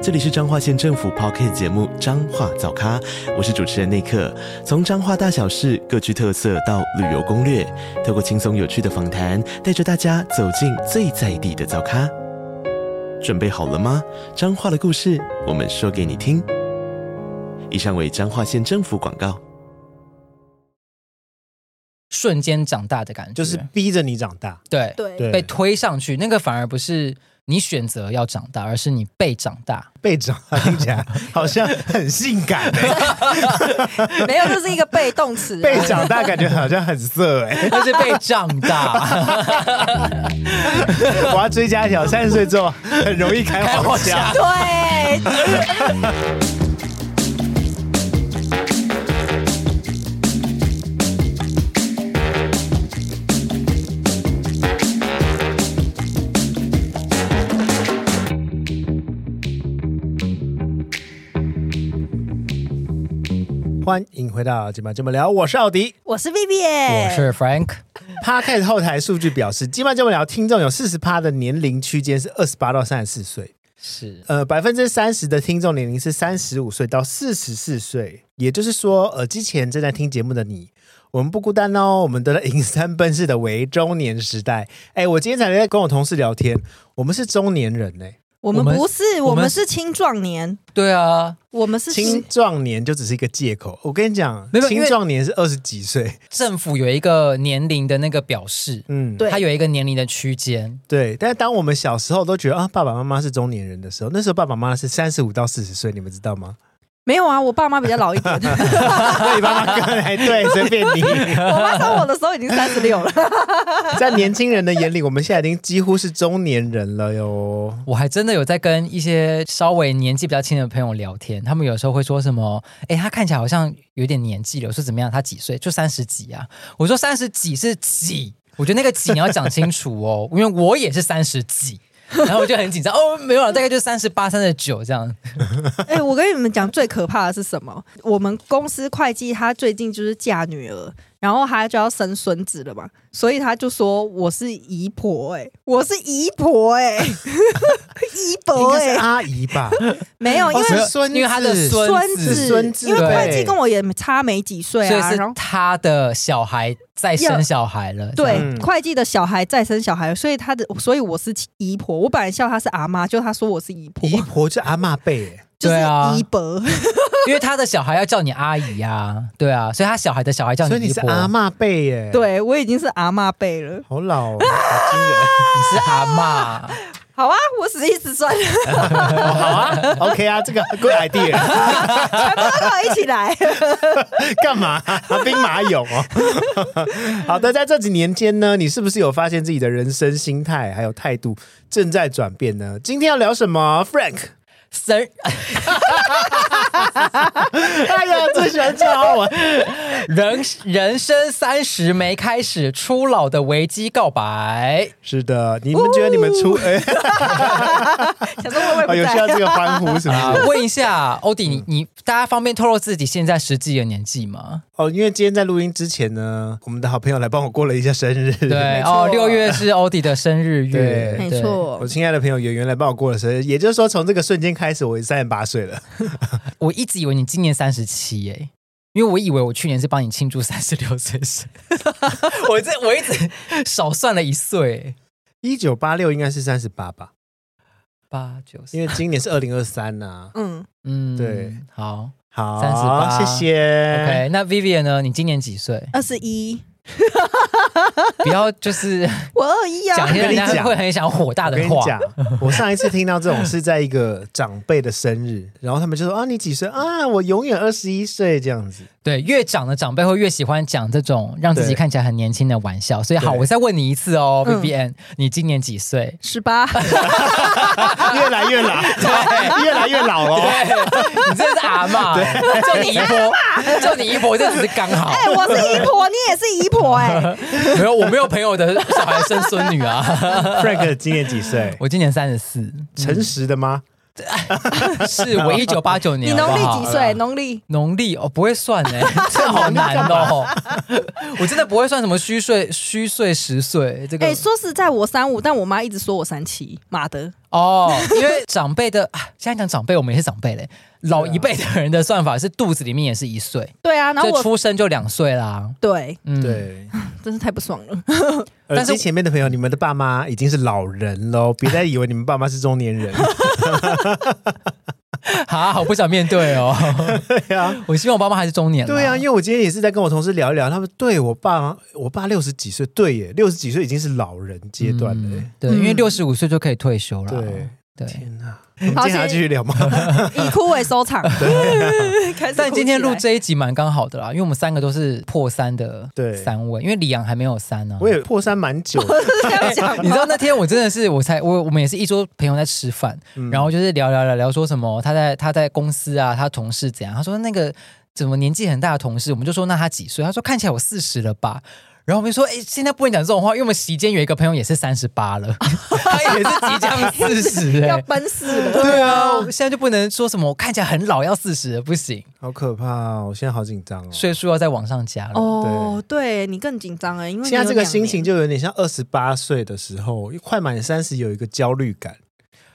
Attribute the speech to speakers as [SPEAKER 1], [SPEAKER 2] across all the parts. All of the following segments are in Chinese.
[SPEAKER 1] 这里是彰化县政府 p o c k t 节目《彰化早咖》，我是主持人内克。从彰化大小事各具特色到旅游攻略，透过轻松有趣的访谈，带着大家走进最在地的早咖。准备好了吗？彰化的故事，我们说给你听。以上为彰化县政府广告。
[SPEAKER 2] 瞬间长大的感觉，
[SPEAKER 3] 就是逼着你长大。
[SPEAKER 2] 对
[SPEAKER 4] 对
[SPEAKER 3] 对
[SPEAKER 2] 被推上去，那个反而不是你选择要长大，而是你被长 大。
[SPEAKER 3] 被长大听起 来好像很性感、欸，
[SPEAKER 4] 没有，这是一个被动词、啊
[SPEAKER 3] 被长大感觉好像很色哎、
[SPEAKER 2] 那是被长大，
[SPEAKER 3] 我要追加一条，三十岁之后很容易开黄腔。
[SPEAKER 4] 对，
[SPEAKER 3] 欢迎回到今晚这么聊，我是奥迪。
[SPEAKER 4] 我是
[SPEAKER 2] 我
[SPEAKER 4] Vivian，
[SPEAKER 2] 是 Frank。
[SPEAKER 3] Podcast 后台数据表示，今晚这么聊听众有四十趴的年龄区间是二十八到三十四岁，
[SPEAKER 2] 是
[SPEAKER 3] 呃，百分之三十的听众年龄是三十五岁到四十四岁，也就是说，呃，之前正在听节目的你。我们不孤单哦，我们都在迎三奔四的为中年时代。哎，我今天才在跟我同事聊天，我们是中年人呢、
[SPEAKER 4] 我们
[SPEAKER 2] 我们
[SPEAKER 4] 不是，
[SPEAKER 2] 我
[SPEAKER 4] 我
[SPEAKER 2] 们
[SPEAKER 4] 们是青壮年，
[SPEAKER 2] 对啊，
[SPEAKER 4] 我们是
[SPEAKER 3] 青壮年就只是一个借口。我跟你讲
[SPEAKER 2] 没有，因
[SPEAKER 3] 青
[SPEAKER 2] 为
[SPEAKER 3] 壮年是二十几岁，
[SPEAKER 2] 政府有一个年龄的那个表示，
[SPEAKER 3] 嗯，
[SPEAKER 4] 对
[SPEAKER 2] 它有一个年龄的区间。
[SPEAKER 3] 对。但是当我们小时候都觉得啊，爸爸妈妈是中年人的时候，那时候爸爸妈妈是三十五到四十岁，你们知 道吗？
[SPEAKER 4] 没有啊，我爸妈比较 老一点，
[SPEAKER 3] 那你爸妈刚才对，随便你。
[SPEAKER 4] 我妈生我的时候已经三十六了。
[SPEAKER 3] 在年轻人的眼里，我们现在已经几乎是中年人了哟。
[SPEAKER 2] 我还真的有在跟一些稍微年纪比较轻的朋友聊天，他们有时候会说什么：“哎，他看起来好像有点年纪了。”我说：“怎么样？他几岁？就三十几啊？”我说：“三十几是几？”我觉得那个几你要讲清楚哦，因为我也是三十几，然后我就很紧张。哦，没有了，大概就三十八、三十九这样。
[SPEAKER 4] 哎、我跟你们讲，最可怕的是什么？我们公司会计她最近就是嫁女儿，然后她就要生孙子了嘛，所以她就说我是姨婆、哎，我是姨婆、哎， 姨
[SPEAKER 3] 应
[SPEAKER 4] 婆、
[SPEAKER 3] 该是
[SPEAKER 4] 哎，
[SPEAKER 3] 阿姨 吧？
[SPEAKER 4] 没有，因
[SPEAKER 3] 哦
[SPEAKER 4] 为
[SPEAKER 3] 是孙子，
[SPEAKER 2] 因为他的孙
[SPEAKER 4] 孙
[SPEAKER 3] 是
[SPEAKER 4] 子，
[SPEAKER 3] 孙子
[SPEAKER 4] 因为会
[SPEAKER 3] 对
[SPEAKER 4] 计跟我也差没几岁
[SPEAKER 2] 所以
[SPEAKER 4] 啊，
[SPEAKER 2] 是
[SPEAKER 4] 然后。
[SPEAKER 2] 他的小孩在生小孩了。这
[SPEAKER 4] 对
[SPEAKER 2] 样，
[SPEAKER 3] 嗯
[SPEAKER 4] 会计的小孩再生小孩，所以他的，所以我是姨婆。我本来笑她是阿妈，就她说我是姨婆，
[SPEAKER 3] 姨婆就是阿嬷辈耶。
[SPEAKER 4] 就是
[SPEAKER 2] 对啊
[SPEAKER 4] 姨伯。
[SPEAKER 2] 因为他的小孩要叫你阿姨啊，对啊，所以他小孩的小孩叫
[SPEAKER 3] 所以
[SPEAKER 2] 你
[SPEAKER 3] 你
[SPEAKER 2] 姨
[SPEAKER 3] 是
[SPEAKER 2] 婆，
[SPEAKER 3] 阿嬷辈耶，，
[SPEAKER 4] 对我已经是阿妈辈了。
[SPEAKER 3] 好老哦，好惊人。
[SPEAKER 2] 你是阿妈。
[SPEAKER 4] 好啊，我死一直算，
[SPEAKER 3] 哦 好啊，OK 啊，这个 good idea，
[SPEAKER 4] 全部都跟我一起 来。
[SPEAKER 3] 干嘛、兵马俑哦。 好的，在这几年间呢，你是不是有发现自己的人生心态还有态度正在转变呢？今天要聊什么，Frank？
[SPEAKER 2] 生
[SPEAKER 3] 哎呀，最喜欢叫我。
[SPEAKER 2] 人人生三十没开始，初老的危机告白。
[SPEAKER 3] 是的，你们觉得你们出 哎、
[SPEAKER 4] 想说我也
[SPEAKER 3] 哦有
[SPEAKER 4] 不
[SPEAKER 3] 需要
[SPEAKER 4] 在，
[SPEAKER 3] 这个欢呼是不
[SPEAKER 2] 啊
[SPEAKER 3] 是？
[SPEAKER 2] 问一下欧
[SPEAKER 3] 嗯
[SPEAKER 2] 弟，你你大家方便透露自己现在实际的年纪吗？
[SPEAKER 3] 哦，因为今天在录音之前呢，我们的好朋友来帮我过了一下生日。
[SPEAKER 2] 对
[SPEAKER 4] 错
[SPEAKER 2] 哦，六月是欧弟的生日月，
[SPEAKER 3] 对
[SPEAKER 4] 没
[SPEAKER 2] 对。
[SPEAKER 4] 错
[SPEAKER 3] 我。亲爱的朋友圆圆来帮我过了生日，也就是说，从这个瞬间开始，我三十八岁了。
[SPEAKER 2] 我一直以为你今年三十七耶，因为我以为我去年是帮你庆祝三十六岁生， 我这我一直少算了一岁，
[SPEAKER 3] 一九八六应该是三十八吧，
[SPEAKER 2] 八九十，
[SPEAKER 3] 因为今年是二零二三呐。
[SPEAKER 4] 嗯，？
[SPEAKER 2] 嗯
[SPEAKER 3] 对，哎
[SPEAKER 2] 好
[SPEAKER 3] 好，
[SPEAKER 2] 38
[SPEAKER 3] 谢谢。
[SPEAKER 2] ，OK。那 Vivian 呢？你今年几岁
[SPEAKER 4] 二十一，
[SPEAKER 2] 不要 就是
[SPEAKER 4] 我二一啊
[SPEAKER 2] 讲一。些
[SPEAKER 3] 我跟
[SPEAKER 2] 人
[SPEAKER 3] 你
[SPEAKER 2] 家
[SPEAKER 3] 讲
[SPEAKER 2] 会很想火大
[SPEAKER 3] 我
[SPEAKER 2] 的
[SPEAKER 3] 跟你
[SPEAKER 2] 话。
[SPEAKER 3] 讲，我上一次听到这种是在 一 个长辈的生日，然后他们就说啊，你几岁啊？我永远二十一岁这样子。
[SPEAKER 2] 对，越长的长辈会越喜欢讲这种让自己
[SPEAKER 3] 对
[SPEAKER 2] 看起来很年轻的玩笑。所以好，
[SPEAKER 3] 对
[SPEAKER 2] 我再问你一次哦
[SPEAKER 4] 嗯
[SPEAKER 2] ，Vivian，、你今年几 岁？
[SPEAKER 4] 十八，哎
[SPEAKER 3] 越来越老， 越来越老 哦。
[SPEAKER 2] 你真的是阿妈，就你姨婆， 就你姨婆，这只是刚好。
[SPEAKER 4] 哎、我是姨婆，你也是姨婆、哎，
[SPEAKER 2] 没有，我没有朋友的小孩生孙女 啊。
[SPEAKER 3] Frank 今年几岁？
[SPEAKER 2] 我今年三十四，
[SPEAKER 3] 诚实的吗？
[SPEAKER 2] 是我一九八九
[SPEAKER 4] 你
[SPEAKER 2] 年。
[SPEAKER 4] 农
[SPEAKER 2] 好不啊好
[SPEAKER 4] 历几？岁？农历
[SPEAKER 2] 农历哦，不会算哎， 这好难哦。 我真的不会算什么虚岁、虚岁、实岁这个。
[SPEAKER 4] 哎、说实在，我三五，但我妈一直说我三七，妈的，
[SPEAKER 2] 哦，因为长辈的、 啊、现在讲长辈，我们也是长辈
[SPEAKER 3] 啊
[SPEAKER 2] 嘞。老一辈的人的算法是肚子里面也是一岁，
[SPEAKER 4] 对啊，然
[SPEAKER 2] 所
[SPEAKER 4] 后
[SPEAKER 2] 以
[SPEAKER 4] 我
[SPEAKER 2] 出生就两岁啦。
[SPEAKER 4] 对，
[SPEAKER 2] 嗯，。
[SPEAKER 3] 对，
[SPEAKER 4] 真是太不爽了。
[SPEAKER 2] 但
[SPEAKER 3] 耳
[SPEAKER 2] 是
[SPEAKER 3] 机呃前面的朋友，你们的爸妈已经是老人 喽，别再以为你们爸妈是中年人。
[SPEAKER 2] 好，好不想面对哦。
[SPEAKER 3] 对啊，
[SPEAKER 2] 我希望我爸妈还是中年啦。
[SPEAKER 3] 对 啊，因为我今天也是在跟我同事聊一聊，他们对我爸，我爸六十几岁，对耶，六十几岁已经是老人阶段了耶。
[SPEAKER 2] 嗯对，因为
[SPEAKER 4] 嗯
[SPEAKER 2] 六十五岁就可以退休了。
[SPEAKER 3] 对，
[SPEAKER 2] 对。
[SPEAKER 3] 嗯天哪！我们今天还要继续聊 吗？
[SPEAKER 4] 以哭为 收场。
[SPEAKER 3] 啊
[SPEAKER 4] 开始
[SPEAKER 2] 但
[SPEAKER 4] 哭
[SPEAKER 2] 今天
[SPEAKER 4] 起来
[SPEAKER 2] 录这一集蛮刚好的啦，因为我们三个都是破三的
[SPEAKER 3] 对
[SPEAKER 2] 三位，因为李阳还没有三啊呢、
[SPEAKER 3] 我也破三蛮久的，
[SPEAKER 4] 这样讲哦吗，
[SPEAKER 2] 你知道那天我真的是，我才我我们也是一桌朋友在吃饭，
[SPEAKER 4] 嗯
[SPEAKER 2] 然后就是聊聊聊聊说什么他在他在公司啊，他同事怎样，他说那个怎么年纪很大的同事，我们就说那他几岁，他说看起来我四十了吧。然后我们就说，哎，现在不能讲这种话，因为我们席间有一个朋友也是三十八了，他也是即将四十
[SPEAKER 4] 要
[SPEAKER 2] 哎。
[SPEAKER 4] 奔四了，
[SPEAKER 2] 对啊，我现在就不能说什么我看起来很老要四十了，不行，
[SPEAKER 3] 好可怕哦！我现在好紧张哦。
[SPEAKER 2] 岁数要再往上加了。
[SPEAKER 4] 哦，对你更紧张哎，因为你
[SPEAKER 3] 现在这
[SPEAKER 4] 有
[SPEAKER 3] 个
[SPEAKER 4] 两
[SPEAKER 3] 心情
[SPEAKER 4] 年
[SPEAKER 3] 就有点像二十八岁的时候，快满三十有一个焦虑感。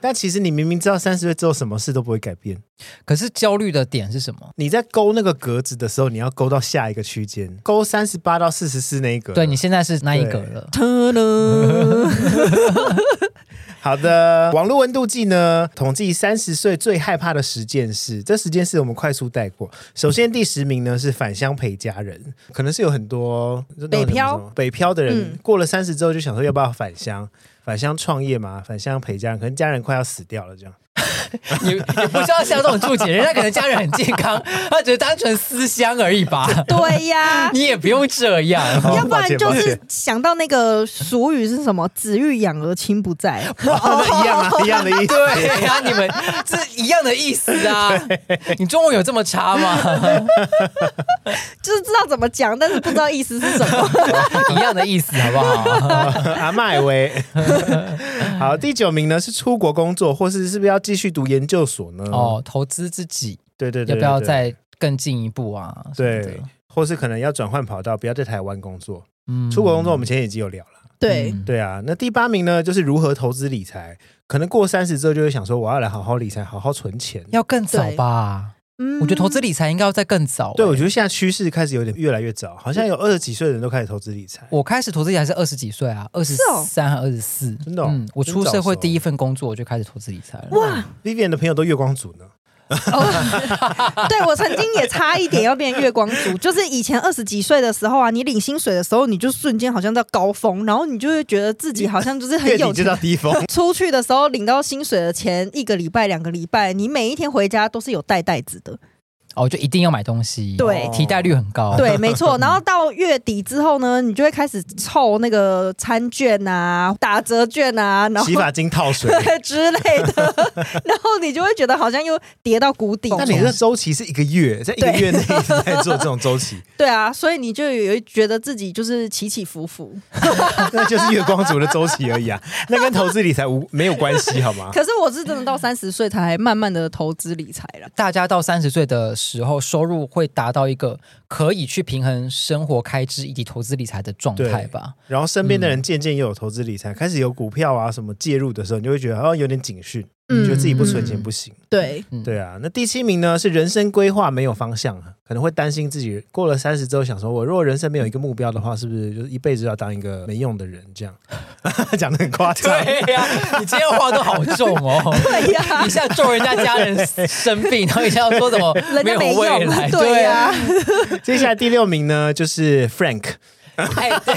[SPEAKER 3] 但其实你明明知道三十岁之后什么事都不会改变，
[SPEAKER 2] 可是焦虑的点是什么？
[SPEAKER 3] 你在勾那个格子的时候，你要勾到下一个区间，勾三十八到四十四那一格。
[SPEAKER 2] 对你现在是那一个了。
[SPEAKER 3] 好的，网络温度计呢？统计三十岁最害怕的十件事，这十件事我们快速带过。首先第十名呢是返乡陪家人，可能是有很多
[SPEAKER 4] 北漂
[SPEAKER 3] 那种北漂的人、
[SPEAKER 4] 嗯
[SPEAKER 3] 过了三十之后就想说要不要返乡，返乡创业嘛，返乡陪家人，可能家人快要死掉了这 样。
[SPEAKER 2] 你 你不需要像这种注解，人家可能家人很健康，他只是单纯思乡而已吧。
[SPEAKER 4] 对呀。
[SPEAKER 2] 你也不用这样，
[SPEAKER 3] 好
[SPEAKER 4] 要不然就
[SPEAKER 3] 抱歉
[SPEAKER 4] 是
[SPEAKER 3] 抱
[SPEAKER 4] 想到那个俗语是什么“子欲养而亲不在
[SPEAKER 3] 那一样啊，一样的意思。
[SPEAKER 2] 对呀、你们这一样的意思啊。你中文有这么差吗？”，
[SPEAKER 4] 就是知道怎么讲，但是不知道意思是什么。
[SPEAKER 2] 一 样的意思，好不
[SPEAKER 3] 嗯
[SPEAKER 2] 好？
[SPEAKER 3] 阿 麦威。好，第九名呢是出国工作，或是是不是要继续读研究所呢？哦，
[SPEAKER 2] 哦，投资自己
[SPEAKER 3] 对对
[SPEAKER 2] 要
[SPEAKER 3] 对，
[SPEAKER 2] 不要
[SPEAKER 3] 对
[SPEAKER 2] 再更进一步啊？什么
[SPEAKER 3] 对
[SPEAKER 2] 的，
[SPEAKER 3] 或是可能要转换跑道，不要在台湾工作。
[SPEAKER 2] 嗯
[SPEAKER 3] 出国工作我们前几集有聊了。
[SPEAKER 4] 对，
[SPEAKER 2] 嗯
[SPEAKER 3] 对啊，那第八名呢，就是如何投资理财。可能过三十之后就会想说，我要来好好理财，好好存钱。
[SPEAKER 2] 要更早吧？
[SPEAKER 4] 嗯
[SPEAKER 2] 我觉得投资理财应该要再更早、
[SPEAKER 3] 对，我
[SPEAKER 2] 欸
[SPEAKER 3] 觉得现在趋势开始有点越来越早，好像有二十几岁的人都开始投资理财。
[SPEAKER 2] 我开始投资理财是二十几岁啊，二十
[SPEAKER 4] 哦
[SPEAKER 2] 三和二十四，
[SPEAKER 3] 真的哦
[SPEAKER 2] 嗯，我出社会
[SPEAKER 3] 真早熟
[SPEAKER 2] 第一份工作我就开始投资理财了。
[SPEAKER 4] 哇，
[SPEAKER 3] Vivian 的朋友都月光族呢，
[SPEAKER 4] 对我曾经也差一点要变月光 族，就是以前二十几岁的时候啊，你领薪水的时候，你就瞬间好像到高峰，然后你就会觉得自己好像就是
[SPEAKER 3] 月
[SPEAKER 4] 很有
[SPEAKER 3] 底就
[SPEAKER 4] 钱
[SPEAKER 3] 到低峰。
[SPEAKER 4] 出去的时候领到薪水的前一个礼拜、两个礼拜，你每一天回家都是有带袋子的。
[SPEAKER 2] 哦，就一定要买东西，哦
[SPEAKER 4] 对
[SPEAKER 2] 替代率很
[SPEAKER 3] 哦
[SPEAKER 2] 高，，
[SPEAKER 4] 对，没错。然后到月底之后呢，你就会开始凑那个餐券啊、打折券啊，然后
[SPEAKER 3] 洗发精套水，
[SPEAKER 4] 对 之类的， 然后你就会觉得好像又跌到谷底。
[SPEAKER 3] 那你这周期是一个月，在一个
[SPEAKER 4] 对
[SPEAKER 3] 月内一直在做这种周 期，
[SPEAKER 4] 对啊，所以你就有觉得自己就是起起伏伏。
[SPEAKER 3] 那就是月光族的周期而已啊，那跟投资理财无没有关系好吗？
[SPEAKER 4] 可是我是真的到三十岁才慢慢的投资理财了。
[SPEAKER 2] 大家到三十岁的时候，收入会达到一个可以去平衡生活开支以及投资理财的状态吧。
[SPEAKER 3] 然后身边的人渐渐也有投资理财，开始有股票啊什么介入的时候，你就会觉得好像有点警讯，
[SPEAKER 4] 嗯
[SPEAKER 3] 觉得自己不存钱不行。
[SPEAKER 4] 对，
[SPEAKER 2] 嗯
[SPEAKER 3] 对啊，那第七名呢是人生规划没有方向，啊可能会担心自己过了三十之后，想说我如果人生没有一个目标的话，是不是就是一辈子要当一个没用的人？这样 讲的很夸张。
[SPEAKER 2] 对 呀、你今天话都好重哦。
[SPEAKER 4] 对呀、
[SPEAKER 2] 一下咒人家家人生病，然后一下又说什么
[SPEAKER 4] 人
[SPEAKER 2] 没
[SPEAKER 4] 家
[SPEAKER 2] 有
[SPEAKER 4] 没
[SPEAKER 2] 未
[SPEAKER 4] 用
[SPEAKER 2] 来，，
[SPEAKER 4] 对呀、
[SPEAKER 2] 啊，
[SPEAKER 3] 接下来第六名呢就是 Frank。
[SPEAKER 2] 哎，对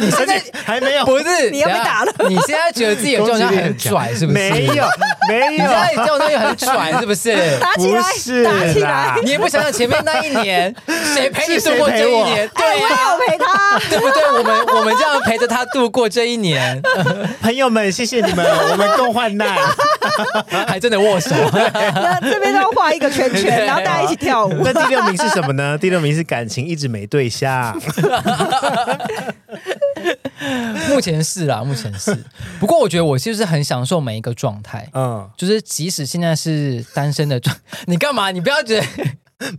[SPEAKER 2] 你现在
[SPEAKER 3] 还没有，
[SPEAKER 2] 不是
[SPEAKER 4] 你要被打了？
[SPEAKER 2] 等一下你现在觉得自己有这种像很拽是不是？
[SPEAKER 3] 没有， 没
[SPEAKER 2] 你现
[SPEAKER 3] 有，
[SPEAKER 2] 在这种东西很拽是不是？
[SPEAKER 4] 打起来
[SPEAKER 3] 不，是
[SPEAKER 4] 打起
[SPEAKER 3] 啦
[SPEAKER 4] 来！
[SPEAKER 2] 你也不想想前面那一年谁陪你
[SPEAKER 3] 是
[SPEAKER 2] 度
[SPEAKER 3] 谁
[SPEAKER 2] 过
[SPEAKER 3] 陪
[SPEAKER 2] 这一
[SPEAKER 3] 我
[SPEAKER 2] 年？
[SPEAKER 4] 哎，
[SPEAKER 2] 对
[SPEAKER 4] 我
[SPEAKER 2] 呀、
[SPEAKER 4] 有陪他，
[SPEAKER 2] 对不对？我们我们这样陪着他度过这一年，
[SPEAKER 3] 朋友们，谢谢你 们，我们共患难。
[SPEAKER 2] 还真的握手。
[SPEAKER 4] 那这边要画一个圈圈，然后大家一起跳舞。
[SPEAKER 3] 那第六名是什么呢？第六名是感情一直没对 象。
[SPEAKER 2] 目前是啦，目前是。不过我觉得我就是很享受每一个状态，
[SPEAKER 3] 嗯，
[SPEAKER 2] 就是即使现在是单身的状，你干嘛？你不要觉得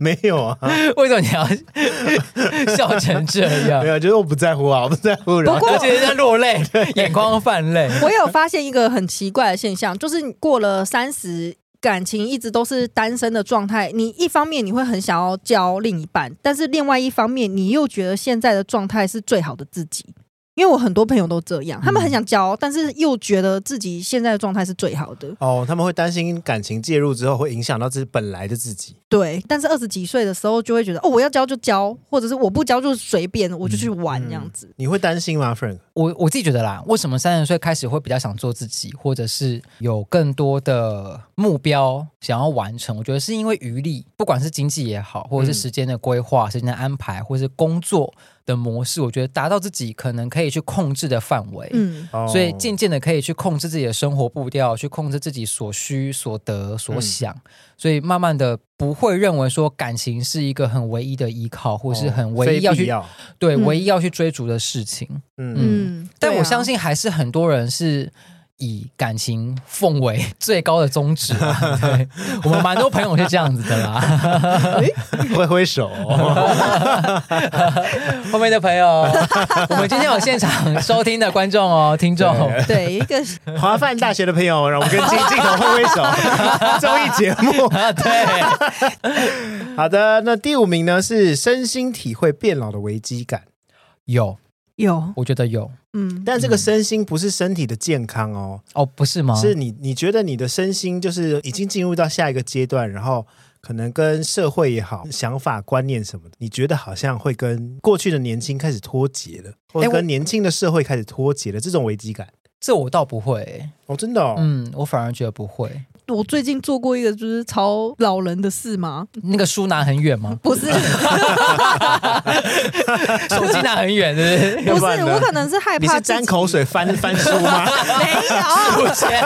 [SPEAKER 3] 没有啊，
[SPEAKER 2] 为什么你要笑成这样
[SPEAKER 3] 没？有，就是我不在乎啊，我不在乎。然
[SPEAKER 4] 不
[SPEAKER 3] 后
[SPEAKER 4] 过
[SPEAKER 2] 而且在落泪，眼眶泛泪。
[SPEAKER 4] 我有发现一个很奇怪的现象，就是你过了三十。感情一直都是单身的状态，你一方面你会很想要交另一半，但是另外一方面你又觉得现在的状态是最好的自己。因为我很多朋友都这样，他们很想交，但是又觉得自己现在的状态是最好的。
[SPEAKER 3] 哦，他们会担心感情介入之后会影响到自己本来的自己。
[SPEAKER 4] 对，但是二十几岁的时候就会觉得，哦，我要交就交，或者是我不交就随便，我就去玩这样子。
[SPEAKER 3] 你会担心吗，Frank？
[SPEAKER 2] 我我自己觉得啦，为什么三十岁开始会比较想做自己，或者是有更多的目标想要完成？我觉得是因为余力，不管是经济也好，或者是时间的规划、时间的安排，或者是工作的模式，我觉得达到自己可能可以去控制的范围。
[SPEAKER 4] 嗯，
[SPEAKER 3] 哦
[SPEAKER 2] 所以渐渐的可以去控制自己的生活步调，去控制自己所需、所得、所想，所以慢慢的不会认为说感情是一个很唯一的依靠，或是很唯一要
[SPEAKER 3] 哦非必
[SPEAKER 2] 去、
[SPEAKER 3] 要
[SPEAKER 2] 对
[SPEAKER 4] 嗯
[SPEAKER 2] 唯一要去追逐的事情。
[SPEAKER 3] 嗯，
[SPEAKER 4] 嗯，
[SPEAKER 2] 但
[SPEAKER 4] 对
[SPEAKER 2] 我
[SPEAKER 4] 啊
[SPEAKER 2] 相信还是很多人是以感情奉为 最高的宗旨啊、对，我们蛮多朋友是这样子的啦。
[SPEAKER 3] 挥挥 手。
[SPEAKER 2] 后面的朋友， 我们今天有现场收听的观众哦，听众。
[SPEAKER 4] 对一个
[SPEAKER 3] 华范大学的朋友，让我们跟镜镜头挥挥手。 综艺节目，
[SPEAKER 2] 啊， 对，
[SPEAKER 3] 好的，那第五名呢是身心体会变老的危机感，
[SPEAKER 2] 有，
[SPEAKER 4] 有，
[SPEAKER 2] 我觉得有
[SPEAKER 4] 嗯，
[SPEAKER 3] 但这个身心不是身体的健康哦，
[SPEAKER 2] 哦，不是吗？
[SPEAKER 3] 是你你觉得你的身心就是已经进入到下一个阶段，然后可能跟社会也好、想法观念什么的，你觉得好像会跟过去的年轻开始脱节了，或
[SPEAKER 2] 哎
[SPEAKER 3] 者
[SPEAKER 2] 我
[SPEAKER 3] 跟年轻的社会开始脱节了，这种危机感
[SPEAKER 2] 这我倒不会、
[SPEAKER 3] 哦，真的哦，
[SPEAKER 2] 嗯，我反而觉得不会。
[SPEAKER 4] 我最近做过一个就是超老人的 事嘛，
[SPEAKER 2] 那个书拿很远吗
[SPEAKER 4] ？不是，
[SPEAKER 2] 手机拿很远，对不对？
[SPEAKER 4] 不是，
[SPEAKER 3] 不然呢
[SPEAKER 4] 我可能是害
[SPEAKER 3] 你
[SPEAKER 4] 怕
[SPEAKER 3] 是
[SPEAKER 4] 自己
[SPEAKER 3] 沾口水翻 翻书吗？
[SPEAKER 4] 没有，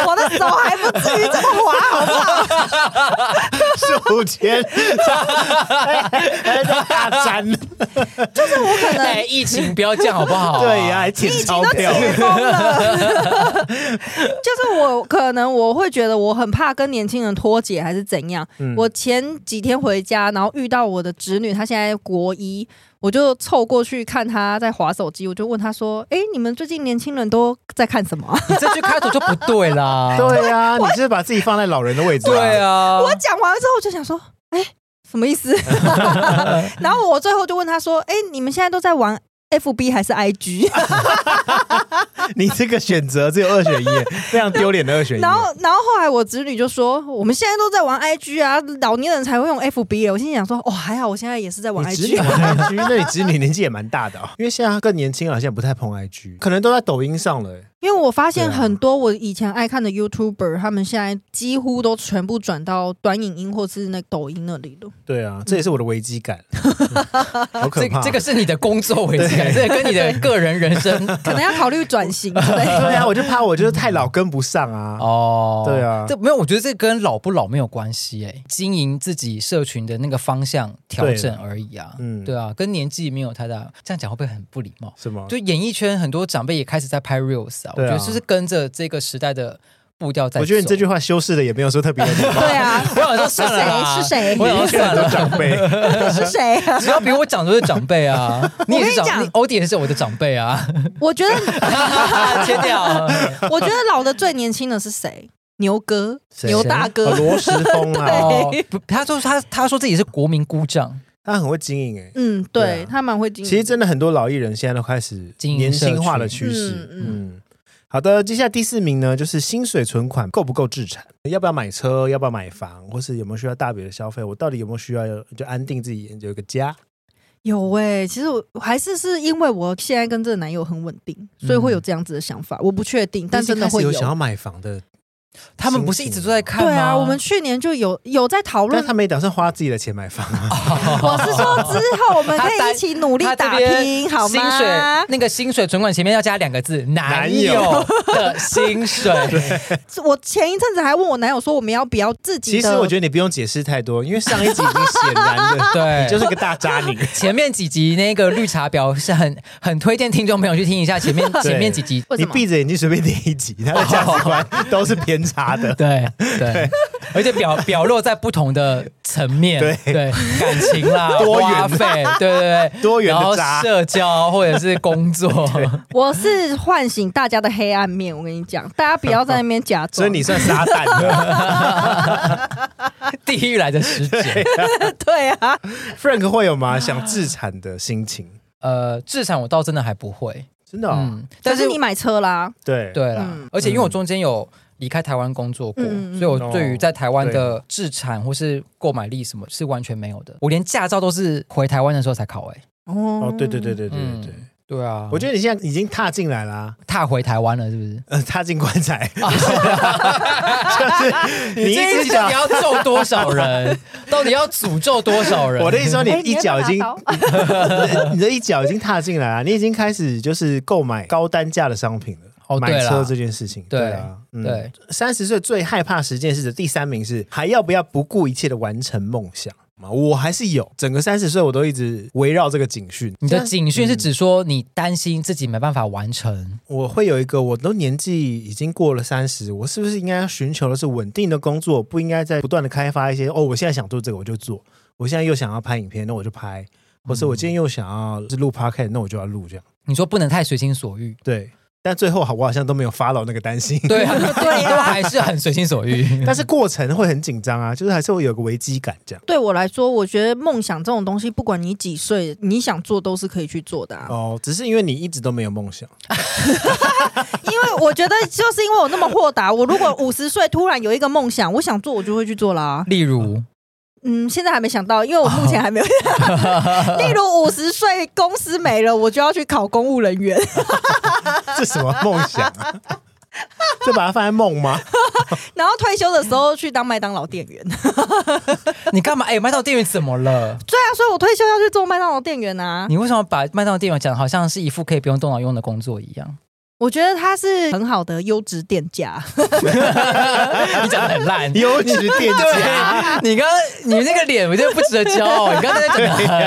[SPEAKER 4] 我的手还不至于这么滑，好不好？
[SPEAKER 3] 手前 哎大沾，
[SPEAKER 4] 就是我可能
[SPEAKER 2] 哎，疫情不要这样好不好、
[SPEAKER 3] 对呀、，还舔钞票。
[SPEAKER 4] 疯了，就是我可能我会觉得我很怕跟年轻人脱节，还是怎样。
[SPEAKER 3] 嗯
[SPEAKER 4] 我前几天回家，然后遇到我的侄女，她现在国一，我就凑过去看她在划手机，我就问她说：“哎、你们最近年轻人都在看什么啊
[SPEAKER 2] 你这句开头就不对啦。
[SPEAKER 3] 对呀、你是把自己放在老人的位置、
[SPEAKER 2] 对
[SPEAKER 3] 啊，
[SPEAKER 2] 啊，？”
[SPEAKER 4] 我讲完之后，我就想说：“哎、什么意 思？”然后我最后就问她说：“哎、你们现在都在玩 FB 还是 IG？”
[SPEAKER 3] 哎 你这个选择只有二选一， 非常丢脸的二选一。
[SPEAKER 4] 然后，然后后来我侄女就说，我们现在都在玩 IG 啊，老年人才会用 FB 欸。我心里想说，哦，还好我现在也是在玩
[SPEAKER 3] 你哎侄女
[SPEAKER 4] IG。
[SPEAKER 3] 玩 IG，那 你侄女年纪也蛮大的、哦，因为现在她更年轻了，现在不太碰 IG，可能都在抖音上了。
[SPEAKER 4] 因为我发现
[SPEAKER 3] 对啊
[SPEAKER 4] 很多我以前爱看的
[SPEAKER 3] 啊
[SPEAKER 4] YouTuber，他们现在几乎都全部转到短影音或是那抖音那里了。
[SPEAKER 3] 对啊，
[SPEAKER 4] 嗯
[SPEAKER 3] 这也是我的危机感， 好可
[SPEAKER 2] 这
[SPEAKER 3] 怕。
[SPEAKER 2] 这 个是你的工作危机感，这个跟你的个人人生
[SPEAKER 4] 可能要考虑转型之 类的。
[SPEAKER 3] 对啊，我就怕我就是太老跟不上啊。
[SPEAKER 4] 嗯
[SPEAKER 2] 哦，
[SPEAKER 3] 对啊
[SPEAKER 2] 这没有，我觉得这跟老不老没有关系，哎，经营自己社群的那个方向调整而已啊，
[SPEAKER 3] 嗯
[SPEAKER 2] 对啊，跟年纪没有太大，这样讲会不会很不礼貌？
[SPEAKER 3] 什么？
[SPEAKER 2] 就演艺圈很多长辈也开始在拍 reels 啊，我
[SPEAKER 3] 对
[SPEAKER 2] 觉
[SPEAKER 3] 啊
[SPEAKER 2] 得就是跟着这个时代的步调在走。
[SPEAKER 3] 我觉得你这句话修饰的也没有说特 别的地方。
[SPEAKER 4] 对啊，
[SPEAKER 2] 我想说算了啦，
[SPEAKER 4] 是谁是谁
[SPEAKER 2] 我想说
[SPEAKER 3] 现在
[SPEAKER 2] 算
[SPEAKER 3] 很多
[SPEAKER 2] 了，
[SPEAKER 3] 长辈，
[SPEAKER 4] 是谁 啊？
[SPEAKER 2] 只要比我长都是长辈 啊，你也是
[SPEAKER 4] 我跟你
[SPEAKER 2] 长，
[SPEAKER 4] 讲
[SPEAKER 2] 你欧弟也是我的长辈啊，
[SPEAKER 4] 我觉得，
[SPEAKER 2] 切掉。
[SPEAKER 4] 我觉得老的最年轻的是谁？牛哥，
[SPEAKER 3] 谁
[SPEAKER 4] 牛大
[SPEAKER 3] 哦
[SPEAKER 4] 哥。
[SPEAKER 3] 罗时丰 啊，
[SPEAKER 2] 哦，不他说他他说自己是国民姑丈，
[SPEAKER 3] 他很会经营哎。
[SPEAKER 4] 嗯，
[SPEAKER 3] 对
[SPEAKER 4] 对
[SPEAKER 3] 啊
[SPEAKER 4] 他蛮会经营。
[SPEAKER 3] 其实真的很多老艺人现在都开始
[SPEAKER 2] 经营
[SPEAKER 3] 年轻化的
[SPEAKER 2] 社
[SPEAKER 3] 趋势。
[SPEAKER 4] 嗯嗯
[SPEAKER 3] 嗯，好的，接下来第四名呢，就是薪水存款够不够置产，要不要买车，要不要买房，或是有没有需要大笔的消费，我到底有没有需要就安定自己有一个家？
[SPEAKER 4] 有哎、其实我还是是因为我现在跟这个男友很稳定，所以会有这样子的想法。我不确定，但真的会
[SPEAKER 3] 有想要买房的，
[SPEAKER 2] 他们不是一直都在看吗？
[SPEAKER 4] 对啊，我们去年就有有在讨
[SPEAKER 3] 但
[SPEAKER 4] 论
[SPEAKER 3] 他。没打算花自己的钱买房啊。
[SPEAKER 4] 我是说之后我们可
[SPEAKER 2] 他担
[SPEAKER 4] 以一起努力
[SPEAKER 2] 他这
[SPEAKER 4] 打
[SPEAKER 2] 边
[SPEAKER 4] 拼，好
[SPEAKER 2] 薪水
[SPEAKER 4] 吗？
[SPEAKER 2] 那个薪水存款前面要加两个字，男友
[SPEAKER 3] 友
[SPEAKER 2] 的薪水。
[SPEAKER 4] 我前一阵子还问我男友说，我们要不要自己
[SPEAKER 3] 其
[SPEAKER 4] 的？
[SPEAKER 3] 实我觉得你不用解释太多，因为上一集已经显然 的，
[SPEAKER 2] 对
[SPEAKER 3] 你 就是个大渣女。
[SPEAKER 2] 前面几集那个绿茶婊是很很推荐听众朋友去听一下，前面前面几集。
[SPEAKER 4] 为
[SPEAKER 3] 你
[SPEAKER 4] 什么哦
[SPEAKER 3] 闭着眼睛随便点一集，他的价值 观都是偏差的。
[SPEAKER 2] 对对，而且表表露在不同的层面，
[SPEAKER 3] 对
[SPEAKER 2] 感情啦，
[SPEAKER 3] 多元
[SPEAKER 2] 花费，对对对，
[SPEAKER 3] 多元
[SPEAKER 2] 然后
[SPEAKER 3] 的渣
[SPEAKER 2] 社交或者是工作，
[SPEAKER 4] 我是唤醒大家的黑暗面，我跟你讲，大家不要在那边假装。
[SPEAKER 3] 所以你算撒旦的
[SPEAKER 2] 地狱来的使者。
[SPEAKER 4] 对啊，
[SPEAKER 3] ，Frank 会有吗？想自产的心情，
[SPEAKER 2] 呃，自产我倒真的还不会，
[SPEAKER 3] 真的哦，
[SPEAKER 2] 嗯，
[SPEAKER 4] 但
[SPEAKER 2] 但
[SPEAKER 4] 是
[SPEAKER 2] 是
[SPEAKER 4] 你买车啦，
[SPEAKER 3] 对，
[SPEAKER 2] 对啦，
[SPEAKER 4] 嗯
[SPEAKER 2] 而且因为我中间有离开台湾工作过，
[SPEAKER 4] 嗯嗯嗯
[SPEAKER 2] 所以
[SPEAKER 3] 哦
[SPEAKER 2] 我对于在台湾的制产或是购买力什么是完全没有的，我连驾照都是回台湾的时候才考、欸。哎，
[SPEAKER 4] 哦
[SPEAKER 3] 哦，对对对对对对对，
[SPEAKER 2] 嗯对啊，
[SPEAKER 3] 我觉得你现在已经踏进来啦，
[SPEAKER 2] 踏回台湾了，是不是？
[SPEAKER 3] 呃，踏进棺 材，就是 你一
[SPEAKER 2] 这一
[SPEAKER 3] 只
[SPEAKER 2] 集到
[SPEAKER 3] 脚
[SPEAKER 2] 底，要咒多少 人？到底要诅咒多少人？
[SPEAKER 3] 我的意思说你
[SPEAKER 4] 哎
[SPEAKER 3] 一脚已经
[SPEAKER 4] 你要，不要拿 刀
[SPEAKER 3] 你的一脚已经踏进来了，你已经开始就是购买高单价的商品了。
[SPEAKER 2] 哦
[SPEAKER 3] 买
[SPEAKER 2] 对啦
[SPEAKER 3] 车这件事情，
[SPEAKER 2] 对
[SPEAKER 3] 啊，嗯
[SPEAKER 2] 对，
[SPEAKER 3] 三十岁最害怕十件事的第三名是还要不要不顾一切的完成梦想嘛？我还是有，整个三十岁我都一直围绕这个警讯。
[SPEAKER 2] 你的
[SPEAKER 3] 像
[SPEAKER 2] 警讯是指说你担心自己没办法完成，
[SPEAKER 3] 我会有一个，我都年纪已经过了三十，我是不是应该要寻求的是稳定的工作，不应该再不断的开发一些哦，我现在想做这个我就做，我现在又想要拍影片，那我就拍，或是我今天又想要是录 podcast，那我就要录这样。
[SPEAKER 2] 你说不能太随心所 欲。
[SPEAKER 3] 对，但最后好，我好像都没有 follow 那个担心，
[SPEAKER 2] 对啊，对都还是很随心所欲。
[SPEAKER 3] 但是过程会很紧张啊，就是还是会有个危机感这样。
[SPEAKER 4] 对我来说，我觉得梦想这种东西，不管你几岁，你想做都是可以去做的啊。
[SPEAKER 3] 哦，只是因为你一直都没有梦想，
[SPEAKER 4] 因为我觉得，就是因为我那么豁达，我如果五十岁突然有一个梦想，我想做，我就会去做啦。
[SPEAKER 2] 例如，
[SPEAKER 4] 嗯，现在还没想到，因为我目前还没有。 例如五十岁公司没了，我就要去考公务人员。
[SPEAKER 3] 这什么梦想啊？ 就把它放在梦吗？
[SPEAKER 4] 然后退休的时候去当麦当劳店员。对
[SPEAKER 2] 你干嘛？哎、麦当劳店员怎么了？
[SPEAKER 4] 啊，所以我退休要去做麦当劳店员啊。
[SPEAKER 2] 你为什么把麦当劳店员讲得好像是一副可以不用动脑用的工作一样？
[SPEAKER 4] 我觉得它是很好的优质店家，
[SPEAKER 2] 你讲的很烂。
[SPEAKER 3] 优质店家。
[SPEAKER 2] 你刚刚你那个脸，我觉得不值得骄傲。你刚才讲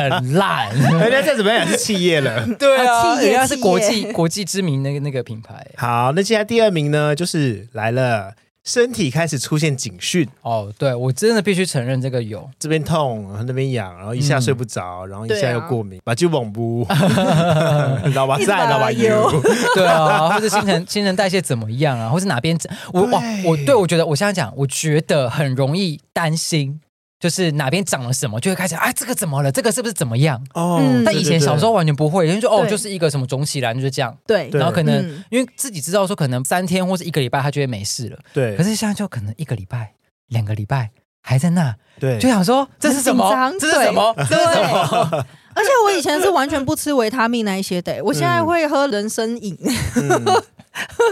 [SPEAKER 2] 的很烂，
[SPEAKER 3] 人家再怎么样也是企业了。
[SPEAKER 2] 对
[SPEAKER 4] 啊
[SPEAKER 2] 啊，
[SPEAKER 4] 企业
[SPEAKER 2] 人家是国
[SPEAKER 4] 企
[SPEAKER 2] 际国际知名那个那个品牌
[SPEAKER 3] 好，那接下来第二名呢，就是来了，身体开始出现警讯，
[SPEAKER 2] 哦。对，我真的必须承认这个有，
[SPEAKER 3] 这边痛，然后那边痒，然后一下睡不着，然后一下又过
[SPEAKER 2] 嗯
[SPEAKER 3] 敏，把就猛不， 老吧
[SPEAKER 4] 一直
[SPEAKER 3] 在，
[SPEAKER 4] 把
[SPEAKER 3] 老吧
[SPEAKER 4] 油
[SPEAKER 3] 油，
[SPEAKER 2] 对啊，或者新陈新陈代谢怎么样啊，或是哪边我哇，我对我觉得我现在讲，我觉得很容易担心，就是哪边长了什么，就会开始哎，这个怎么了？这个是不是怎么样？
[SPEAKER 3] 哦
[SPEAKER 4] 嗯
[SPEAKER 2] 但以前小时候，完全不会，因为就哦，
[SPEAKER 4] 对
[SPEAKER 2] 就是一个什么肿起来就是这样，
[SPEAKER 4] 对
[SPEAKER 3] 对
[SPEAKER 2] 然后可能、
[SPEAKER 4] 嗯
[SPEAKER 2] 因为自己知道说可能三天或是一个礼拜他就会没事了，
[SPEAKER 3] 对
[SPEAKER 2] 可
[SPEAKER 3] 对
[SPEAKER 2] 是现在就可能一个礼拜、两个礼拜还在那，
[SPEAKER 3] 对
[SPEAKER 2] 就
[SPEAKER 3] 对，
[SPEAKER 2] 想说这是什么
[SPEAKER 4] 很？紧张
[SPEAKER 2] 这是什么？这是什么？ 嗯
[SPEAKER 4] 而且我以前是完全不吃维他命那一些的、我现在会喝人参饮。
[SPEAKER 3] 嗯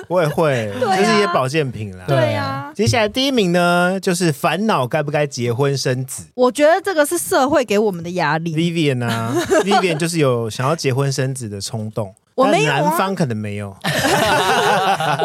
[SPEAKER 3] 我也会，
[SPEAKER 4] 啊
[SPEAKER 3] 就是一些保健品啦。
[SPEAKER 2] 对
[SPEAKER 4] 啊，
[SPEAKER 3] 接下来第一名呢，就是烦恼该不该结婚生子。
[SPEAKER 4] 我觉得这个是社会给我们的压力。
[SPEAKER 3] Vivian 啊，Vivian 就是有想要结婚生子的冲动，
[SPEAKER 4] 我
[SPEAKER 3] 但
[SPEAKER 4] 没有啊
[SPEAKER 3] 男方可能没有，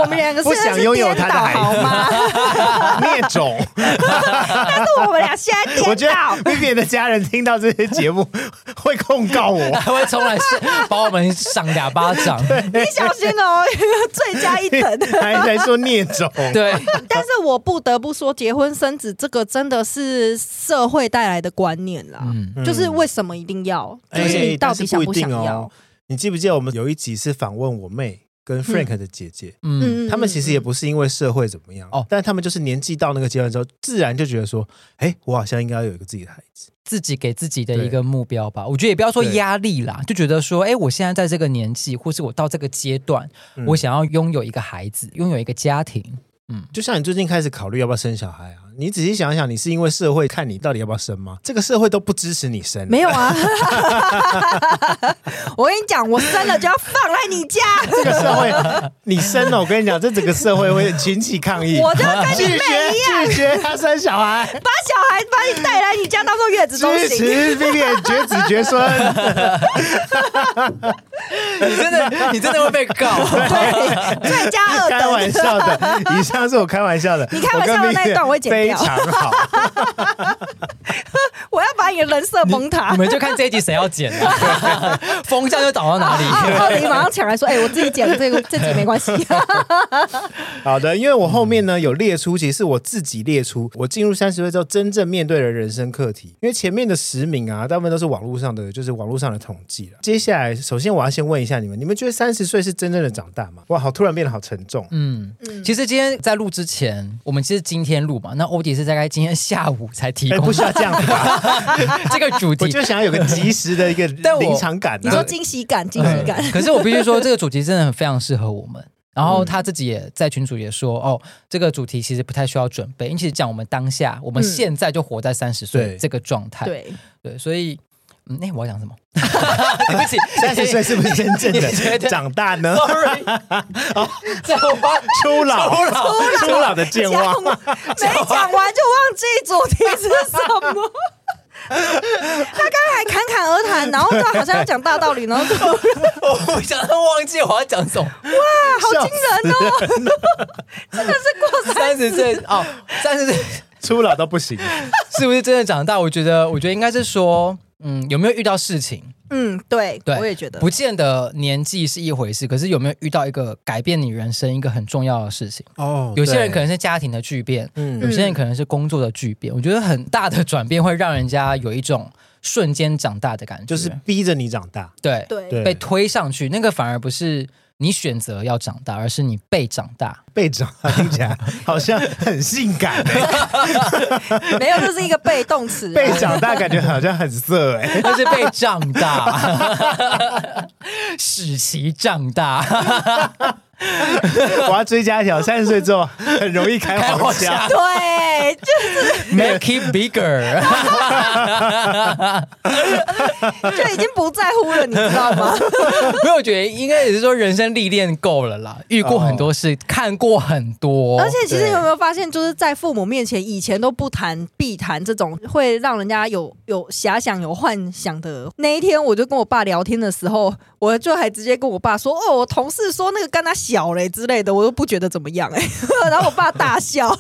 [SPEAKER 4] 我们两个
[SPEAKER 3] 不
[SPEAKER 4] 现在
[SPEAKER 3] 想
[SPEAKER 4] 是
[SPEAKER 3] 拥有
[SPEAKER 4] 颠
[SPEAKER 3] 他的
[SPEAKER 4] 倒
[SPEAKER 3] 孩子
[SPEAKER 4] 好吗？
[SPEAKER 3] 孽种。
[SPEAKER 4] 但是我们俩现在
[SPEAKER 3] 我
[SPEAKER 4] 颠
[SPEAKER 3] 觉得
[SPEAKER 4] 倒。
[SPEAKER 3] Vivian 的家人听到这些节目 会控告 我。
[SPEAKER 2] 还会冲 来是把我们赏两巴掌？
[SPEAKER 4] 你小心哦， 罪加 一等。
[SPEAKER 3] 还还说孽种，
[SPEAKER 2] 对，
[SPEAKER 4] 但是我不得不说，结婚生子这个真的是社会带来的观念啦，
[SPEAKER 2] 嗯，
[SPEAKER 4] 就是为什么一定要，
[SPEAKER 3] 哎，
[SPEAKER 4] 就是你到
[SPEAKER 3] 但
[SPEAKER 4] 底
[SPEAKER 3] 是
[SPEAKER 4] 想
[SPEAKER 3] 不一
[SPEAKER 4] 想
[SPEAKER 3] 定
[SPEAKER 4] 要？
[SPEAKER 3] 哦。你记不记得我们有一集是访问我妹跟 Frank 的姐姐，
[SPEAKER 2] 嗯，
[SPEAKER 3] 他们其实也不是因为社会怎么样
[SPEAKER 2] 哦
[SPEAKER 3] 哦，但他们就是年纪到那个阶段之后，自然就觉得说，哎，我好像应该要有一个自己的孩子。
[SPEAKER 2] 自己给自己的一个目标吧。我觉得也不要说压力啦，就觉得说，哎，我现在在这个年纪，或是我到这个阶段，
[SPEAKER 3] 嗯
[SPEAKER 2] 我想要拥有一个孩子，拥有一个家庭。
[SPEAKER 3] 就像你最近开始考虑要不要生小孩啊，你仔细想想，你是因为社会看你到底要不要生吗？这个社会都不支持你生，
[SPEAKER 4] 没有啊，我跟你讲，我生了就要放在你家，
[SPEAKER 3] 这个社会，你生了，我跟你讲，这整个社会会群起抗议，
[SPEAKER 4] 我就要跟你
[SPEAKER 3] 拒
[SPEAKER 4] 妹一样，
[SPEAKER 3] 绝拒绝他生小孩，
[SPEAKER 4] 把小孩把你带来你家当做月子中
[SPEAKER 3] 支
[SPEAKER 4] 心。
[SPEAKER 3] 持避免绝子绝孙。
[SPEAKER 2] 你真的，你真的会被告。
[SPEAKER 4] 对，最佳二
[SPEAKER 3] 开玩
[SPEAKER 4] 等。
[SPEAKER 3] 笑的，以上是我开玩笑的。
[SPEAKER 4] 你开玩笑的
[SPEAKER 3] 跟
[SPEAKER 4] 那一
[SPEAKER 3] Vivian
[SPEAKER 4] 段我会剪掉
[SPEAKER 3] 非常好，
[SPEAKER 4] 我要把你的人设崩塌
[SPEAKER 2] 你。们就看这一集谁要剪了、 风向就倒到哪
[SPEAKER 4] 啊！
[SPEAKER 2] 里。
[SPEAKER 4] 奥林马上抢来说：“哎、我自己剪的这个，这集没关 系。
[SPEAKER 3] 好的，因为我后面呢有列出，其实是我自己列出，我进入三十岁之后真正面对的人生课题。因为前面的十名啊，大部分都是网络上的，就是网络上的统计了。接下来，首先我要先问一下你们，你们觉得三十岁是真正的长大吗？哇，好突然变得好沉重。
[SPEAKER 2] 嗯，其实今天在录之前，我们其实今天录嘛，那欧迪是大概今天下午才提
[SPEAKER 3] 哎、
[SPEAKER 2] 供
[SPEAKER 3] 不需要这样子吧，
[SPEAKER 2] 这个主
[SPEAKER 3] 我
[SPEAKER 2] 题。
[SPEAKER 3] 就想要有个及时的一个
[SPEAKER 2] 但我
[SPEAKER 3] 临场感、”
[SPEAKER 4] 你说
[SPEAKER 3] 啊。
[SPEAKER 4] 惊喜感，惊喜 感。
[SPEAKER 2] 可是我必须说，这个主题真的很非常适合我们。然
[SPEAKER 3] 嗯
[SPEAKER 2] 后他自己也在群主也说，哦，这个主题其实不太需要准备，因为其实讲我们当下，我们
[SPEAKER 4] 嗯
[SPEAKER 2] 现在就活在三十岁
[SPEAKER 3] 对
[SPEAKER 2] 这个状态。
[SPEAKER 4] 对，
[SPEAKER 2] 对，所以，嗯，那、我要讲 什么？对不起，
[SPEAKER 3] 三十岁是不是真正
[SPEAKER 2] 你觉
[SPEAKER 3] 的
[SPEAKER 2] 得
[SPEAKER 3] 长大 呢？
[SPEAKER 2] ，sorry，这我把
[SPEAKER 3] 初老，初老， 初老的健
[SPEAKER 4] 讲
[SPEAKER 3] 忘。
[SPEAKER 4] 没讲完就忘记主题是什 么。他刚才还侃侃而谈，然后他好像要讲大道理，然后就哇，
[SPEAKER 2] 我不想到忘记我要讲什么。
[SPEAKER 4] 好惊人哦！真的是
[SPEAKER 2] 三
[SPEAKER 4] 过三
[SPEAKER 2] 十岁哦，三十岁
[SPEAKER 3] 初老都不行。
[SPEAKER 2] 是不是真的长大？我觉得，我觉得应该是说，嗯，有没有遇到事情？
[SPEAKER 4] 嗯，对，
[SPEAKER 2] 对，
[SPEAKER 4] 我也觉得
[SPEAKER 2] 不见得年纪是一回事，可是有没有遇到一个改变你人生一个很重要的事情？
[SPEAKER 3] 哦
[SPEAKER 2] 有些人可能是家庭的巨变，
[SPEAKER 3] 嗯
[SPEAKER 2] 有些人可能是工作的巨变。我觉得很大的转变会让人家有一种瞬间长大的感觉，
[SPEAKER 3] 就是逼着你长大。
[SPEAKER 2] 对
[SPEAKER 4] 对
[SPEAKER 3] 对，
[SPEAKER 2] 被推上去，那个反而不是你选择要长大，而是你被长大。
[SPEAKER 3] 被长大听起来好像很性感、欸，
[SPEAKER 4] 没有，这是一个被动词啊。
[SPEAKER 3] 被长大感觉好像很色 哎、
[SPEAKER 2] 那是被胀 大，使其胀大，
[SPEAKER 3] 我要追加一条，三十岁之后很容易开黄
[SPEAKER 2] 开黄
[SPEAKER 3] 腔
[SPEAKER 2] 腔。
[SPEAKER 4] 对，就
[SPEAKER 2] ，make it bigger。
[SPEAKER 4] 就已经不在乎了，你知道吗？
[SPEAKER 2] 没有，我觉得应该也是说人生历练够了啦，遇过很多事，看过很多，
[SPEAKER 4] 而且其实
[SPEAKER 3] 对
[SPEAKER 4] 有没有发现，就是在父母面前，以前都不谈必谈这种会让人家有有遐想、有幻想的。那一天，我就跟我爸聊天的时候，我就还直接跟我爸说：“哦，我同事说那个跟他小嘞之类的，我都不觉得怎么样哎、然后我爸大笑，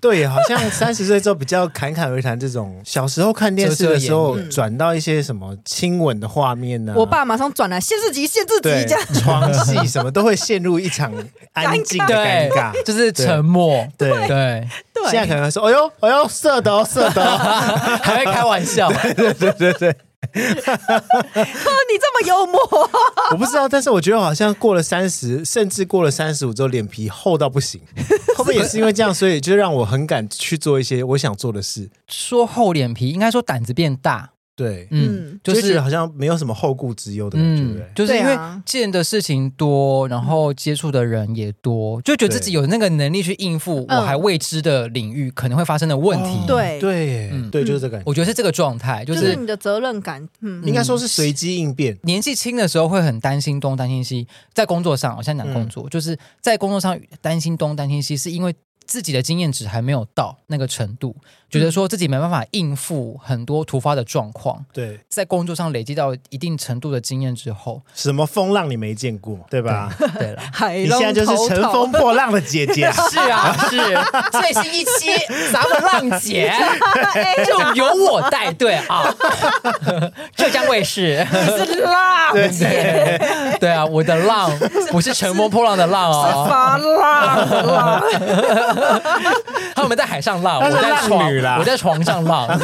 [SPEAKER 3] 对，好像三十岁之后比较侃侃而谈这种。小时候看电视的时候，转到一些什么亲吻的画面啊呢、
[SPEAKER 4] 我爸马上转来限制级、限制级
[SPEAKER 3] 对
[SPEAKER 4] 这样。
[SPEAKER 3] 床戏什么都会陷入一场安静的尴
[SPEAKER 2] 对
[SPEAKER 3] 尬。，
[SPEAKER 2] 就是沉默，
[SPEAKER 3] 对对
[SPEAKER 2] 对，
[SPEAKER 4] 对，
[SPEAKER 3] 现在可能会说：“哎呦，哎呦，色的哦，色的 哦。
[SPEAKER 2] 还会开玩笑，
[SPEAKER 3] 对”对对
[SPEAKER 4] 哦 你这么幽默，
[SPEAKER 3] 我不知道，但是我觉得好像过了三十，甚至过了三十五之后，脸皮厚到 不行。后面也是因为这样，所以就让我很敢去做一些我想做的事。
[SPEAKER 2] 说厚脸皮，应该说胆子变大，
[SPEAKER 3] 对，
[SPEAKER 2] 嗯，
[SPEAKER 4] 嗯
[SPEAKER 2] 就
[SPEAKER 3] 就觉得
[SPEAKER 2] 是。
[SPEAKER 3] 好像没有什么后顾之忧的感觉。
[SPEAKER 2] 嗯就
[SPEAKER 3] 对，
[SPEAKER 2] 是因
[SPEAKER 4] 对
[SPEAKER 2] 为
[SPEAKER 4] 啊
[SPEAKER 2] 见的事情多，然后接触的人也多，就觉得自己有那个能力去应付我
[SPEAKER 4] 嗯
[SPEAKER 2] 还未知的领域可能会发生的问题。
[SPEAKER 4] 对
[SPEAKER 3] 哦对、
[SPEAKER 2] 嗯
[SPEAKER 3] 对，就是这感觉。
[SPEAKER 2] 我觉得是这个状态，就
[SPEAKER 4] 就是是你的责任感，嗯，
[SPEAKER 3] 应该说是随机应变。
[SPEAKER 2] 年纪轻的时候会很担心东担心西，在工作上，我现在讲工作，就是在工作上担心东担心西，是因为自己的经验值还没有到那个程度，觉
[SPEAKER 4] 嗯
[SPEAKER 2] 得说自己没办法应付很多突发的状况。
[SPEAKER 3] 对，
[SPEAKER 2] 在工作上累积到一定程度的经验之后，
[SPEAKER 3] 什么风浪你没见过，对吧？
[SPEAKER 2] 对 了，
[SPEAKER 4] 海
[SPEAKER 3] 你
[SPEAKER 4] 龙
[SPEAKER 3] 现在就是
[SPEAKER 4] 头
[SPEAKER 3] 乘
[SPEAKER 4] 头
[SPEAKER 3] 风破浪的姐姐。
[SPEAKER 2] 是啊，是最新一 期咱们浪姐
[SPEAKER 4] 哎
[SPEAKER 2] 就由我带队 啊，浙江卫视，
[SPEAKER 4] 你是浪，
[SPEAKER 3] 对
[SPEAKER 4] 是
[SPEAKER 2] 对 对啊，我的浪不是乘风破浪的浪哦，
[SPEAKER 4] 发浪的浪。
[SPEAKER 2] 他们在海上浪，
[SPEAKER 3] 她
[SPEAKER 2] 我
[SPEAKER 3] 是
[SPEAKER 2] 在
[SPEAKER 3] 浪女啦
[SPEAKER 2] 床，我在床上浪。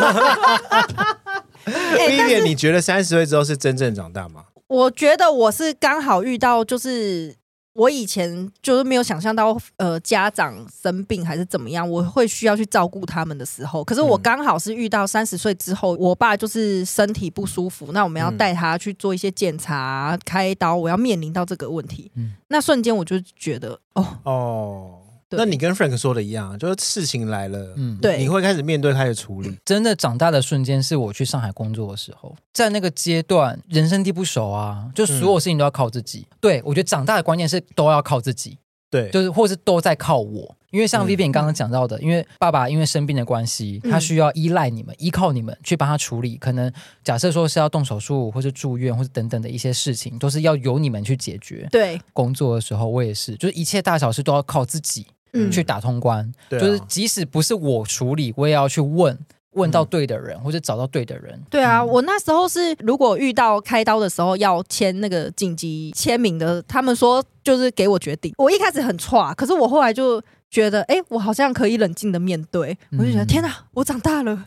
[SPEAKER 4] 哎
[SPEAKER 3] v i v i 你觉得三十岁之后是真正长大吗？
[SPEAKER 4] 我觉得我是刚好遇到，就是我以前就是没有想象到，呃，家长生病还是怎么样，我会需要去照顾他们的时候。可是我刚好是遇到三十岁之后，我爸就是身体不舒服，那我们要带他去做一些检查、开刀，我要面临到这个问题。
[SPEAKER 2] 嗯
[SPEAKER 4] 那瞬间我就觉得，哦，
[SPEAKER 3] 哦，
[SPEAKER 4] 对
[SPEAKER 3] 那你跟 Frank 说的一样，就是事情来了，
[SPEAKER 2] 嗯，
[SPEAKER 4] 对
[SPEAKER 3] 你会开始面对，开始处理。
[SPEAKER 2] 真的长大的瞬间是我去上海工作的时候，在那个阶段，人生地不熟啊，就所有事情都要靠自己。对我觉得长大的关键是都要靠自己，
[SPEAKER 3] 对，
[SPEAKER 2] 就是或是都在靠我。因为像
[SPEAKER 3] 嗯
[SPEAKER 2] Vivian 刚刚讲到的，因为爸爸因为生病的关系，
[SPEAKER 4] 嗯
[SPEAKER 2] 他需要依赖你们、依靠你们去帮他处理，可能假设说是要动手术或是住院或是等等的一些事情，都是要由你们去解决。
[SPEAKER 4] 对，
[SPEAKER 2] 工作的时候，我也是，就是一切大小事都要靠自己
[SPEAKER 4] 嗯，
[SPEAKER 2] 去打通关。
[SPEAKER 3] 对啊
[SPEAKER 2] 就是即使不是我处理，我也要去问，问
[SPEAKER 3] 嗯
[SPEAKER 2] 到对的人，或者找到对的人。
[SPEAKER 4] 对啊，我那时候是如果遇到开刀的时候要签那个紧急签名的，他们说就是给我决定。我一开始很歘，可是我后来就。觉得哎、诶我好像可以冷静的面对，我就觉得
[SPEAKER 2] 嗯
[SPEAKER 4] 天哪，我长大了。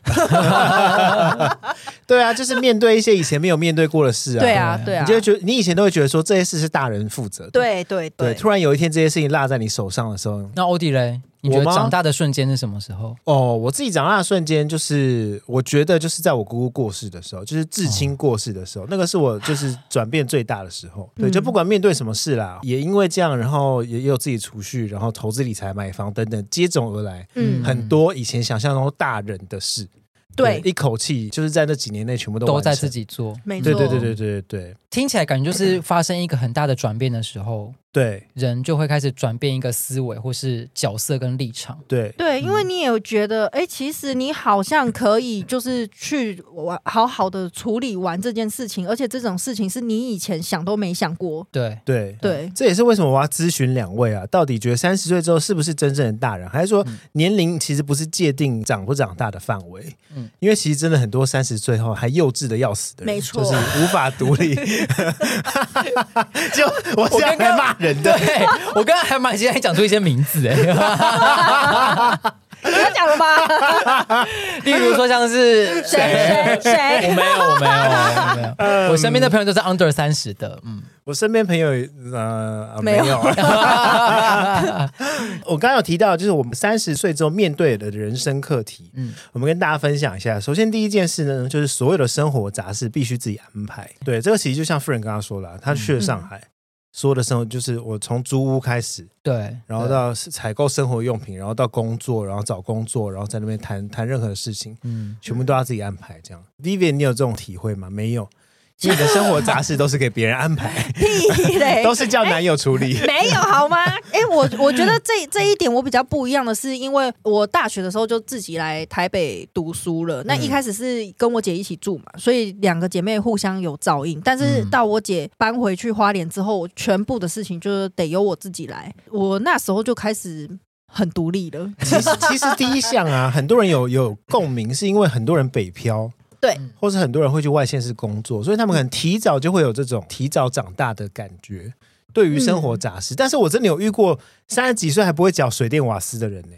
[SPEAKER 3] 对啊，就是面对一些以前没有面对过的事啊。
[SPEAKER 4] 对啊，对啊，
[SPEAKER 3] 你就会觉得你以前都会觉得说这些事是大人负责的。
[SPEAKER 4] 对对
[SPEAKER 3] 对，突然有一天这些事情落在你手上的时候，
[SPEAKER 2] 那欧弟嘞，你觉得
[SPEAKER 3] 我吗
[SPEAKER 2] 长大的瞬间是什么时候？
[SPEAKER 3] 哦，我自己长大的瞬间，就是我觉得就是在我姑姑过世的时候，就是至亲
[SPEAKER 2] 哦
[SPEAKER 3] 过世的时候，那个是我就是转变最大的时候。对，
[SPEAKER 4] 嗯
[SPEAKER 3] 就不管面对什么事啦，也因为这样，然后也也有自己储蓄，然后投资理财、买房等等，接踵而来
[SPEAKER 4] 嗯
[SPEAKER 2] 嗯
[SPEAKER 3] 很多以前想象中大人的事。
[SPEAKER 4] 对，
[SPEAKER 3] 一口气就是在那几年内全部都
[SPEAKER 2] 都
[SPEAKER 3] 完
[SPEAKER 2] 在
[SPEAKER 3] 成
[SPEAKER 2] 自。己哦做，
[SPEAKER 4] 没错，
[SPEAKER 3] 对对对对对对
[SPEAKER 2] 听起来感觉就是发生一个很大的转变的时候，
[SPEAKER 3] 对
[SPEAKER 2] 人就会开始转变一个思维或是角色跟立场。
[SPEAKER 3] 对
[SPEAKER 4] 对，因为
[SPEAKER 3] 嗯
[SPEAKER 4] 你也有觉得，哎、其实你好像可以就是去完好好的处理完这件事情，而且这种事情是你以前想都没想过。
[SPEAKER 2] 对，
[SPEAKER 3] 对
[SPEAKER 4] 对，
[SPEAKER 3] 这也是为什么我要咨询两位啊，到底觉得三十岁之后是不是真正的大人，还是说年龄其实不是界定长不长大的范围？
[SPEAKER 2] 嗯
[SPEAKER 3] 嗯，因为其实真的很多三十岁后还幼稚的要死的人，
[SPEAKER 4] 没错
[SPEAKER 3] 就是无法独立。 就我现
[SPEAKER 2] 我刚刚
[SPEAKER 3] 在在骂人的，
[SPEAKER 2] 对我刚刚还蛮期待讲出一些名 字哎、
[SPEAKER 4] 你要讲了吧？
[SPEAKER 2] 例如说像是
[SPEAKER 4] 谁谁
[SPEAKER 2] 我
[SPEAKER 4] 谁？
[SPEAKER 2] 没有，我没有，我没有。
[SPEAKER 3] 嗯
[SPEAKER 2] 我身边的朋友都是 under 三十的，嗯，
[SPEAKER 3] 我身边朋友呃啊
[SPEAKER 4] 没有
[SPEAKER 3] 没有啊我刚刚有提到，就是我们三十岁之后面对的人生课题，
[SPEAKER 2] 嗯
[SPEAKER 3] 嗯，我们跟大家分享一下。首先第一件事呢，就是所有的生活杂事必须自己安排。对，这个其实就像富人刚刚说了，他去了上海，所有的生活就是我从租屋开始，
[SPEAKER 2] 对，
[SPEAKER 3] 然后到采购生活用品，然后到工作，然后找工作，然后在那边谈谈任何的事情，
[SPEAKER 2] 嗯，
[SPEAKER 3] 全部都要自己安排。这样，Vivian，你有这种体会吗？没有。因为你的生活杂事都是给别人安排，
[SPEAKER 4] 屁嘞！
[SPEAKER 3] 都是叫男友 处理。
[SPEAKER 4] 没有好吗？哎、我我觉得这这一点我比较不一样的是，因为我大学的时候就自己来台北读书了。那一开始是跟我姐一起住嘛，所以两个姐妹互相有照应。但是
[SPEAKER 2] 嗯
[SPEAKER 4] 到我姐搬回去花莲之后，全部的事情就是得由我自己来。我那时候就开始很独立了。
[SPEAKER 3] 其实其实第一项啊，很多人有有共鸣，是因为很多人北漂，
[SPEAKER 4] 对，
[SPEAKER 3] 或是很多人会去外县市工作，所以他们可能提早就会有这种提早长大的感觉。对于生活杂
[SPEAKER 2] 嗯
[SPEAKER 3] 事，但是我真的有遇过三十几岁还不会缴水电瓦斯的人呢、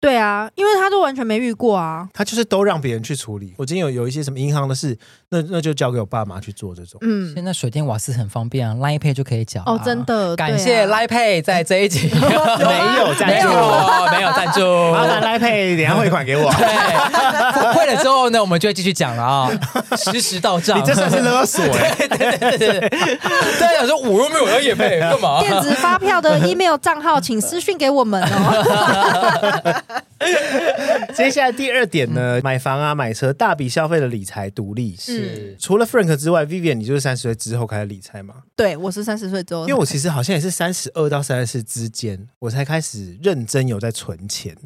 [SPEAKER 4] 对啊，因为她都完全没遇过啊。
[SPEAKER 3] 他就是都让别人去处理。我今天有有一些什么银行的事，那那就交给我爸妈去做这种。
[SPEAKER 4] 嗯，
[SPEAKER 2] 现在水电瓦斯很方便啊，Line Pay 就可以缴啊
[SPEAKER 4] 哦，真。的，
[SPEAKER 2] 感谢
[SPEAKER 4] 来。
[SPEAKER 2] Line Pay 在这一集
[SPEAKER 3] 没有 赞助
[SPEAKER 2] 嗯没有没有赞助。。
[SPEAKER 3] 麻烦来配，等一下汇款给 我
[SPEAKER 2] 对，会了之后呢，我们就会继续讲了啊，实时到账。
[SPEAKER 3] 你这算是勒索、欸，
[SPEAKER 2] 对对对对 对，大家想说我又没有要也配，干嘛？
[SPEAKER 4] 电子发票的 email 账号，请私讯给我们哦。
[SPEAKER 3] 接下来第二点呢，
[SPEAKER 2] 嗯
[SPEAKER 3] 买房啊、买车，大笔消费的理财独立。
[SPEAKER 2] 是
[SPEAKER 3] 除了 Frank 之外，Vivian，你就是三十岁之后开始理财嘛？
[SPEAKER 4] 对，我是三十岁之
[SPEAKER 2] 哦
[SPEAKER 4] 后，
[SPEAKER 3] 因为我其实好像也是三十二到三十四之间，我才开始认真有在存钱，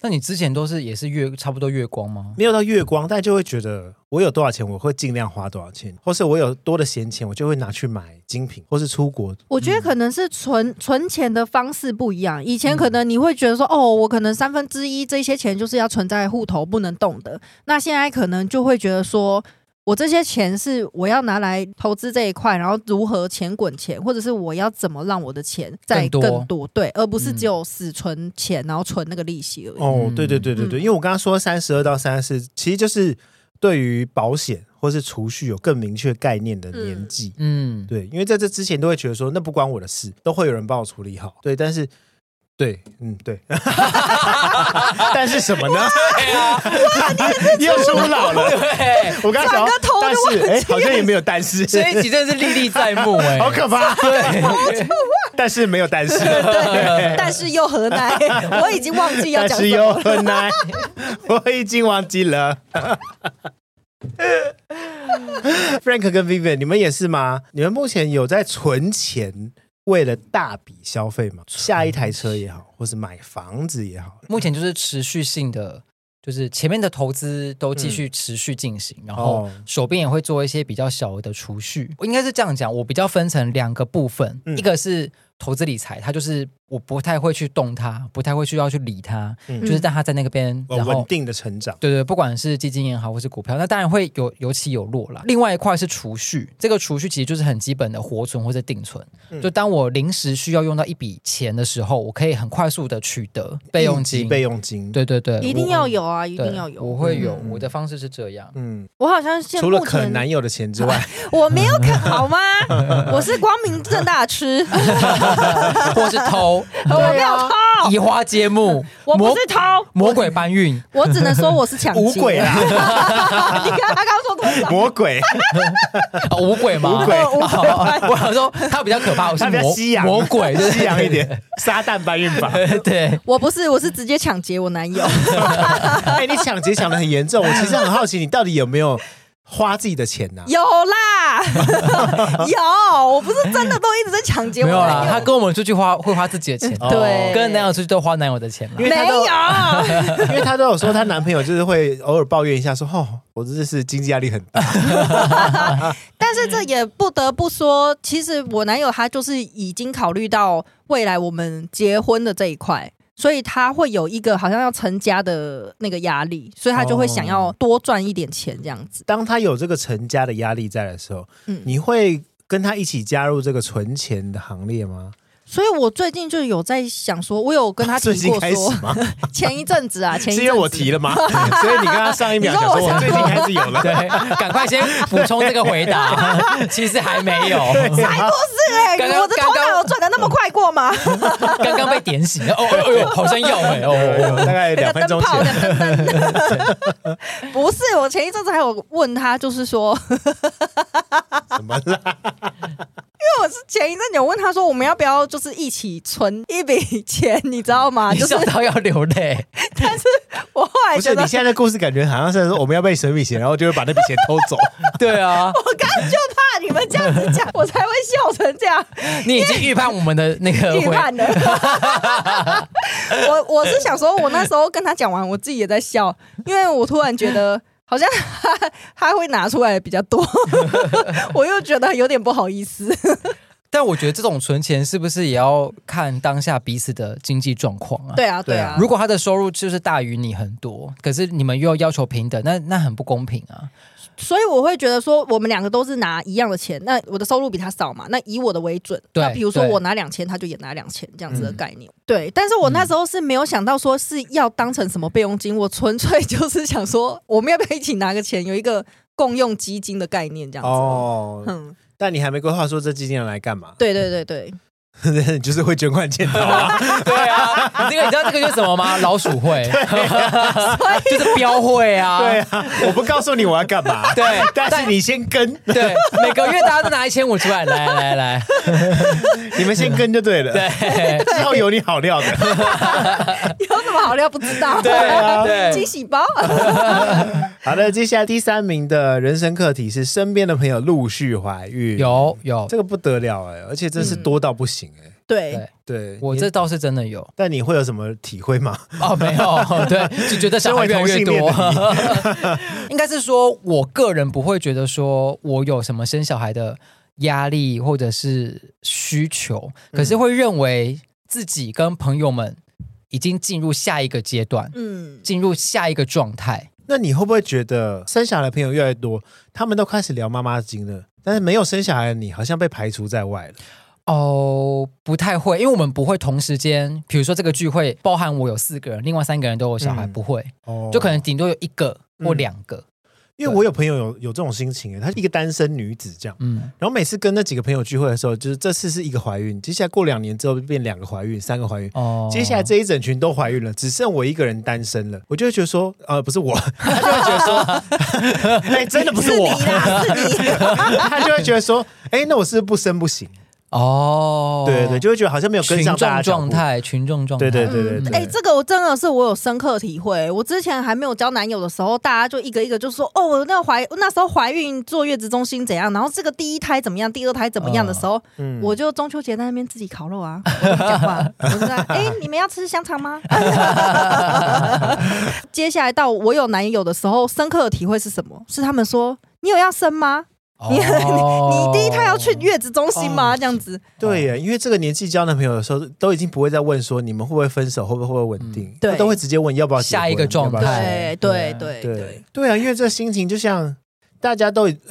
[SPEAKER 2] 那你之前都是也是月差不多月光吗？
[SPEAKER 3] 没有到月光，但就会觉得我有多少钱，我会尽量花多少钱，或是我有多的闲钱，我就会拿去买精品，或是出国。
[SPEAKER 4] 我
[SPEAKER 2] 嗯
[SPEAKER 4] 觉得可能是存存钱的方式不一样。以前可能你会觉得说，哦，我可能三分之一这些钱就是要存在户头不能动的，那现在可能就会觉得说。我这些钱是我要拿来投资这一块，然后如何钱滚钱，或者是我要怎么让我的钱再
[SPEAKER 2] 更多
[SPEAKER 4] 更多，对，而不是
[SPEAKER 2] 嗯
[SPEAKER 4] 只有死存钱，然后存那个利息而已。
[SPEAKER 3] 哦
[SPEAKER 2] 嗯，
[SPEAKER 3] 对对对对对，因为我刚刚说三十二到三十四，其实就是对于保险或是储蓄有更明确概念的年纪。
[SPEAKER 2] 嗯，
[SPEAKER 3] 对，因为在这之前都会觉得说那不关我的事，都会有人帮我处理好。对，但是对，嗯，对， 但是什么呢？ 又出老了。
[SPEAKER 2] 对，
[SPEAKER 3] 我刚刚想到
[SPEAKER 4] 转个头就
[SPEAKER 3] 但是哎、好像也没有但是，
[SPEAKER 2] 这一集真的是历历在目哎，
[SPEAKER 3] 好可怕。对， 但是没有但是，
[SPEAKER 4] 对，但是又何 奈？我已经忘记要
[SPEAKER 3] 但
[SPEAKER 4] 讲
[SPEAKER 3] 是
[SPEAKER 4] 什
[SPEAKER 3] 又
[SPEAKER 4] 么。
[SPEAKER 3] 很 难，我已经忘记了。Frank 跟 Vivian，你们也是吗？你们目前有在存钱为了大笔消费吗？下一台车也好，或是买房子也好，
[SPEAKER 2] 目前就是持续性的，就是前面的投资都继续持续进行，然后
[SPEAKER 3] 嗯哦
[SPEAKER 2] 手边也会做一些比较小额的储蓄。我应该是这样讲，我比较分成两个部分，
[SPEAKER 3] 嗯
[SPEAKER 2] 一个是投资理财，它就是我不太会去动它，不太会需要去理它，
[SPEAKER 3] 嗯
[SPEAKER 2] 就是让它在那个边，
[SPEAKER 3] 呃
[SPEAKER 2] 然
[SPEAKER 3] 稳
[SPEAKER 2] 后。
[SPEAKER 3] 定的成长。
[SPEAKER 2] 对对，不管是基金也好，或是股票，那当然会有有起有落啦。另外一块是储蓄，这个储蓄其实就是很基本的活存或者定存。
[SPEAKER 3] 嗯
[SPEAKER 2] 就当我临时需要用到一笔钱的时候，我可以很快速的取得备用
[SPEAKER 3] 应
[SPEAKER 2] 金。
[SPEAKER 3] 嗯急备用金，，
[SPEAKER 2] 对对对，
[SPEAKER 4] 一定
[SPEAKER 2] 我
[SPEAKER 4] 要有啊，一
[SPEAKER 2] 对
[SPEAKER 4] 定要有。
[SPEAKER 2] 我会有、
[SPEAKER 3] 嗯
[SPEAKER 2] 我的方式是这样。
[SPEAKER 3] 嗯，
[SPEAKER 4] 我好像现
[SPEAKER 3] 除了
[SPEAKER 4] 目
[SPEAKER 3] 啃
[SPEAKER 4] 前
[SPEAKER 3] 男友的钱之外，
[SPEAKER 4] 我没有啃 好吗？我是光明正大地吃，
[SPEAKER 3] 嗯
[SPEAKER 2] 或是偷，
[SPEAKER 4] 我没有 偷，啊
[SPEAKER 3] 啊
[SPEAKER 2] 移花接木，
[SPEAKER 4] 我
[SPEAKER 2] 魔
[SPEAKER 4] 不是偷，
[SPEAKER 2] 魔鬼搬 运，
[SPEAKER 4] 我只能说我是抢劫。
[SPEAKER 3] 五鬼啊
[SPEAKER 2] 啊
[SPEAKER 3] 啦，
[SPEAKER 4] 你看他刚说多少？
[SPEAKER 3] 魔鬼，
[SPEAKER 2] 哦，五鬼吗？
[SPEAKER 3] 五 鬼
[SPEAKER 2] 哦我想说他比较可 怕，我是
[SPEAKER 3] 他比较
[SPEAKER 2] 魔
[SPEAKER 3] 西洋
[SPEAKER 2] 魔鬼，对
[SPEAKER 3] 西洋一点，撒旦搬运 法。
[SPEAKER 2] 对对，
[SPEAKER 4] 我不是，我是直接抢劫我男友。
[SPEAKER 3] 哎，你抢劫抢的很严重，我其实很好奇，你到底有没有花自己的钱啊呢、
[SPEAKER 4] 有啦，有，我不是真的都一直在抢劫我
[SPEAKER 2] 没有啦
[SPEAKER 4] 男，
[SPEAKER 2] 他
[SPEAKER 4] 友。
[SPEAKER 2] 跟我们出去花会花自己的钱，
[SPEAKER 3] 哦
[SPEAKER 4] 对，
[SPEAKER 2] 跟男友出去都花男友的钱啦
[SPEAKER 3] 因。为他
[SPEAKER 4] 没
[SPEAKER 3] 都
[SPEAKER 4] 有，
[SPEAKER 3] 因 为她都有说，她男朋友就是会偶尔抱怨一下说，哦，我真的是经济压力很大。
[SPEAKER 4] 但是这也不得不说，其实我男友他就是已经考虑到未来我们结婚的这一块。所以他会有一个好像要成家的那个压力，所以他就会想
[SPEAKER 3] 哦
[SPEAKER 4] 要多赚一点钱这样子。
[SPEAKER 3] 当她有这个成家的压力在的时候，
[SPEAKER 4] 嗯
[SPEAKER 3] 你会跟她一起加入这个存钱的行列吗？
[SPEAKER 4] 所以我最近就有在想说，我有跟他提
[SPEAKER 3] 最近
[SPEAKER 4] 过
[SPEAKER 3] 开始
[SPEAKER 4] 说，
[SPEAKER 3] 吗？
[SPEAKER 4] 前一阵子啊，前
[SPEAKER 3] 啊
[SPEAKER 4] 一
[SPEAKER 3] 是
[SPEAKER 4] 阵
[SPEAKER 3] 因为
[SPEAKER 4] 子
[SPEAKER 3] 我提 了吗？所以你刚刚上一秒
[SPEAKER 4] 你
[SPEAKER 3] 想
[SPEAKER 4] 说我
[SPEAKER 3] 说，我
[SPEAKER 4] 想
[SPEAKER 3] 最近开始有了。
[SPEAKER 2] 对，赶快先补充这个回 答，其实还没有，
[SPEAKER 4] 是哎、
[SPEAKER 2] 刚刚
[SPEAKER 4] 我的
[SPEAKER 2] 刚
[SPEAKER 4] 头
[SPEAKER 2] 刚
[SPEAKER 4] 脑有转的那么快过吗？
[SPEAKER 2] 刚刚被点醒了，哦，哎呦，好像要哎，
[SPEAKER 3] 有
[SPEAKER 2] 哦，
[SPEAKER 3] 大概
[SPEAKER 4] 那
[SPEAKER 3] 两分
[SPEAKER 4] 个灯
[SPEAKER 3] 钟
[SPEAKER 4] 泡，
[SPEAKER 3] 前，
[SPEAKER 4] 两个灯。 不是，我前一阵子还有问他，就是说，因
[SPEAKER 3] 怎么啦？
[SPEAKER 4] 为我是前一阵子有问他说，我们要不要就是一起存一笔钱，你知道吗？
[SPEAKER 2] 你
[SPEAKER 4] 啊就是
[SPEAKER 2] 笑到要流泪，
[SPEAKER 4] 我后来
[SPEAKER 3] 不是
[SPEAKER 4] 觉
[SPEAKER 3] 你
[SPEAKER 4] 得，
[SPEAKER 3] 现在的故事，感觉好像是说我们要被神笔钱，然后就会把那笔钱偷 走。
[SPEAKER 2] 对啊，
[SPEAKER 4] 我刚刚就怕你们这样子讲，我才会笑成这样。
[SPEAKER 2] 你已经预判我们的那个
[SPEAKER 4] 预
[SPEAKER 2] 回
[SPEAKER 4] 判的。我我是想说，我那时候跟他讲完，我自己也在笑，因为我突然觉得好像 他他会拿出来的比较多， 我又觉得有点不好意思。
[SPEAKER 3] 啊
[SPEAKER 2] 但我觉得这种存钱是不是也要看当下彼此的经济状况啊？
[SPEAKER 4] 对啊，对
[SPEAKER 3] 对
[SPEAKER 4] 啊
[SPEAKER 3] 啊。
[SPEAKER 2] 如果他的收入就是大于你很多，可是你们又要求平等，那那很不公平啊！
[SPEAKER 4] 所以我会觉得说，我们两个都是拿一样的钱，那我的收入比他少嘛，那以我的为准。
[SPEAKER 2] 对
[SPEAKER 4] 那比如说
[SPEAKER 2] 对
[SPEAKER 4] 我拿两千，他就也拿两千这样
[SPEAKER 3] 嗯
[SPEAKER 4] 子的概念。对，但是我那时候是没有想到说是要当成什么备用金，我纯粹就是想说，我们要不要一起拿个钱，有一个共用基金的概念这样子。
[SPEAKER 3] 哦，
[SPEAKER 4] 哦，嗯，？
[SPEAKER 3] 但你还没规划说这基金要来干嘛
[SPEAKER 4] 对对对对，
[SPEAKER 3] 你就是会捐 款钱到啊，
[SPEAKER 2] 对啊，你这个你知道这个就是什么吗？老鼠 会，
[SPEAKER 4] 啊
[SPEAKER 2] 就是标会啊，
[SPEAKER 3] 对啊，我不告诉你我要干嘛，
[SPEAKER 2] 对
[SPEAKER 3] 但是你先跟，
[SPEAKER 2] 对，每个月大家都拿一千五出来，来来来，
[SPEAKER 3] 你们先跟就对了，
[SPEAKER 2] 对
[SPEAKER 3] 之后有你好料的。
[SPEAKER 4] 有什么好料不知道？
[SPEAKER 2] 对 啊对
[SPEAKER 4] 惊喜包。 啊
[SPEAKER 3] 好的，接下来第三名的人生课题是身边的朋友陆续怀孕，
[SPEAKER 2] 有有
[SPEAKER 3] 这，个不得了哎、而且真是多到不行哎、
[SPEAKER 4] 对
[SPEAKER 2] 对，
[SPEAKER 3] 对，
[SPEAKER 2] 我
[SPEAKER 3] 你
[SPEAKER 2] 这，倒是真的有
[SPEAKER 3] 但你会有什么体会吗？
[SPEAKER 2] 哦，没有， 对，就觉得小孩越来越
[SPEAKER 3] 身为
[SPEAKER 2] 多
[SPEAKER 3] 同性，
[SPEAKER 2] 应该是说我个人不会觉得说我有什么生小孩的压力或者是需求，可是会认为自己跟朋友们已经进入下一个阶段，
[SPEAKER 4] 嗯，
[SPEAKER 2] 进入下一个状态。
[SPEAKER 3] 那你会不会觉得生小孩的朋友越来越多，他们都开始聊妈妈经了，但是没有生小孩的你好像被排除在外了？
[SPEAKER 2] 哦，不太会，因为我们不会同时间，比如说这个聚会包含我有四个人，另外三个人都有小孩，
[SPEAKER 3] 嗯
[SPEAKER 2] 不会，
[SPEAKER 3] 哦
[SPEAKER 2] 就可能顶多有一个或
[SPEAKER 3] 嗯
[SPEAKER 2] 两个。
[SPEAKER 3] 因为我有朋友有有这种心情哎、她是一个单身女子这样。
[SPEAKER 2] 嗯，
[SPEAKER 3] 然后每次跟那几个朋友聚会的时候，就是这次是一个怀孕，接下来过两年之后就变两个怀孕、三个怀孕，
[SPEAKER 2] 哦
[SPEAKER 3] 接下来这一整群都怀孕了，只剩我一个人单身了。我就会觉得说，呃，不是 我，他就会觉得说，哎、真的不
[SPEAKER 4] 是
[SPEAKER 3] 是我，
[SPEAKER 4] 你啦，是你。
[SPEAKER 3] 他就会觉得说，哎、那我是不是不生不行？
[SPEAKER 2] 哦，
[SPEAKER 3] 对对对，就会觉得好像没有跟
[SPEAKER 2] 群
[SPEAKER 3] 上
[SPEAKER 2] 众
[SPEAKER 3] 大家的脚步
[SPEAKER 2] 状。态，群众状态，
[SPEAKER 3] 对对对对
[SPEAKER 4] 嗯
[SPEAKER 3] 对，
[SPEAKER 4] 哎、这个我真的是我有深刻体会。我之前还没有交男友的时候，大家就一个一个就说：“哦，我那个怀那时候怀孕坐月子中心怎样，然后这个第一胎怎么样，第二胎怎么样的时候，
[SPEAKER 3] 嗯
[SPEAKER 4] 我就中秋节在那边自己烤肉啊，我不 讲话，我就在哎、你们要吃香肠吗？ 接下来到我有男友的时候，深刻的体会是什么？是他们说你有要生吗？
[SPEAKER 2] 哦，
[SPEAKER 4] 你你第一胎要去月子中心
[SPEAKER 3] 哦
[SPEAKER 4] 吗？这样子，
[SPEAKER 3] 对耶，因为这个年纪交男朋友的时候，都已经不会再问说你们会不会分手，会不会会不会稳定，
[SPEAKER 4] 对
[SPEAKER 3] 他都会直接问要不要结
[SPEAKER 2] 嗯
[SPEAKER 3] 婚
[SPEAKER 2] 下一个状态
[SPEAKER 3] 要不要生
[SPEAKER 4] 对
[SPEAKER 2] 哎对
[SPEAKER 4] 对对
[SPEAKER 3] 哦对
[SPEAKER 4] 对，
[SPEAKER 3] 对啊，因为这心情就像大家都已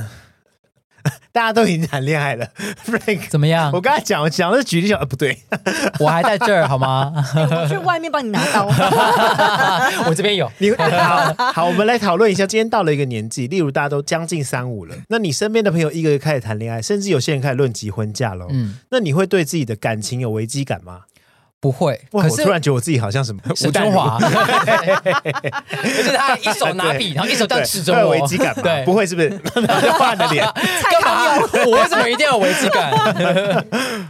[SPEAKER 3] 大家都已经谈恋爱了，Frank。
[SPEAKER 2] 怎么样
[SPEAKER 3] 我？刚才讲讲的是举例小，呃不对，
[SPEAKER 2] 我还在这儿好吗？
[SPEAKER 4] 哎我去外面帮你拿 刀。
[SPEAKER 2] 我这边有，
[SPEAKER 3] 你 好好，我们来讨论一下。今天到了一个年纪，例如大家都将近三五了，那你身边的朋友一个个开始谈恋爱，甚至有些人开始论及婚嫁喽。
[SPEAKER 2] 嗯，
[SPEAKER 3] 那你会对自己的感情有危机感吗？
[SPEAKER 2] 不会。
[SPEAKER 3] 哇，
[SPEAKER 2] 可
[SPEAKER 3] 我
[SPEAKER 2] 是
[SPEAKER 3] 突然觉得我自己好像 什么
[SPEAKER 2] 沈
[SPEAKER 3] 吴淡
[SPEAKER 2] 中
[SPEAKER 3] 如
[SPEAKER 2] 华，而且他还一手拿 笔，然后一手这样指着
[SPEAKER 3] 会有
[SPEAKER 2] 我，
[SPEAKER 3] 危机感吗？
[SPEAKER 2] 对，
[SPEAKER 3] 不会是不 是？ 画你的脸，
[SPEAKER 4] 蔡
[SPEAKER 2] 干
[SPEAKER 4] 康
[SPEAKER 2] 嘛
[SPEAKER 4] 永，？
[SPEAKER 2] 我为什么一定要有危机 感？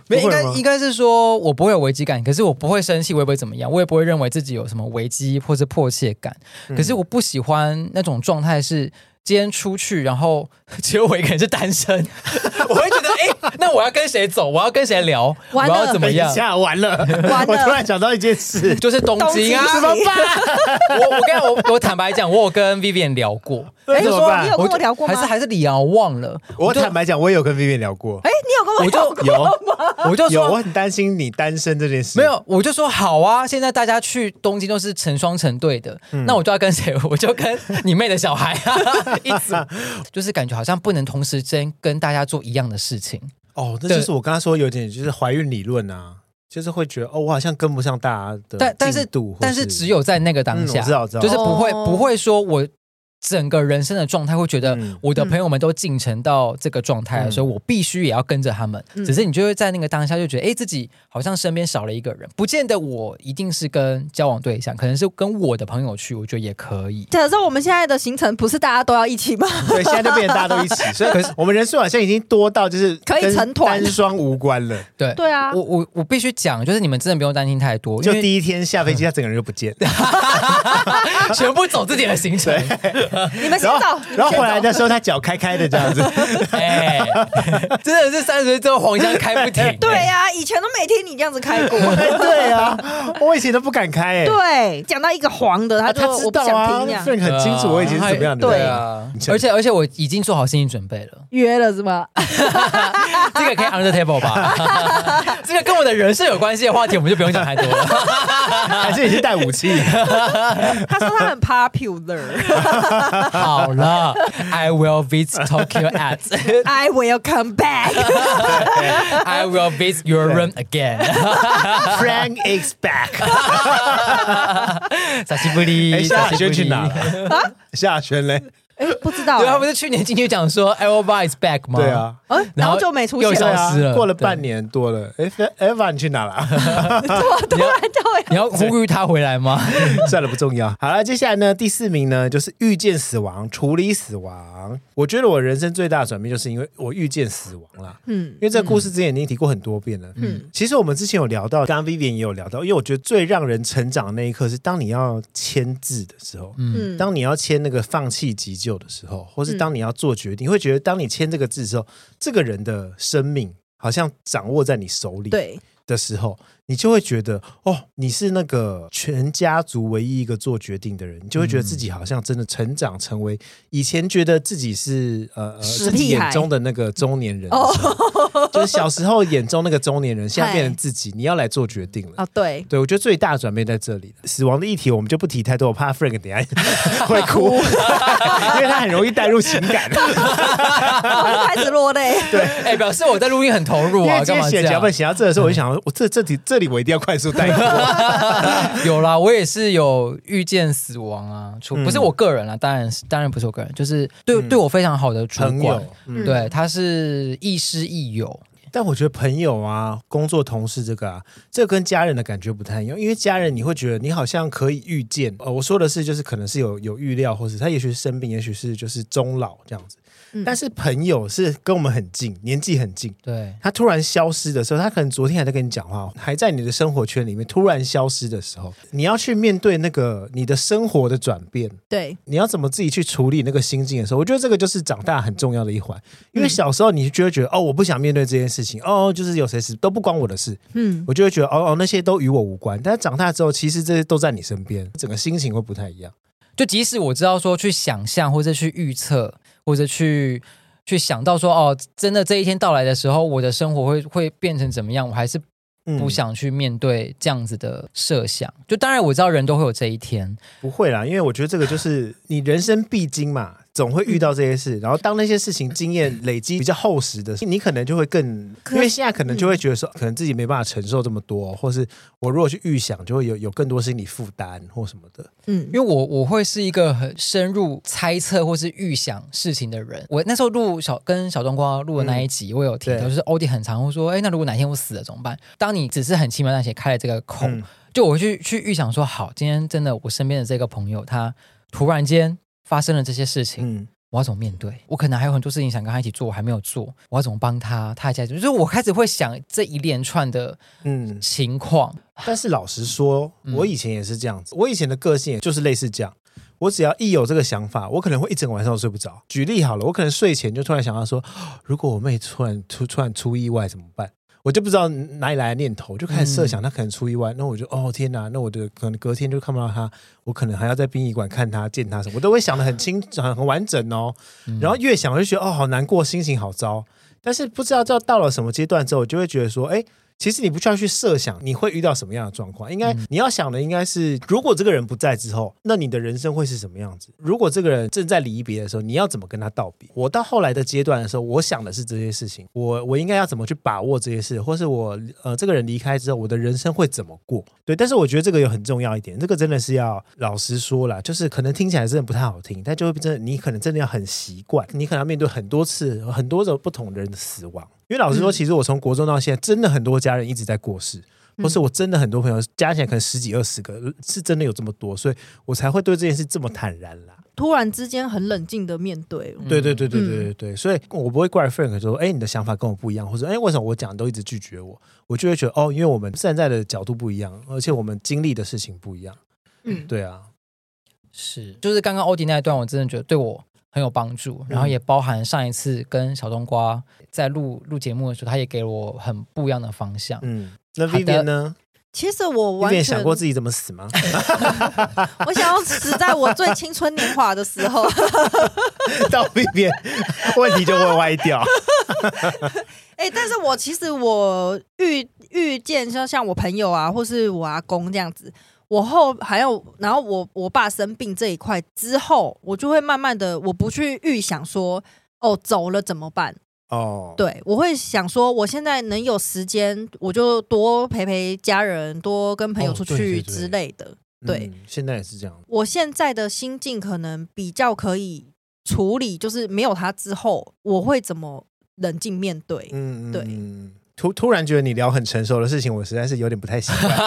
[SPEAKER 2] 没，
[SPEAKER 3] 不
[SPEAKER 2] 应
[SPEAKER 3] 会吗
[SPEAKER 2] 该应该是说我不会有危机感，可是我不会生气，我也不会怎么样，我也不会认为自己有什么危机或是迫切感。
[SPEAKER 3] 嗯
[SPEAKER 2] 可是我不喜欢那种状态是。今天出去，然后 只有我一个人是单身， 我会觉得，哎、那我要跟谁走？我要跟谁聊？我
[SPEAKER 4] 完了
[SPEAKER 2] 要怎么
[SPEAKER 3] 等一
[SPEAKER 2] 样？
[SPEAKER 3] 下 完了，
[SPEAKER 4] 了
[SPEAKER 3] 我突然想到一件事，
[SPEAKER 2] 就是东京啊！
[SPEAKER 4] 东京
[SPEAKER 2] 我我跟我我坦白讲，我有跟 Vivian 聊过，
[SPEAKER 3] 那怎么
[SPEAKER 4] 你
[SPEAKER 3] 办
[SPEAKER 4] 有？跟我聊过吗
[SPEAKER 2] 还是还是李阳忘了？
[SPEAKER 3] 我
[SPEAKER 2] 就
[SPEAKER 3] 坦白讲，我也有跟 Vivian 聊过，
[SPEAKER 4] 哎，你有跟我
[SPEAKER 2] 我就
[SPEAKER 3] 有
[SPEAKER 2] 我就
[SPEAKER 3] 有，
[SPEAKER 2] 说
[SPEAKER 3] 我很担心你单身这件事。
[SPEAKER 2] 没，有，我就说好啊！现在大家去东京都是成双成对的，
[SPEAKER 3] 嗯
[SPEAKER 2] 那我就要跟谁？我就跟你妹的小孩 啊，一起，就是感觉好像不能同时间跟大家做一样的事情。
[SPEAKER 3] 哦，那
[SPEAKER 2] 对
[SPEAKER 3] 就是我刚刚说有点就是怀孕理论啊，就是会觉得哦，我好像跟不上大家的
[SPEAKER 2] 但但是
[SPEAKER 3] 进度或
[SPEAKER 2] 但是只有在那个当
[SPEAKER 3] 嗯
[SPEAKER 2] 下，
[SPEAKER 3] 我知道我知道
[SPEAKER 2] 就是不会、
[SPEAKER 4] 哦
[SPEAKER 2] 不会说我整个人生的状态会觉得
[SPEAKER 3] 嗯
[SPEAKER 2] 我的朋友们都进程到这个状态了，
[SPEAKER 3] 嗯
[SPEAKER 2] 所以我必须也要跟着他们。
[SPEAKER 4] 嗯
[SPEAKER 2] 只是你就会在那个当下就觉得，哎、自己好像身边少了一个人，不见得我一定是跟交往对象，可能是跟我的朋友去，我觉得也可以。
[SPEAKER 4] 假设我们现在的行程不是大家都要一起吗？
[SPEAKER 3] 对，现在就变成大家都一起，所以我们人数好像已经多到就是
[SPEAKER 4] 可以
[SPEAKER 3] 跟
[SPEAKER 4] 成团
[SPEAKER 3] 单双无关了。
[SPEAKER 2] 对，
[SPEAKER 4] 对啊
[SPEAKER 2] 我我我必须讲，就是你们真的不用担心太多，
[SPEAKER 3] 就
[SPEAKER 2] 因为
[SPEAKER 3] 第一天下飞机，他整个人就不见，
[SPEAKER 2] 全部走自己的行程。
[SPEAKER 4] 你们 先
[SPEAKER 3] 然后
[SPEAKER 4] 走，你
[SPEAKER 3] 然
[SPEAKER 4] 们
[SPEAKER 3] 后回来
[SPEAKER 4] 先走。
[SPEAKER 3] 的时候他脚开开的这样子，
[SPEAKER 2] 哎、真的是三十岁之后黄腔开不停、
[SPEAKER 4] 对
[SPEAKER 3] 啊
[SPEAKER 4] 呀、以前都没听你这样子开过。
[SPEAKER 3] 对啊，我以前都不敢开哎、
[SPEAKER 4] 对，讲到一个黄的，
[SPEAKER 3] 啊
[SPEAKER 4] 他就
[SPEAKER 3] 他
[SPEAKER 4] 说
[SPEAKER 3] 知
[SPEAKER 4] 我不
[SPEAKER 3] 道
[SPEAKER 4] 想
[SPEAKER 3] 啊
[SPEAKER 4] 听这样。
[SPEAKER 3] ，Frank 很清楚我以前是怎么样的
[SPEAKER 2] 对
[SPEAKER 3] 人。
[SPEAKER 2] 啊，而且而且我已经做好心理准备了，
[SPEAKER 4] 约了是吗？
[SPEAKER 2] 这个可以 under table 吧？ 这个跟我的人生有关系的话题，我们就不用讲太多 了。
[SPEAKER 3] 还是你是带武器？
[SPEAKER 4] 他说他很 popular，I
[SPEAKER 2] 好了，I will visit Tokyo at
[SPEAKER 4] will come back。
[SPEAKER 2] I will visit your room again。
[SPEAKER 3] Frank is back。哎
[SPEAKER 2] 撒西布 利，
[SPEAKER 3] 夏
[SPEAKER 2] 撒
[SPEAKER 3] 亚
[SPEAKER 2] 西布
[SPEAKER 3] 轩啊去
[SPEAKER 2] 利。
[SPEAKER 3] 哪了？夏
[SPEAKER 2] 啊
[SPEAKER 3] 亚轩嘞？
[SPEAKER 4] 哎，不知道
[SPEAKER 2] 对，啊他不
[SPEAKER 4] 欸，
[SPEAKER 2] 是去年进去讲说 e v a is back 吗？
[SPEAKER 3] 对，啊，
[SPEAKER 4] 哎，然后就没出
[SPEAKER 2] 又
[SPEAKER 4] 现
[SPEAKER 2] 消
[SPEAKER 3] 对
[SPEAKER 4] 了，
[SPEAKER 3] 啊
[SPEAKER 2] 失了，
[SPEAKER 3] 过了半年多了。哎，Eva 你去哪了？
[SPEAKER 4] 突然就会
[SPEAKER 2] 你要呼吁他回来 吗？
[SPEAKER 3] 算了，不重要。好了，接下来呢，第四名呢就是遇见死亡，处理死亡。我觉得我人生最大的转变就是因为我遇见死亡啦。
[SPEAKER 4] 嗯
[SPEAKER 3] 因为这个故事之前已经提过很多遍了。嗯，其实我们之前有聊到，刚刚 Vivian 也有聊到，因为我觉得最让人成长的那一刻是当你要签字的时候，
[SPEAKER 2] 嗯，
[SPEAKER 4] 嗯，
[SPEAKER 3] 当你要签那个放弃急救的时候，或是当你要做决定，你会觉得当你签这个字的时候，这个人的生命好像掌握在你手里
[SPEAKER 4] 对，
[SPEAKER 3] 的时候，你就会觉得哦，你是那个全家族唯一一个做决定的人，你就会觉得自己好像真的成长成为以前觉得自己是呃呃
[SPEAKER 4] 死
[SPEAKER 3] 自己
[SPEAKER 4] 屁孩
[SPEAKER 3] 眼中的那个中年人的时候，就是小时候眼中那个中年人，现在变成自己，你要来做决定了。
[SPEAKER 4] 哦对，
[SPEAKER 3] 对，我觉得最大的转变在这里了。死亡的议题我们就不提太多，我怕 Frank 等一下会哭， 因为他很容易带入情感。
[SPEAKER 4] 然后就开始落泪。
[SPEAKER 2] 哎，表示我在录音很投入
[SPEAKER 3] 因
[SPEAKER 2] 啊，
[SPEAKER 3] 为
[SPEAKER 2] 干
[SPEAKER 3] 今天
[SPEAKER 2] 嘛这
[SPEAKER 3] 写脚
[SPEAKER 2] 样
[SPEAKER 3] 本？写到这的时候，我就想说，我这这题这里我一定要快速带过。
[SPEAKER 2] 有啦，我也是有遇见死亡啊，除
[SPEAKER 3] 嗯
[SPEAKER 2] 不是我个人啦，当然是当然不是我个人，就是对、
[SPEAKER 3] 嗯
[SPEAKER 2] 对我非常好的主
[SPEAKER 3] 朋
[SPEAKER 2] 管
[SPEAKER 3] 友，，嗯，
[SPEAKER 2] 对，他是亦师亦友，
[SPEAKER 3] 但我觉得朋友啊、工作同事这个啊，这个跟家人的感觉不太一样，因为家人你会觉得你好像可以预见，呃，我说的是就是可能是有有预料，或是他也许是生病，也许是就是终老这样子。
[SPEAKER 4] 嗯
[SPEAKER 3] 但是朋友是跟我们很近，年纪很近，
[SPEAKER 2] 对，
[SPEAKER 3] 他突然消失的时候，他可能昨天还在跟你讲话，哦还在你的生活圈里面，突然消失的时候，你要去面对那个你的生活的转变，
[SPEAKER 4] 对
[SPEAKER 3] 你要怎么自己去处理那个心境的时候，我觉得这个就是长大很重要的一环。因为小时候你就会觉得哦，我不想面对这件事情，哦，就是有谁死都不关我的事，
[SPEAKER 4] 嗯，
[SPEAKER 3] 我就会觉得哦哦那些都与我无关。但是长大之后，其实这些都在你身边，整个心情会不太一样。
[SPEAKER 2] 就即使我知道说去想象或者去预测或者去去想到说哦，真的这一天到来的时候，我的生活会会变成怎么样，我还是
[SPEAKER 3] 嗯
[SPEAKER 2] 不想去面对这样子的设想。就当然我知道人都会有这一天，
[SPEAKER 3] 不会啦，因为我觉得这个就是你人生必经嘛，总会遇到这些事。然后当那些事情经验累积比较厚实的时候，你可能就会更，
[SPEAKER 4] 可
[SPEAKER 3] 因为现在可能就会觉得说，可能自己没办法承受这么多，或是我如果去预想，就会有有更多心理负担或什么的。
[SPEAKER 4] 嗯
[SPEAKER 2] 因为我我会是一个很深入猜测或是预想事情的人。我那时候录小跟小冬瓜录的那一集，我有提到，
[SPEAKER 3] 嗯对
[SPEAKER 2] 就是欧弟很常会说，哎，那如果哪天我死了怎么办？当你只是很轻描淡写开了这个口，
[SPEAKER 3] 嗯
[SPEAKER 2] 就我会去去预想说，好，今天真的我身边的这个朋友他突然间发生了这些事情，
[SPEAKER 3] 嗯，
[SPEAKER 2] 我要怎么面对？我可能还有很多事情想跟他一起做，我还没有做，我要怎么帮他？他还在，就是我开始会想这一连串的
[SPEAKER 3] 嗯，
[SPEAKER 2] 情况，
[SPEAKER 3] 但是老实说，
[SPEAKER 2] 嗯
[SPEAKER 3] 我以前也是这样子，我以前的个性也就是类似这样。我只要一有这个想法，我可能会一整晚上都睡不着。举例好了，我可能睡前就突然想到说，如果我妹突然出突然出意外怎么办？我就不知道哪里来的念头，我就开始设想她可能出意外，那我就哦天哪，那我的可能隔天就看不到她，我可能还要在殡仪馆看她、见她什么，我都会想的很清、很很完整哦。然后越想我就觉得哦好难过，心情好糟。但是不知道到到了什么阶段之后，我就会觉得说，哎，其实你不需要去设想你会遇到什么样的状况，应该、你要想的应该是，如果这个人不在之后，那你的人生会是什么样子？如果这个人正在离别的时候，你要怎么跟他道别？我到后来的阶段的时候，我想的是这些事情，我我应该要怎么去把握这些事，或是我呃这个人离开之后，我的人生会怎么过？对，但是我觉得这个有很重要一点，这个真的是要老实说啦，就是可能听起来真的不太好听，但就会真的你可能真的要很习惯，你可能要面对很多次很多种不同的人的死亡。因为老实说，
[SPEAKER 4] 嗯
[SPEAKER 3] 其实我从国中到现在，真的很多家人一直在过世，或
[SPEAKER 4] 嗯
[SPEAKER 3] 是我真的很多朋友加起来可能十几二十个，是真的有这么多，所以我才会对这件事这么坦然啦。
[SPEAKER 4] 突然之间很冷静的面对
[SPEAKER 2] 嗯
[SPEAKER 4] 了，
[SPEAKER 3] 对对对对
[SPEAKER 4] 嗯
[SPEAKER 3] 对对对，所以我不会怪 Frank 说，哎，你的想法跟我不一样，或者哎，为什么我讲都一直拒绝我？我就会觉得哦，因为我们站在的角度不一样，而且我们经历的事情不一样。
[SPEAKER 4] 嗯，
[SPEAKER 3] 对啊，
[SPEAKER 2] 是，就是刚刚欧迪那一段，我真的觉得对我很有帮助，然后
[SPEAKER 3] 嗯
[SPEAKER 2] 也包含上一次跟小冬瓜在录录节目的时候，他也给了我很不一样的方向。
[SPEAKER 3] 嗯，那
[SPEAKER 2] 好的
[SPEAKER 3] Vivian 呢
[SPEAKER 4] 其实我完
[SPEAKER 3] ？Vivian
[SPEAKER 4] 全
[SPEAKER 3] 想过自己怎么死 吗？
[SPEAKER 4] 我想要死在我最青春年华的时候。
[SPEAKER 3] 到 Vivian 问题就会歪掉。
[SPEAKER 4] 哎、但是我其实我遇遇见像像我朋友啊，或是我阿公这样子，我后还有然后我我爸生病这一块之后，我就会慢慢的我不去预想说哦走了怎么办，
[SPEAKER 3] 哦，
[SPEAKER 4] 对，我会想说，我现在能有时间，我就多陪陪家人，多跟朋友
[SPEAKER 3] 哦
[SPEAKER 4] 出
[SPEAKER 3] 对对
[SPEAKER 4] 去
[SPEAKER 3] 对
[SPEAKER 4] 之类的。对
[SPEAKER 3] 嗯现在也是这样。
[SPEAKER 4] 我现在的心境可能比较可以处理，就是没有他之后，我会怎么冷静面对？
[SPEAKER 3] 嗯，嗯
[SPEAKER 4] 对
[SPEAKER 3] 嗯突突然觉得你聊很成熟的事情，我实在是有点不太习惯。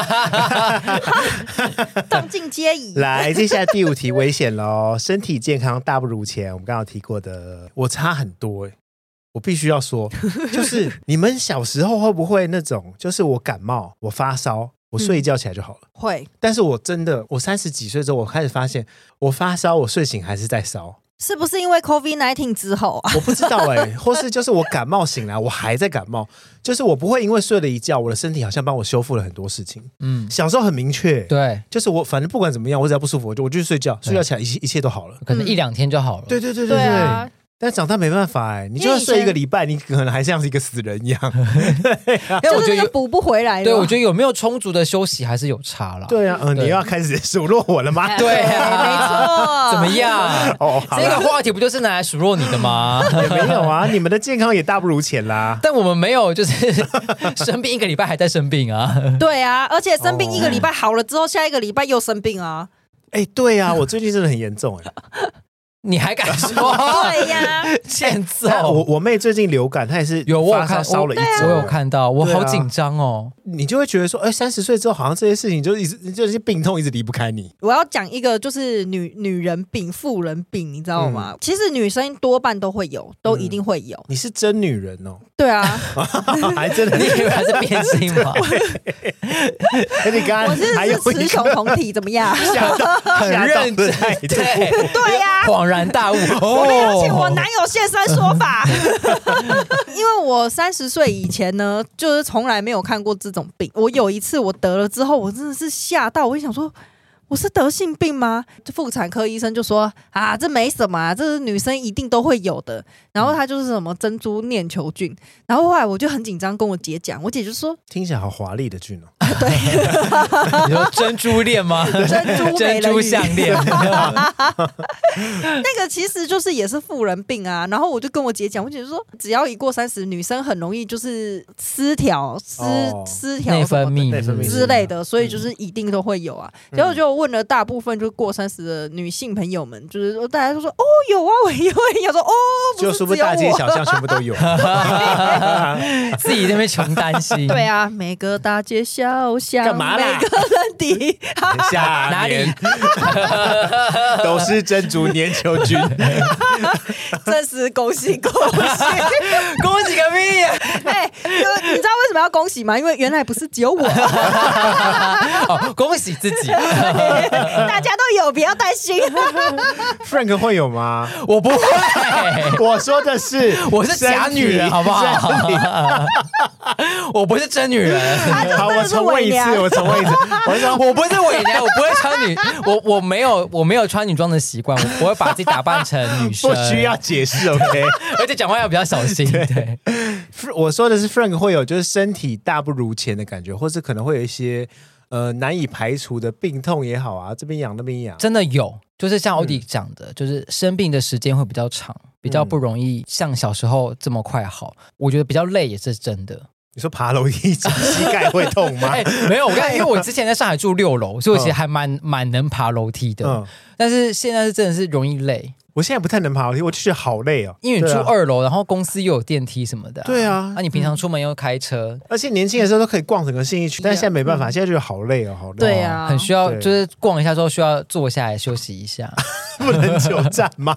[SPEAKER 4] 荡尽皆宜。
[SPEAKER 3] 来，接下来第五题危险喽，身体健康大不如前。我们刚刚有提过的，我差很多、欸、我必须要说，就是你们小时候会不会那种，就是我感冒，我发烧，我睡一觉起来就好了。
[SPEAKER 4] 会
[SPEAKER 3] 但是我真的，我三十几岁之后，我开始发现，我发烧，我睡醒还是在烧。
[SPEAKER 4] 是不是因为 COVID nineteen 之后啊？
[SPEAKER 3] 我不知道哎、或是就是我感冒醒来，我还在感冒，就是我不会因为睡了一觉，我的身体好像帮我修复了很多事情。
[SPEAKER 2] 嗯，
[SPEAKER 3] 小时候很明确，
[SPEAKER 2] 对，
[SPEAKER 3] 就是我反正不管怎么样，我只要不舒服，我就我就去睡觉，睡觉起来一切一切都好了。
[SPEAKER 2] 可能一两天就好了。
[SPEAKER 3] 对对对
[SPEAKER 4] 对啊，
[SPEAKER 3] 但长大没办法哎、你就
[SPEAKER 4] 因为
[SPEAKER 3] 算
[SPEAKER 4] 以
[SPEAKER 3] 睡一个
[SPEAKER 4] 前
[SPEAKER 3] 礼拜，你可能还像是一个死人一样。
[SPEAKER 2] 因为
[SPEAKER 4] 就
[SPEAKER 2] 哎我觉得
[SPEAKER 4] 是那个
[SPEAKER 2] 有，
[SPEAKER 4] 补不回来了。
[SPEAKER 2] 对我觉得有没有充足的休息还是有差啦。
[SPEAKER 3] 对啊，嗯、你
[SPEAKER 2] 对
[SPEAKER 3] 又要开始数落我了吗？
[SPEAKER 4] 哎
[SPEAKER 2] 对啊
[SPEAKER 4] 没错。
[SPEAKER 2] 怎么？样？
[SPEAKER 3] 哦，好
[SPEAKER 2] 这
[SPEAKER 3] 了，
[SPEAKER 2] 个话题不就是拿来数落你的吗？
[SPEAKER 3] 也 没有啊，你们的健康也大不如前啦。
[SPEAKER 2] 但我们没有，就是 生病一个礼拜还在生病啊。
[SPEAKER 4] 对啊，而且生病
[SPEAKER 3] 哦
[SPEAKER 4] 一个 礼拜好了之后，下一个礼拜又生病啊。
[SPEAKER 3] 哎、对啊，我最近真的很严重哎、
[SPEAKER 2] 你还敢说？
[SPEAKER 4] 对呀，
[SPEAKER 2] 欠揍！
[SPEAKER 3] 但我我妹最近流感，她也是
[SPEAKER 2] 有我有
[SPEAKER 3] 发烧
[SPEAKER 2] 看
[SPEAKER 3] 烧了一
[SPEAKER 2] 我
[SPEAKER 3] 周，
[SPEAKER 2] 有，看到，我
[SPEAKER 3] 对啊
[SPEAKER 2] 好紧张哦。
[SPEAKER 3] 你就会觉得说，哎，三十岁之后好像这些事情就一直这些病痛一直离不开你。
[SPEAKER 4] 我要讲一个，就是女女人病、妇人病，你知道
[SPEAKER 2] 嗯
[SPEAKER 4] 吗？其实女生多半都会有，都一定会有。
[SPEAKER 3] 你是真女人哦，
[SPEAKER 4] 对啊，
[SPEAKER 3] 还真的
[SPEAKER 2] 你，以为还是变性吗？
[SPEAKER 3] 而且刚
[SPEAKER 4] 我
[SPEAKER 3] 刚
[SPEAKER 4] 是
[SPEAKER 3] 还有
[SPEAKER 4] 是雌
[SPEAKER 3] 一
[SPEAKER 4] 雄
[SPEAKER 3] 个
[SPEAKER 4] 同体，怎么样？
[SPEAKER 3] 吓 到
[SPEAKER 2] 很
[SPEAKER 3] 吓到
[SPEAKER 2] 认真
[SPEAKER 3] 的态 度，
[SPEAKER 2] 对，啊
[SPEAKER 4] 对呀、
[SPEAKER 2] 恍然 大悟。
[SPEAKER 4] 啊我
[SPEAKER 2] 哦，
[SPEAKER 4] 邀请我男友现身说 法，因为我三十岁以前呢，就是从来没有看过这种病。我有一次我得了之后，我真的是吓到，我就想说。我是得性病吗？这妇产科医生就说啊，这没什么啊，这是女生一定都会有的。然后他就是什么珍珠念球菌，然后后来我就很紧张，跟我姐讲，我姐就说
[SPEAKER 3] 听起来好华丽的菌哦。
[SPEAKER 2] 你说珍珠链吗？
[SPEAKER 4] 珍珠美
[SPEAKER 2] 珍
[SPEAKER 4] 人
[SPEAKER 2] 珠
[SPEAKER 4] 鱼
[SPEAKER 2] 项 链，
[SPEAKER 4] 那个其实就是也是妇人病啊。然后我就跟我姐讲，我姐就说，只要一过三十，女生很容易就是失调、失、
[SPEAKER 3] 哦
[SPEAKER 4] 失调
[SPEAKER 2] 内
[SPEAKER 4] 什
[SPEAKER 2] 分
[SPEAKER 4] 么的
[SPEAKER 2] 泌
[SPEAKER 3] 内分泌
[SPEAKER 4] 之类的，所以就是一定都会有啊。结果就问了大部分就过三十的女性朋友们，就是说大家都说哦有啊，我也会有，说哦
[SPEAKER 3] 就
[SPEAKER 4] 不
[SPEAKER 3] 是
[SPEAKER 4] 是
[SPEAKER 3] 不
[SPEAKER 4] 只
[SPEAKER 3] 是大街
[SPEAKER 4] 有我。
[SPEAKER 3] 小巷全部都有，
[SPEAKER 2] 自己在那边穷担心。
[SPEAKER 4] 对啊，每个大街小巷，
[SPEAKER 3] 干嘛啦
[SPEAKER 4] 每个人的，
[SPEAKER 3] 下
[SPEAKER 2] 哪里
[SPEAKER 3] 面都是珍珠粘球菌，
[SPEAKER 4] 真是恭喜恭 喜！
[SPEAKER 2] 恭喜个啊屁呀！
[SPEAKER 4] 哎、就你知道为什么要恭喜吗？因为原来不是只 有我，
[SPEAKER 2] 哦，恭喜自 己，
[SPEAKER 4] 大家都有，不要担心。
[SPEAKER 3] Frank 会有吗？
[SPEAKER 2] 我不会，，
[SPEAKER 3] 我说的是
[SPEAKER 2] 我是假女人，好不好？我不是真女人。
[SPEAKER 4] 他就
[SPEAKER 3] 好，
[SPEAKER 4] 真
[SPEAKER 3] 我
[SPEAKER 4] 的是
[SPEAKER 3] 重问
[SPEAKER 4] 伪
[SPEAKER 3] 一次，
[SPEAKER 4] 娘
[SPEAKER 3] 我。重问一次，我是说
[SPEAKER 2] 我不是伪娘，我不会穿女，我我没有我没有穿女装的习惯，我不会把自己打扮成女生，
[SPEAKER 3] 不需要，解释，OK？
[SPEAKER 2] 而且讲话要比较小心。对，
[SPEAKER 3] 我说的是 Frank 会有就是身体大不如前的感觉，或是可能会有一些呃难以排除的病痛也好啊，这边痒那边痒，
[SPEAKER 2] 真的有，就是像欧迪
[SPEAKER 3] 嗯
[SPEAKER 2] 讲的，就是生病的时间会比较长，比较不容易像小时候这么快好。我觉得比较累也是真的。
[SPEAKER 3] 你说爬楼梯膝盖会痛吗
[SPEAKER 2] 哎、？没有，我 刚才因为我之前在上海住六楼，所以我其实还蛮蛮能爬楼梯的。
[SPEAKER 3] 嗯，
[SPEAKER 2] 但是现在是真的是容易累，
[SPEAKER 3] 我现在不太能爬楼梯，我就觉得好累哦。
[SPEAKER 2] 因为你住
[SPEAKER 3] 对啊，
[SPEAKER 2] 二楼，然后公司又有电梯什么的、
[SPEAKER 3] 对啊
[SPEAKER 2] 那、你平常出门又开车，
[SPEAKER 3] 而且年轻的时候都可以逛整个信义区，但现在没办
[SPEAKER 2] 嗯
[SPEAKER 3] 法，现在觉得好累哦，好累哦。
[SPEAKER 4] 对啊
[SPEAKER 2] 很需要
[SPEAKER 3] 对
[SPEAKER 2] 就是逛一下之后需要坐下来休息一下。
[SPEAKER 3] 不能久站 吗？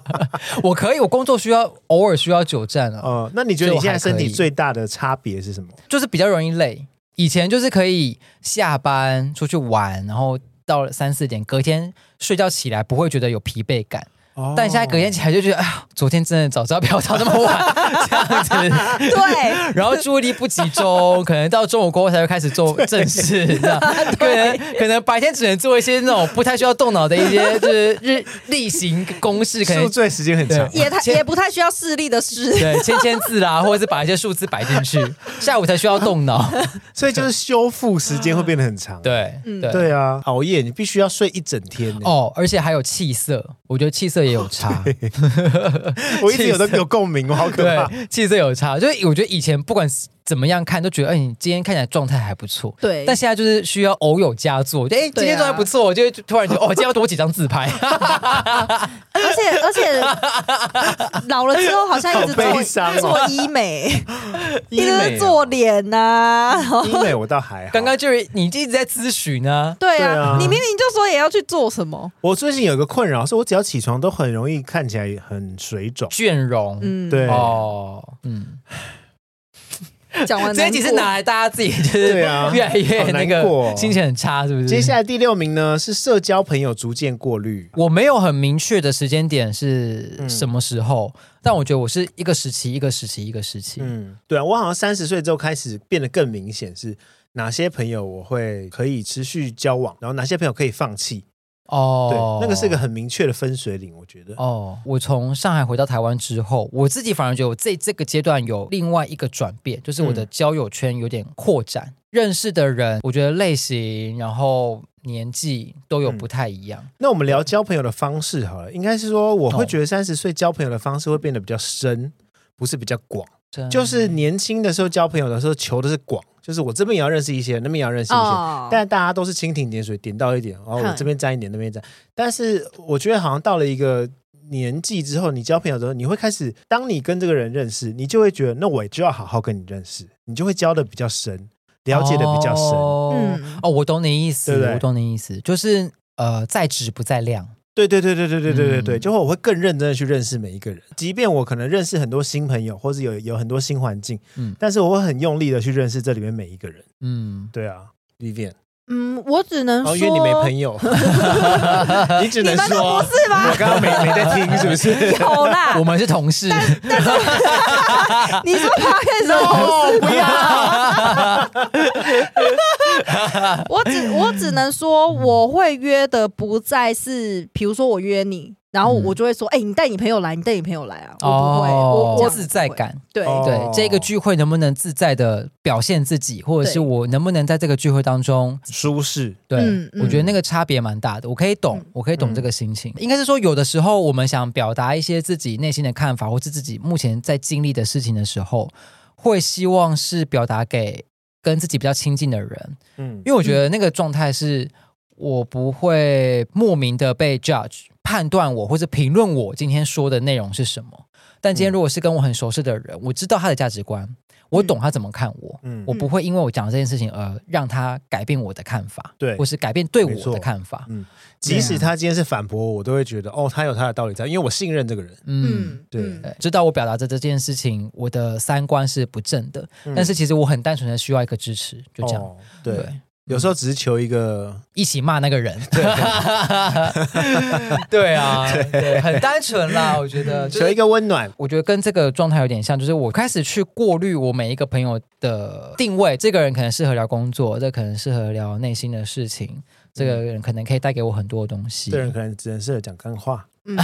[SPEAKER 2] 我可以，我工作需要偶尔需要久站啊，
[SPEAKER 3] 哦，那你觉得你现在身
[SPEAKER 2] 所以我还
[SPEAKER 3] 体
[SPEAKER 2] 可以
[SPEAKER 3] 最大的差别是什么？
[SPEAKER 2] 就是比较容易累。以前就是可以下班出去玩，然后到了三四点，隔天睡觉起来不会觉得有疲惫感。
[SPEAKER 3] 哦
[SPEAKER 2] 但现在隔天起来就觉得，哎呀，昨天真的早知道不要到那么晚这样子，
[SPEAKER 4] 对，
[SPEAKER 2] 然后注意力不集中，可能到中午过后才会开始做正事，这样可能可能白天只能做一些那种不太需要动脑的一些就是日例行公事，可能
[SPEAKER 3] 哦宿醉时间很长
[SPEAKER 2] 对，
[SPEAKER 4] 也太
[SPEAKER 2] 先
[SPEAKER 4] 也不太需要视力的事。
[SPEAKER 2] 对签签字啊啦，或者是把一些数字摆进去，下午才需要动脑。
[SPEAKER 3] 所以就是修复时间会变得很长。
[SPEAKER 2] 对，对。
[SPEAKER 3] 对啊，熬夜你必须要睡一整天。哦，
[SPEAKER 2] 哦，而且还有气色，我觉得气色也有 差。
[SPEAKER 3] 我一直有的有共鸣，我好可怕。
[SPEAKER 2] 对，气色有差，就是我觉得以前不管怎么样看，都觉得哎、你今天看起来状态还不错。
[SPEAKER 4] 对
[SPEAKER 2] 但现在就是需要偶有佳作，就哎、今
[SPEAKER 4] 对
[SPEAKER 2] 天
[SPEAKER 4] 啊
[SPEAKER 2] 状态不错，我就会突然觉得哦，今天要多几张自 拍。
[SPEAKER 4] 而且 而且老了之后好像一直
[SPEAKER 3] 好悲伤哦
[SPEAKER 4] 做做医 美，一
[SPEAKER 2] 医
[SPEAKER 4] 直
[SPEAKER 3] 啊
[SPEAKER 2] 美
[SPEAKER 4] 在
[SPEAKER 2] 哦
[SPEAKER 4] 做脸啊呐、然后
[SPEAKER 3] 医美我倒还好。
[SPEAKER 2] 刚刚就是你一直在咨询啊，
[SPEAKER 4] 对
[SPEAKER 3] 对
[SPEAKER 4] 啊
[SPEAKER 3] 啊，
[SPEAKER 4] 你明明就说也要去做什么，
[SPEAKER 3] 我最近有一个困扰，是我只要起床都很容易看起来很水肿。
[SPEAKER 2] 倦容。
[SPEAKER 4] 嗯，
[SPEAKER 3] 对，
[SPEAKER 2] 哦，嗯，
[SPEAKER 4] 讲完
[SPEAKER 2] 这一集是拿
[SPEAKER 4] 难
[SPEAKER 2] 来大家自己就是
[SPEAKER 3] 对啊
[SPEAKER 2] 越来越
[SPEAKER 3] 好
[SPEAKER 2] 那
[SPEAKER 3] 难过
[SPEAKER 2] 个
[SPEAKER 3] 哦
[SPEAKER 2] 心情很差，是不是？
[SPEAKER 3] 接下来第六名呢是社交朋友逐渐过滤。
[SPEAKER 2] 我没有很明确的时间点
[SPEAKER 3] 嗯
[SPEAKER 2] 是什么时候，但我觉得我是一个时期一个时期一个时期。
[SPEAKER 3] 嗯，对啊，我好像三十岁之后开始变得更明显是。哪些朋友我会可以持续交往，然后哪些朋友可以放弃？
[SPEAKER 2] 哦，
[SPEAKER 3] 对，那个是一个很明确的分水岭，我觉得。
[SPEAKER 2] 哦。我从上海回到台湾之后，我自己反而觉得我这这个阶段有另外一个转变，就是我
[SPEAKER 3] 嗯
[SPEAKER 2] 的交友圈有点扩展，认识的人，我觉得类型，然后年纪都
[SPEAKER 3] 嗯
[SPEAKER 2] 有不太一样。
[SPEAKER 3] 那我们聊交朋友的方式好了，应该是说我会觉得三十岁交朋友的方式会变得比较深，不是比较广。
[SPEAKER 2] 真
[SPEAKER 3] 就是年轻的时候交朋友的时候求的是广，就是我这边也要认识一些人，那边也要认识一些人。
[SPEAKER 4] 哦，
[SPEAKER 3] 但大家都是蜻蜓点水，点到一点，然后我哦
[SPEAKER 4] 哼
[SPEAKER 3] 这边沾一点，那边沾。但是我觉得好像到了一个年纪之后，你交朋友之后，你会开始，当你跟这个人认识，你就会觉得，那我就要好好跟你认识，你就会交的比较深，了解的比较深。
[SPEAKER 2] 哦
[SPEAKER 4] 嗯，
[SPEAKER 2] 哦，我懂你意思，
[SPEAKER 3] 对不对
[SPEAKER 2] 我懂你意思，就是呃，在质不在量。
[SPEAKER 3] 对对对对对对对对对，
[SPEAKER 2] 嗯
[SPEAKER 3] 就会我会更认真的去认识每一个人，即便我可能认识很多新朋友，或是有有很多新环境，
[SPEAKER 2] 嗯
[SPEAKER 3] 但是我会很用力的去认识这里面每一个人。
[SPEAKER 2] 嗯，
[SPEAKER 3] 对啊，Vivian，
[SPEAKER 4] 嗯，我只能
[SPEAKER 3] 然后哦
[SPEAKER 4] 说，
[SPEAKER 3] 因为你没朋友，你只
[SPEAKER 4] 你
[SPEAKER 3] 能
[SPEAKER 4] 们都
[SPEAKER 3] 说
[SPEAKER 4] 不，是吧？
[SPEAKER 3] 我刚刚没没在听，是不是？
[SPEAKER 4] 有啦
[SPEAKER 2] 我，们是同事，
[SPEAKER 4] 你 说 p o d c a 我不要。我只我只能说，我会约的不再是，比如说我约你，然后我就会说，哎、你带你朋友来，你带你朋友来啊，
[SPEAKER 2] 哦
[SPEAKER 4] 我不会，我我
[SPEAKER 2] 自在，感。
[SPEAKER 4] 对，
[SPEAKER 3] 哦
[SPEAKER 2] 对这个聚会能不能自在的表现自己，或者是
[SPEAKER 4] 对
[SPEAKER 2] 我能不能在这个聚会当中
[SPEAKER 3] 舒适，
[SPEAKER 2] 对，
[SPEAKER 4] 嗯嗯
[SPEAKER 2] 我觉得那个差别蛮大的。我可以懂，
[SPEAKER 4] 嗯
[SPEAKER 2] 我可以懂这个心情。应该是说，有的时候我们想表达一些自己内心的看法，或是自己目前在经历的事情的时候，会希望是表达给跟自己比较亲近的人，
[SPEAKER 3] 嗯
[SPEAKER 2] 因为我觉得那个状态是我不会莫名的被 judge 判断我或者评论我今天说的内容是什么。但今
[SPEAKER 3] 嗯
[SPEAKER 2] 天如果是跟我很熟识的人，我知道他的价值观，我懂他怎么看我，
[SPEAKER 3] 嗯
[SPEAKER 2] 我不会因为我讲这件事情而让他改变我的看法，
[SPEAKER 3] 对
[SPEAKER 2] 或是改变对
[SPEAKER 3] 没
[SPEAKER 2] 我
[SPEAKER 3] 错
[SPEAKER 2] 的看法。
[SPEAKER 3] 嗯即使他今天是反驳我，我都会觉得哦，他有他的道理在，因为我信任这个人。
[SPEAKER 2] 嗯，
[SPEAKER 4] 嗯，
[SPEAKER 3] 对
[SPEAKER 4] 嗯
[SPEAKER 2] 对知道我表达的这件事情，我的三观是不正的，
[SPEAKER 3] 嗯
[SPEAKER 2] 但是其实我很单纯的需要一个支持，就这样。
[SPEAKER 3] 哦对，有时候只是求一个，
[SPEAKER 2] 一起骂那个人， 对啊，对，很单纯啦，我觉得。就
[SPEAKER 3] 求一
[SPEAKER 2] 是
[SPEAKER 3] 个温暖。
[SPEAKER 2] 我觉得跟这个状态有点像，就是我开始去过滤我每一个朋友的定位，这个人可能适合聊工作，这个可能适合聊内心的事情，这个人可能可以带给我很多东西。
[SPEAKER 3] 这人可能只能适合讲干 话，
[SPEAKER 4] 嗯，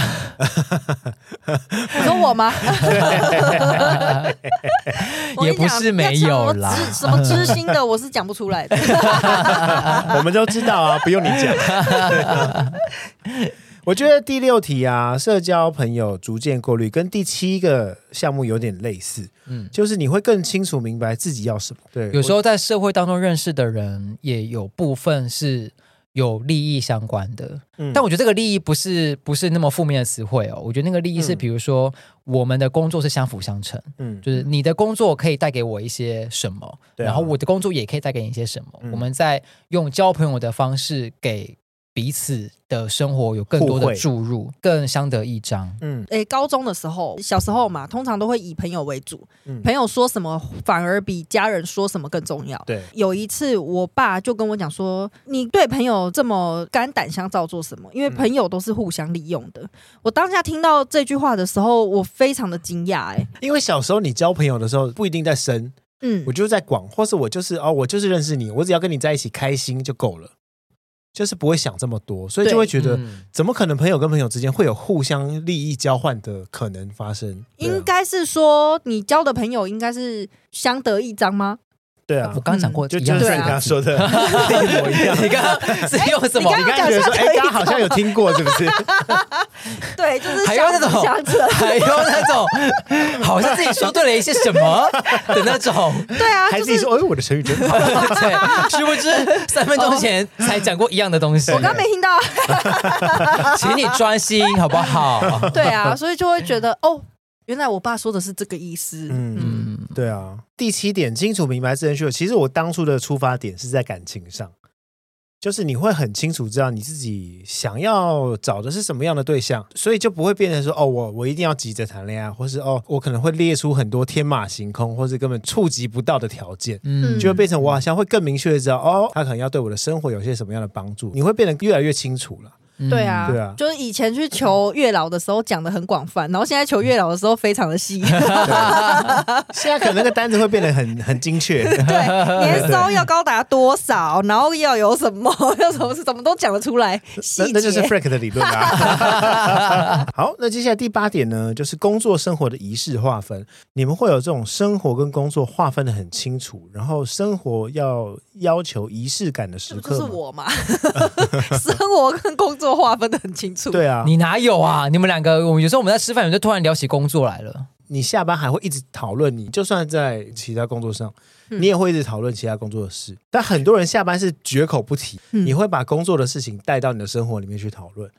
[SPEAKER 4] 你说我吗？我 跟你
[SPEAKER 2] 也不
[SPEAKER 4] 讲
[SPEAKER 2] 是没有啦
[SPEAKER 4] 要什么知什么知心的，我是讲不出来的。
[SPEAKER 3] 我们都知道啊，不用你讲。 我觉得第六题啊，社交朋友逐渐过滤，跟第七个项目有点类似，
[SPEAKER 2] 嗯，
[SPEAKER 3] 就是你会更清楚明白自己要什么。对，
[SPEAKER 2] 有时
[SPEAKER 3] 候
[SPEAKER 2] 候在社会当中认识的人，也有部分是有利益相关的。
[SPEAKER 3] 嗯
[SPEAKER 2] 但我觉得这个利益不是不是那么负面的词汇哦，我觉得那个利益是，
[SPEAKER 3] 嗯
[SPEAKER 2] 比如说我们的工作是相辅相成，
[SPEAKER 3] 嗯
[SPEAKER 2] 就是你的工作可以带给我一些什么，
[SPEAKER 3] 对啊
[SPEAKER 2] 然后我的工作也可以带给你一些什么。
[SPEAKER 3] 嗯
[SPEAKER 2] 我们在用交朋友的方式给彼此的生活有更多
[SPEAKER 3] 互
[SPEAKER 2] 的
[SPEAKER 3] 惠
[SPEAKER 2] 注入，更相得益彰。
[SPEAKER 3] 嗯
[SPEAKER 4] 诶、高中的时候，小时候嘛，通常都会以朋友为主，
[SPEAKER 3] 嗯
[SPEAKER 4] 朋友说什么反而比家人说什么更重要。
[SPEAKER 3] 对，
[SPEAKER 4] 有一次，我爸就跟我讲说：“你对朋友这么肝胆相照做什么？因为
[SPEAKER 3] 嗯
[SPEAKER 4] 朋友都是互相利用的。我当下听到这句话的时候，我非常的惊讶、哎，
[SPEAKER 3] 因为小时候你交朋友的时候不一定在深，
[SPEAKER 4] 嗯
[SPEAKER 3] 我，就是啊在广，或是我就是哦，我就是认识你，我只要跟你在一起开心就够了，就是不会想这么多，所以就会觉得、
[SPEAKER 2] 嗯
[SPEAKER 3] 怎么可能朋友跟朋友之间会有互相利益交换的可能发生？
[SPEAKER 4] 应该是说你交的朋友应该是相得益彰 吗？
[SPEAKER 3] 对啊
[SPEAKER 2] 我，刚讲过
[SPEAKER 3] 就
[SPEAKER 2] 一
[SPEAKER 3] 就
[SPEAKER 2] 样
[SPEAKER 3] 是
[SPEAKER 2] 的
[SPEAKER 3] 你
[SPEAKER 4] 对啊
[SPEAKER 3] 刚刚
[SPEAKER 2] 事情，
[SPEAKER 3] 说的一模一样。
[SPEAKER 2] 你刚刚是用什么？
[SPEAKER 4] 你
[SPEAKER 3] 你刚刚觉得说，哎，刚刚好像有听过，是不是？
[SPEAKER 4] 对，就是
[SPEAKER 2] 还有
[SPEAKER 4] 相
[SPEAKER 2] 那
[SPEAKER 4] 辅
[SPEAKER 2] 种
[SPEAKER 4] 相成。
[SPEAKER 2] 还有那种好像自己说对了一些什 么的那种，
[SPEAKER 4] 对啊，
[SPEAKER 3] 还
[SPEAKER 4] 就是
[SPEAKER 3] 自己
[SPEAKER 4] 是
[SPEAKER 3] 说，哎，我的成语真好。
[SPEAKER 2] 对，殊不知三分钟前才讲过一样的东西。
[SPEAKER 4] 我刚没 听到。
[SPEAKER 2] 请你专心好不好？
[SPEAKER 4] 对啊，所以就会觉得哦，原来我爸说的是这个意思。
[SPEAKER 3] 嗯，
[SPEAKER 4] 嗯
[SPEAKER 2] 嗯，
[SPEAKER 3] 对啊。第七点，清楚明白自身需求。其实我当初的出发点是在感情上，就是你会很清楚知道你自己想要找的是什么样的对象，所以就不会变成说，哦，我我一定要急着谈恋爱，或是哦，我可能会列出很多天马行空，或是根本触及不到的条件。
[SPEAKER 2] 嗯
[SPEAKER 3] 就会变成我好像会更明确的知道，哦，他可能要对我的生活有些什么样的帮助，你会变得越来越清楚了。
[SPEAKER 2] 嗯
[SPEAKER 4] 对啊，
[SPEAKER 3] 对啊
[SPEAKER 4] 就是以前去求月老的时候讲的很广泛，然后现在求月老的时候非常的细，
[SPEAKER 3] 现在可能那个单子会变得很很精确，
[SPEAKER 4] 对，年收要高达多少，然后要有什么， 要什么什么都讲得出来，
[SPEAKER 3] 那
[SPEAKER 4] 细
[SPEAKER 3] 那就是
[SPEAKER 4] 节。
[SPEAKER 3] Frank 的理论 啦。好，那接下来第八点呢，就是工作生活的仪式划分。你们会有这种生活跟工作划分的很清楚，然后生活要要求仪式感的时
[SPEAKER 4] 这不
[SPEAKER 3] 刻
[SPEAKER 4] 就是
[SPEAKER 3] 吗。
[SPEAKER 4] 我 嘛？生活跟工作划分的很清楚。
[SPEAKER 3] 对啊，你
[SPEAKER 2] 你哪有啊？你们两个，我们有时候我们在吃饭，有时候突然聊起工作来了。
[SPEAKER 3] 你下班还会一直讨论你，就算在其他工作上，
[SPEAKER 4] 嗯
[SPEAKER 3] 你也会一直讨论其他工作的事。但很多人下班是绝口不提，
[SPEAKER 4] 嗯
[SPEAKER 3] 你会把工作的事情带到你的生活里面去讨论。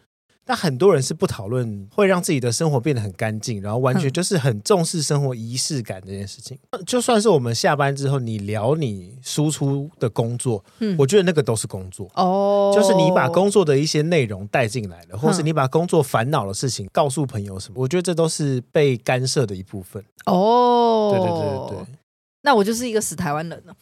[SPEAKER 3] 但很多人是不讨论会让自己的生活变得很干净，然后完全
[SPEAKER 4] 嗯
[SPEAKER 3] 就是很重视生活仪式感这件事情。就算是我们下班之后，你聊你输出的工作，
[SPEAKER 4] 嗯
[SPEAKER 3] 我觉得那个都是工作。
[SPEAKER 4] 哦，
[SPEAKER 3] 就是你把工作的一些内容带进来了，或是
[SPEAKER 4] 嗯
[SPEAKER 3] 你把工作烦恼的事情告诉朋友什么，我觉得这都是被干涉的一部分。
[SPEAKER 4] 哦，
[SPEAKER 3] 对对对对对，
[SPEAKER 4] 那我就是一个死台湾
[SPEAKER 3] 啊
[SPEAKER 4] 人了。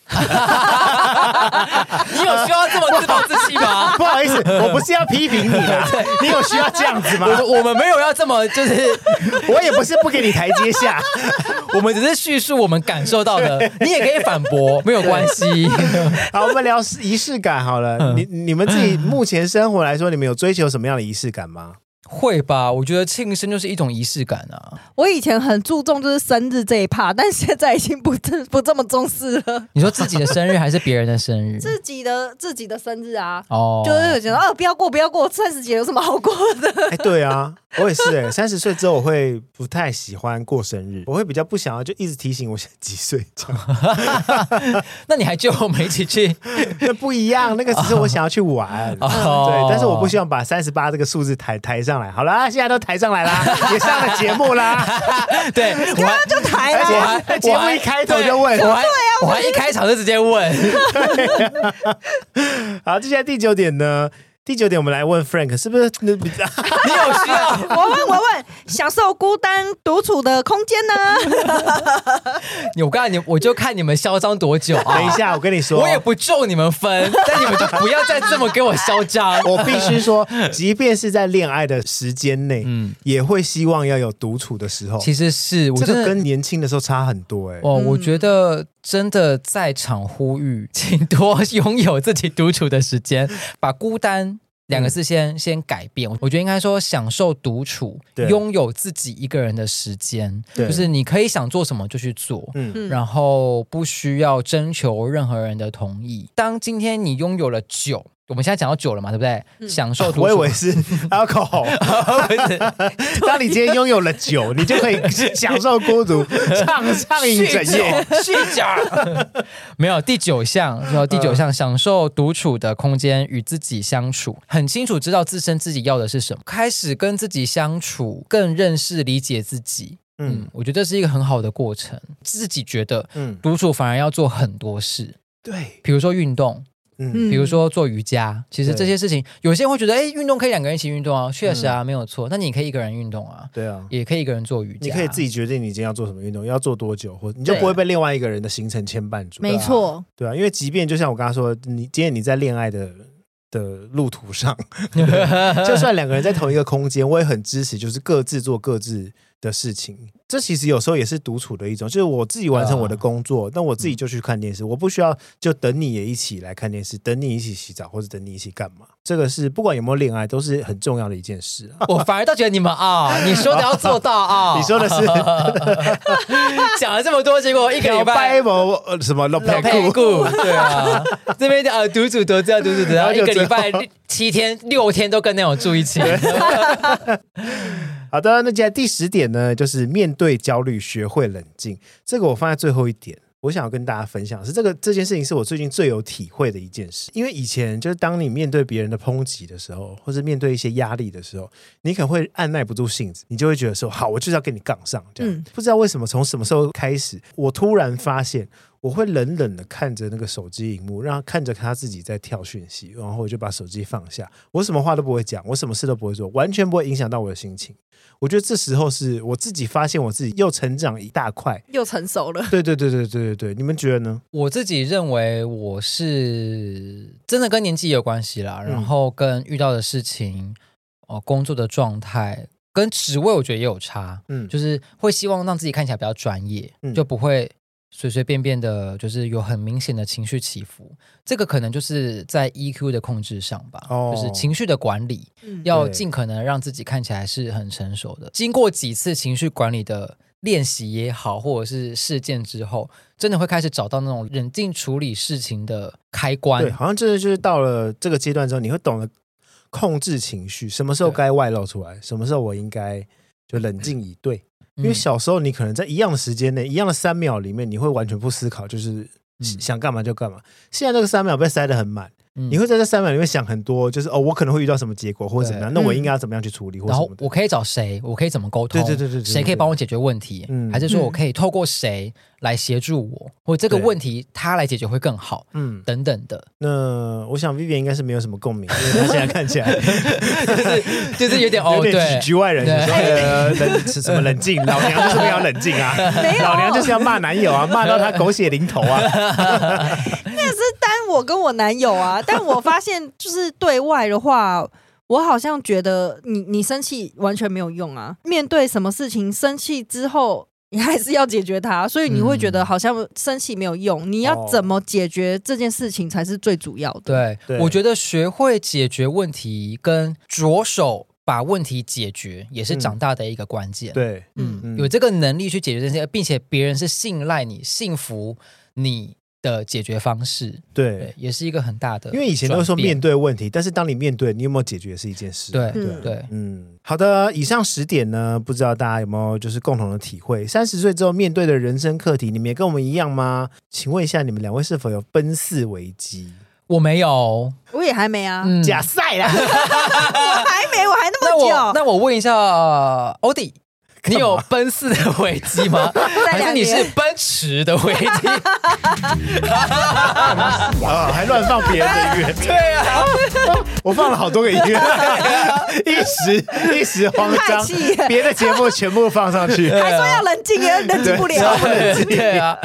[SPEAKER 2] 你有需要这么自暴自弃 吗？
[SPEAKER 3] 不好意思，我不是要批评你啦，你有需要这样子吗？
[SPEAKER 2] 我我们没有要这么，就是
[SPEAKER 3] 我也不是不给你台阶下，
[SPEAKER 2] 我们只是叙述我们感受到的，你也可以反驳，没有关 系。
[SPEAKER 3] 好，我们聊仪式感好了。你你们自己目前生活来说，你们有追求什么样的仪式感吗？
[SPEAKER 2] 会吧？我觉得庆生就是一种仪式感啊。
[SPEAKER 4] 我以前很注重就是生日这一趴，但现在已经不这不这么重视了。
[SPEAKER 2] 你说自己的生日还是别人的生日？
[SPEAKER 4] 自己的自己的生日啊，
[SPEAKER 2] 哦，
[SPEAKER 4] 就是有觉得啊，不要过不要过，三十节有什么好过 的？
[SPEAKER 3] 哎、对啊，我也是哎、 三十岁之后我会不太喜欢过生日，我会比较不想要，就一直提醒我现在几岁这样。
[SPEAKER 2] 那你还叫我们一起去？
[SPEAKER 3] 那不一样，那个只是我想要去玩。
[SPEAKER 2] 哦
[SPEAKER 3] 对，但是我不希望把三十八这个数字抬抬上来。好啦，现在都抬上 来啦，也上了节目啦，
[SPEAKER 2] 对，我还
[SPEAKER 4] 就台
[SPEAKER 3] 而且
[SPEAKER 4] 啦，
[SPEAKER 2] 我还
[SPEAKER 3] 哎节目一开头就问
[SPEAKER 2] 对我还
[SPEAKER 4] 啊
[SPEAKER 2] 我还一开场就直接问，
[SPEAKER 3] 好，接下来第九点呢？第九点，我们来问 Frank 是不是 那比较
[SPEAKER 2] 你有需要？
[SPEAKER 4] 我问我问，享受孤单独处的空间呢？
[SPEAKER 2] 你我告诉你，我就看你们嚣张多久啊！
[SPEAKER 3] 等一，下，我跟你说，
[SPEAKER 2] 我也不咒你们 分，但你们就不要再这么给我嚣张。
[SPEAKER 3] 我必须说，即便是在恋爱的时间内，
[SPEAKER 2] 嗯
[SPEAKER 3] 也会希望要有独处的时候。
[SPEAKER 2] 其实是我
[SPEAKER 3] 这
[SPEAKER 2] 真
[SPEAKER 3] 个
[SPEAKER 2] 的
[SPEAKER 3] 跟年轻的时候差很多哎、
[SPEAKER 2] 哦，我觉得真的在场呼吁，请多拥有自己独处的时间，把孤单。两个字先、先改变，我觉得应该说享受独处，
[SPEAKER 3] 对
[SPEAKER 2] 拥有自己一个人的时间，
[SPEAKER 3] 对
[SPEAKER 2] 就是你可以想做什么就去做，
[SPEAKER 3] 嗯，
[SPEAKER 4] 嗯
[SPEAKER 2] 然后不需要征求任何人的同意。当今天你拥有了酒，我们现在讲到酒了嘛，对不对？享受独
[SPEAKER 3] 我以
[SPEAKER 2] 处，
[SPEAKER 3] 为是 alcohol。当你今天拥有了酒，你就可以享受孤独， 畅畅饮整夜。
[SPEAKER 2] 酗酒， 没有第九项，然后第九项，享受独处的空间，与自己相处，很清楚知道自身自己要的是什么，开始跟自己相处，更认识理解自己。嗯
[SPEAKER 3] 嗯，
[SPEAKER 2] 我觉得这是一个很好的过程。自己觉得
[SPEAKER 3] 嗯，
[SPEAKER 2] 独处反而要做很多事，
[SPEAKER 3] 对，
[SPEAKER 2] 比如说运动，
[SPEAKER 3] 嗯
[SPEAKER 4] 嗯
[SPEAKER 2] 比如说做瑜伽，其实
[SPEAKER 3] 对
[SPEAKER 2] 这些事情，有些人会觉得，哎，运动可以两个人一起运动啊，确实
[SPEAKER 3] 嗯
[SPEAKER 2] 啊，没有错。那你可以一个人运动啊，
[SPEAKER 3] 对啊。
[SPEAKER 2] 也可以一个人做瑜伽，
[SPEAKER 3] 你可 以自己决定你今天要做什么运动，要做多久，或你就不会被另外一个人的行程牵绊住。
[SPEAKER 4] 没错，
[SPEAKER 3] 对啊，因为即便就像我刚刚说，你今天你在恋爱的的路途 上，就算两个人在同一个空间，我也很支持，就是各自做各自的事情。这其实有时候也是独处的一种，就是我自己完成我的工作，那、我自己就去看电视，我不需要就等你也一起来看电视，等你一起洗澡，或者等你一起干嘛。这个是不管有没有恋爱，都是很重要的一件事啊。
[SPEAKER 2] 我反而倒觉得你们啊、你说的要做到啊、
[SPEAKER 3] 你说的是
[SPEAKER 2] 讲了这么多，结果一个礼
[SPEAKER 3] 表
[SPEAKER 2] 拜
[SPEAKER 3] 白某呃什么老
[SPEAKER 2] 老
[SPEAKER 3] 配
[SPEAKER 2] 配
[SPEAKER 3] 顾
[SPEAKER 2] 顾，对啊，这边的呃独处独这样独处独这样，然后
[SPEAKER 3] 后
[SPEAKER 2] 一
[SPEAKER 3] 就
[SPEAKER 2] 个礼拜
[SPEAKER 3] 最后
[SPEAKER 2] 七天六天都跟那种住一起，
[SPEAKER 3] 好的，那接下来第十点呢，就是面对焦虑，学会冷静。这个我放在最后一点，我想要跟大家分享是这个这件事情是我最近最有体会的一件事。因为以前就是当你面对别人的抨击的时候，或是面对一些压力的时候，你可能会按耐不住性子，你就会觉得说，好，我就是要跟你杠上。这样、
[SPEAKER 4] 嗯
[SPEAKER 3] 不知道为什么，从什么时候开始，我突然发现。我会冷冷的看着那个手机荧幕，让他看着他自己在跳讯息，然后我就把手机放下，我什么话都不会讲，我什么事都不会做，完全不会影响到我的心情。我觉得这时候是我自己发现我自己又成长一大块。
[SPEAKER 4] 又成熟了。
[SPEAKER 3] 对对对对对对对，你们觉得呢？
[SPEAKER 2] 我自己认为我是真的跟年纪有关系啦，然后跟遇到的事情、哦、工作的状态跟职位，我觉得也有差，
[SPEAKER 3] 嗯，
[SPEAKER 2] 就是会希望让自己看起来比较专业，
[SPEAKER 3] 嗯
[SPEAKER 2] 就不会随随便便的，就是有很明显的情绪起伏。这个可能就是在 EQ 的控制上吧，
[SPEAKER 3] 哦
[SPEAKER 2] 就是情绪的管理，
[SPEAKER 4] 嗯
[SPEAKER 2] 要
[SPEAKER 3] 对
[SPEAKER 2] 尽可能让自己看起来是很成熟的。经过几次情绪管理的练习也好，或者是事件之后，真的会开始找到那种冷静处理事情的开
[SPEAKER 3] 对，
[SPEAKER 2] 关。
[SPEAKER 3] 好像真的就是到了这个阶段之后，你会懂得控制情绪，什么时候
[SPEAKER 2] 对
[SPEAKER 3] 该外露出来，什么时候我应该就冷静以对。
[SPEAKER 2] 因
[SPEAKER 3] 因为小时候你可能在一样的时间内、一样的三秒里面，你会完全不思考，就是
[SPEAKER 2] 嗯
[SPEAKER 3] 想干嘛就干嘛。现在这个三秒被塞得很满，
[SPEAKER 2] 嗯
[SPEAKER 3] 你会在这三秒里面想很多，就是哦，我可能会遇到什么结果或者怎么样，那
[SPEAKER 4] 对
[SPEAKER 3] 我应该要怎么样去处理或
[SPEAKER 2] 嗯然
[SPEAKER 3] 什
[SPEAKER 2] 后
[SPEAKER 3] 么的。
[SPEAKER 2] 我可以找谁？我可以怎么沟通？
[SPEAKER 3] 对对对对对对
[SPEAKER 2] 谁可以帮我解决问题？
[SPEAKER 3] 嗯
[SPEAKER 2] 还是说我可以透过谁来协助我，或者这个
[SPEAKER 3] 对
[SPEAKER 2] 问题他来解决会更好？
[SPEAKER 3] 嗯，
[SPEAKER 2] 等等的，
[SPEAKER 3] 那我想 Vivian 应该是没有什么共鸣，因为他现在看起来
[SPEAKER 2] 就是就是有 点 哦，
[SPEAKER 3] 有点
[SPEAKER 2] 对
[SPEAKER 3] 局，局外人，
[SPEAKER 2] 对
[SPEAKER 3] 说呃冷是什么冷静，老娘就是没有冷静啊，老娘就是要骂男友啊，骂到他狗血淋头 啊。
[SPEAKER 4] 那是单我跟我男友啊，但我发现就是对外的话，我好像觉得你你生气完全没有用啊。面对什么事情，生气之后。你还是要解决它，所以你会觉得好像生气没有用，你要怎么解决这件事情才是最主要的。
[SPEAKER 2] 对，
[SPEAKER 3] 对
[SPEAKER 2] 我觉得学会解决问题跟着手把问题解决，也是长大的一个关键。
[SPEAKER 3] 对，
[SPEAKER 2] 嗯，
[SPEAKER 3] 嗯
[SPEAKER 2] 有这个能力去解决这些，并且别人是信赖你、信服你的解决方式，
[SPEAKER 3] 对
[SPEAKER 2] 对，，也是一个很大的转
[SPEAKER 3] 因
[SPEAKER 2] 变。
[SPEAKER 3] 为以前都是说面对问题，但是当你面对，你有没有解决是一件事。啊
[SPEAKER 2] 对
[SPEAKER 4] 嗯
[SPEAKER 2] 对对，
[SPEAKER 3] 嗯，好的，以上十点呢，不知道大家有没有就是共同的体会？三十岁之后面对的人生课题，你们也跟我们一样吗？请问一下，你们两位是否有奔四危机？
[SPEAKER 2] 我没有，
[SPEAKER 4] 我也还没啊，
[SPEAKER 2] 嗯，
[SPEAKER 3] 假赛啦，
[SPEAKER 4] 我还没，我还那
[SPEAKER 2] 那
[SPEAKER 4] 么久，
[SPEAKER 2] 我那我问一下呃欧弟，你有奔四的危机 吗？
[SPEAKER 4] 在
[SPEAKER 2] 还是
[SPEAKER 4] 两
[SPEAKER 2] 你是
[SPEAKER 4] 年
[SPEAKER 2] 奔驰的危机？
[SPEAKER 3] 啊，还乱放别人的音乐，
[SPEAKER 2] 对啊，
[SPEAKER 3] 我放了好多个音 乐，一时一时慌张
[SPEAKER 4] 太气了，
[SPEAKER 3] 别的节目全部放上去。
[SPEAKER 4] 还说要冷静，也冷静不了。
[SPEAKER 2] 对对 啊，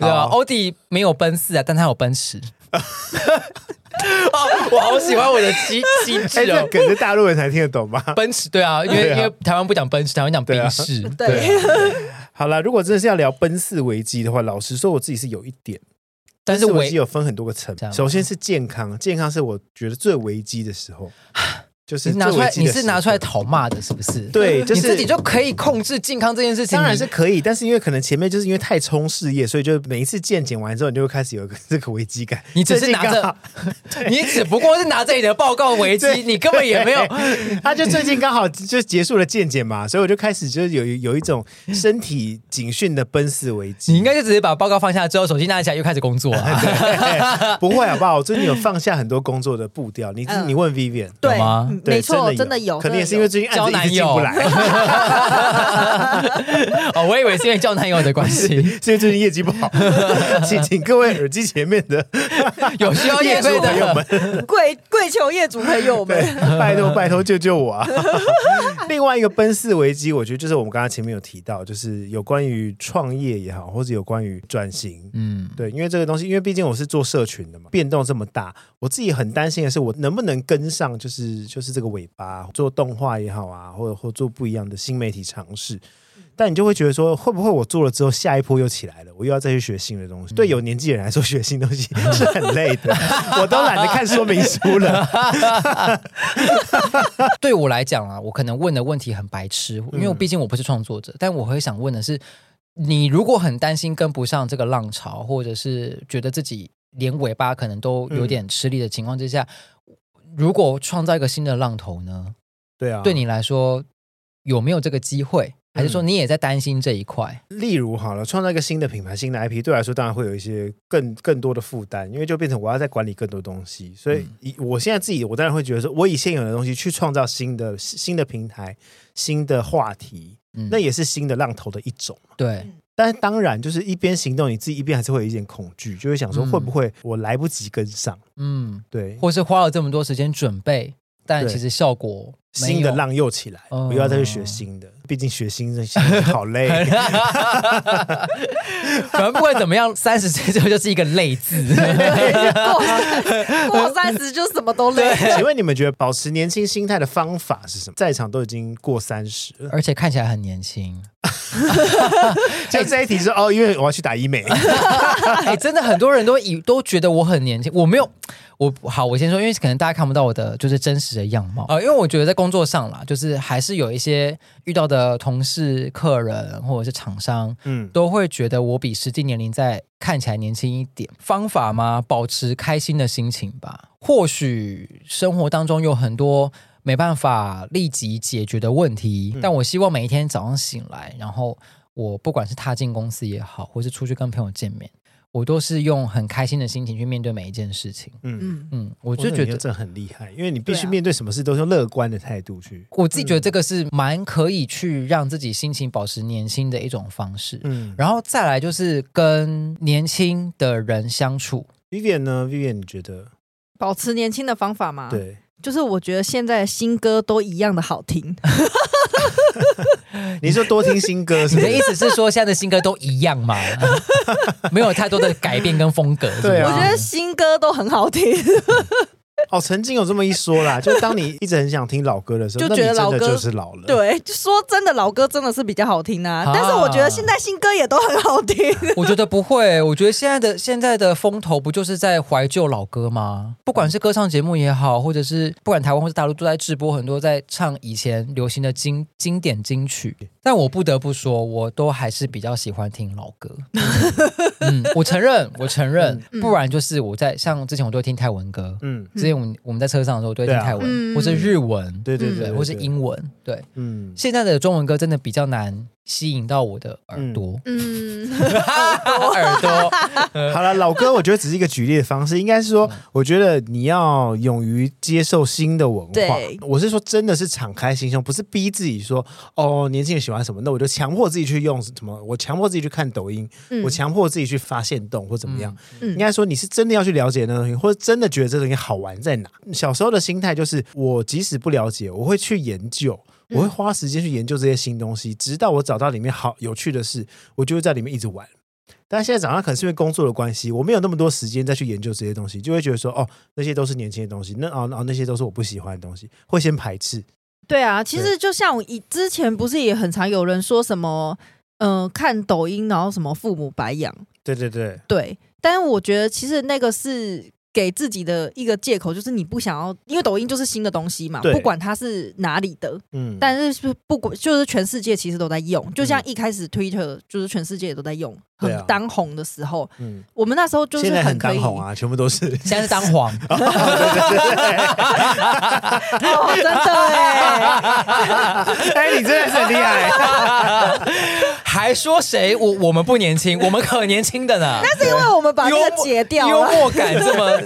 [SPEAKER 2] 对啊，欧弟没有奔四啊，但他有奔驰。 哦，我好喜欢我的机机
[SPEAKER 3] 哎，
[SPEAKER 2] 智
[SPEAKER 3] 这
[SPEAKER 2] 哦。
[SPEAKER 3] 梗是大陆人才听得懂吗？
[SPEAKER 2] 奔驰对啊，因为、
[SPEAKER 3] 对啊
[SPEAKER 2] 因为台湾不讲奔驰，台湾讲
[SPEAKER 3] 对啊
[SPEAKER 2] 宾士。
[SPEAKER 4] 对，
[SPEAKER 3] 好啦，如果真的是要聊奔四危机的话，老实说，我自己是有一点。
[SPEAKER 2] 但
[SPEAKER 3] 但
[SPEAKER 2] 是
[SPEAKER 3] 是危
[SPEAKER 2] 危
[SPEAKER 3] 机有分很多个层
[SPEAKER 2] 这样，吗
[SPEAKER 3] 首先是健康，健康是我觉得最危机的时 候，就是
[SPEAKER 2] 你拿出来，
[SPEAKER 3] 最危机
[SPEAKER 2] 你
[SPEAKER 3] 的时
[SPEAKER 2] 是
[SPEAKER 3] 候
[SPEAKER 2] 拿出来讨骂的，是不是？
[SPEAKER 3] 对，就是
[SPEAKER 2] 你自己就可以控制健康这件事情。
[SPEAKER 3] 当然是可以，但是因为可能前面就是因为太冲事业，所以就每一次健检完之后，你就会开始有一个 这个危机感。
[SPEAKER 2] 你只是拿
[SPEAKER 3] 最 近刚好
[SPEAKER 2] 着，你只不过是拿着你的报告为基，
[SPEAKER 3] 对
[SPEAKER 2] 你根本也没有。
[SPEAKER 3] 他就最近刚好就结束了健检嘛，所以我就开始就是有有一种身体警讯的奔四危机。
[SPEAKER 2] 你应该就直接把报告放下之后，手机拿起来又开始工作 啊，
[SPEAKER 3] 不会好不好？我最近有放下很多工作的步调。你
[SPEAKER 4] 嗯
[SPEAKER 3] 你问 Vivian，
[SPEAKER 4] 对
[SPEAKER 2] 有吗，
[SPEAKER 4] 嗯
[SPEAKER 3] 对
[SPEAKER 4] 没错，真的有，
[SPEAKER 3] 可能也是因
[SPEAKER 4] 真的有
[SPEAKER 3] 为最近案子一直进不来，
[SPEAKER 2] 哦，我以为是因为叫男友的关系，
[SPEAKER 3] 是因 为最近业绩不 好，请请各位耳机前面的
[SPEAKER 2] 有需要业
[SPEAKER 3] 业主
[SPEAKER 2] 费
[SPEAKER 3] 朋友
[SPEAKER 2] 的
[SPEAKER 3] 们，
[SPEAKER 4] 跪跪求业主朋友
[SPEAKER 3] 对
[SPEAKER 4] 们，，
[SPEAKER 3] 拜托拜托救救我 啊！另外一个奔四危机，我觉得就是我们刚刚前面有提到，就是有关于创业也好，或者有关于转型。
[SPEAKER 2] 嗯，
[SPEAKER 3] 对，因为这个东西，因为毕竟我是做社群的嘛，变动这么大，我自己很担心的是，我能不能跟上，就是就是这个尾巴，做动画也好啊，或者或做不一样的新媒体尝试。但你就会觉得说，会不会我做了之后，下一波又起来了，我又要再去学新的东西？对有年纪人来说，学新东西 是很累的，我都懒得看说明书了。
[SPEAKER 2] 对我来讲啊，我可能问的问题很白痴，因为我毕竟我不是创作
[SPEAKER 3] 嗯
[SPEAKER 2] 者，但我会想问的是，你如果很担心跟不上这个浪潮，或者是觉得自己连尾巴可能都有点吃力的情况之下，如果创造一个新的浪头呢？
[SPEAKER 3] 对啊，
[SPEAKER 2] 对你来说有没有这个机会？还是说
[SPEAKER 3] 嗯
[SPEAKER 2] 你也在担心这一块？
[SPEAKER 3] 例如好了，创造一个新的品牌、新的 IP，对我来说当然会有一些更更多的负担，因为就变成我要再管理更多东西。所
[SPEAKER 2] 嗯
[SPEAKER 3] 以以、我现在自己，我当然会觉得说，我以现有的东西去创造新的新的平台、新的话题，
[SPEAKER 2] 嗯，
[SPEAKER 3] 那也是新的浪头的一种。
[SPEAKER 2] 对，
[SPEAKER 3] 但是当然，就是一边行动，你自己一边还是会有一点恐惧，就会想说
[SPEAKER 2] 嗯
[SPEAKER 3] 会不会我来不及跟上？
[SPEAKER 2] 嗯，
[SPEAKER 3] 对，
[SPEAKER 2] 或是花了这么多时间准备，但
[SPEAKER 3] 对
[SPEAKER 2] 其实效果没有
[SPEAKER 3] 新的。浪又起来，
[SPEAKER 2] 哦
[SPEAKER 3] 我又要再去学新的，毕竟学新的新的好 累。
[SPEAKER 2] 反正不管怎么样，三十岁之后就是一个累字。
[SPEAKER 4] 过 过三十就什么都累。
[SPEAKER 3] 请问你们觉得保持年轻心态的方法是什么？在场都已经过三十 了，
[SPEAKER 2] 而且看起来很年轻，
[SPEAKER 3] 就这一题是哦，因为我要去打医美，
[SPEAKER 2] 哎、真的很多人都以都觉得我很年轻，我没有，我好，我先说，因为可能大家看不到我的就是真实的样貌，呃，因为我觉得在工作上啦，就是还是有一些遇到的同事、客人或者是厂商，
[SPEAKER 3] 嗯，
[SPEAKER 2] 都会觉得我比实际年龄在看起来年轻一点。方法吗？保持开心的心情吧。或许生活当中有很多没办法立即解决的问题，但我希望每一天早上醒来，然后我不管是踏进公司也好，或是出去跟朋友见面。我都是用很开心的心情去面对每一件事情。
[SPEAKER 3] 嗯，
[SPEAKER 4] 嗯，
[SPEAKER 2] 嗯，我
[SPEAKER 3] 我
[SPEAKER 2] 就
[SPEAKER 3] 觉
[SPEAKER 2] 觉
[SPEAKER 3] 得
[SPEAKER 2] 得
[SPEAKER 3] 这很厉害，因为你必须
[SPEAKER 4] 对啊
[SPEAKER 3] 面对什么事都是用乐观的态度去。
[SPEAKER 2] 我自己觉得这个是蛮可以去让自己心情保持年轻的一种方式。
[SPEAKER 3] 嗯
[SPEAKER 2] 然后再来就是跟年轻的人相处，
[SPEAKER 3] ，Vivian 呢？Vivian 你觉得？
[SPEAKER 4] 保持年轻的方法嘛，，
[SPEAKER 3] 对，
[SPEAKER 4] 就是我觉得现在的新歌都一样的好听，
[SPEAKER 3] 你说多听新歌是
[SPEAKER 2] 你
[SPEAKER 3] 不
[SPEAKER 2] 的意
[SPEAKER 3] 是？
[SPEAKER 2] 思是说现在的新歌都一样吗？ 没有太多的改变跟风格。是不是
[SPEAKER 3] 对啊
[SPEAKER 4] 我觉得新歌都很好听，
[SPEAKER 3] 哦，曾经有这么一说啦，就是当你一直很想听老歌的时候，
[SPEAKER 4] 就觉得
[SPEAKER 3] 那
[SPEAKER 4] 老
[SPEAKER 3] 你
[SPEAKER 4] 歌
[SPEAKER 3] 真的就是老了。，
[SPEAKER 4] 对，说真的，老歌真的是比较好听啊，
[SPEAKER 2] 啊
[SPEAKER 4] 但是我觉得现在新歌也都很好听，
[SPEAKER 2] 我觉得不会，我觉得现在的现在的风头不就是在怀旧老歌吗？不管是歌唱节目也好，或者是不管台湾或是大陆都在直播很多在唱以前流行的经经典金曲。但我不得不说，我都还是比较喜欢听老歌。 嗯，我承认，我承认，
[SPEAKER 4] 嗯
[SPEAKER 2] 不然就是我在像之前我都会听泰文歌，
[SPEAKER 3] 嗯，
[SPEAKER 2] 之前我们我们在车上的时候我都会听
[SPEAKER 3] 对啊
[SPEAKER 2] 泰文，
[SPEAKER 4] 嗯
[SPEAKER 2] 或是日文，
[SPEAKER 3] 对对
[SPEAKER 4] 嗯
[SPEAKER 3] 对，
[SPEAKER 2] 对，
[SPEAKER 3] 对
[SPEAKER 2] 或是，英文，对。
[SPEAKER 3] 嗯，
[SPEAKER 2] 现在的中文歌真的比较难吸引到我的耳 朵，
[SPEAKER 4] 嗯，
[SPEAKER 2] 耳朵，
[SPEAKER 3] 好了，老歌我觉得只是一个举例的方式，应该是说，我觉得你要勇于接受新的文化
[SPEAKER 4] 对。
[SPEAKER 3] 我是说，真的是敞开心胸，不是逼自己说哦，年轻人喜欢什么，那我就强迫自己去用什么，我强迫自己去看抖音，
[SPEAKER 4] 嗯
[SPEAKER 3] 我强迫自己去发现动或怎么样。
[SPEAKER 4] 嗯
[SPEAKER 3] 应该说，你是真的要去了解那东西，或者真的觉得这东西好玩在哪。小时候的心态就是，我即使不了解，我会去研究。我
[SPEAKER 4] 嗯
[SPEAKER 3] 会花时间去研究这些新东西，直到我找到里面好有趣的事，我就会在里面一直玩。但现在长大可能是因为工作的关系，我没有那么多时间再去研究这些东西，就会觉得说，哦，那些都是年轻的东西，那哦哦那些都是我不喜欢的东西，会先排斥。
[SPEAKER 4] 对啊，其
[SPEAKER 3] 对
[SPEAKER 4] 实就像我以之前不是也很常有人说什么，嗯、看抖音然后什么父母白养，
[SPEAKER 3] 对对对，
[SPEAKER 4] 对，但是我觉得其实那个是。给自己的一个借口就是你不想要，因为抖音就是新的东西嘛，
[SPEAKER 3] 对
[SPEAKER 4] 不管它是哪里的，
[SPEAKER 3] 嗯，
[SPEAKER 4] 但是是不管就是全世界其实都在用，就像一开始 Twitter 就是全世界也都在用，
[SPEAKER 3] 对
[SPEAKER 4] 很
[SPEAKER 3] 啊
[SPEAKER 4] 当红的时候，
[SPEAKER 3] 嗯，
[SPEAKER 4] 我们那时候就
[SPEAKER 3] 现
[SPEAKER 4] 是
[SPEAKER 3] 在很
[SPEAKER 4] 可
[SPEAKER 3] 当
[SPEAKER 4] 以，
[SPEAKER 3] 红啊，全部都是。
[SPEAKER 2] 现在是当皇，
[SPEAKER 4] 哦，真的 哎，
[SPEAKER 3] 哎，你真的是很厉害，
[SPEAKER 2] 还说谁我我们不年轻，我们可年轻的呢，
[SPEAKER 4] 是因为我们把那个截掉
[SPEAKER 2] 幽
[SPEAKER 4] 了，
[SPEAKER 2] 默感这 么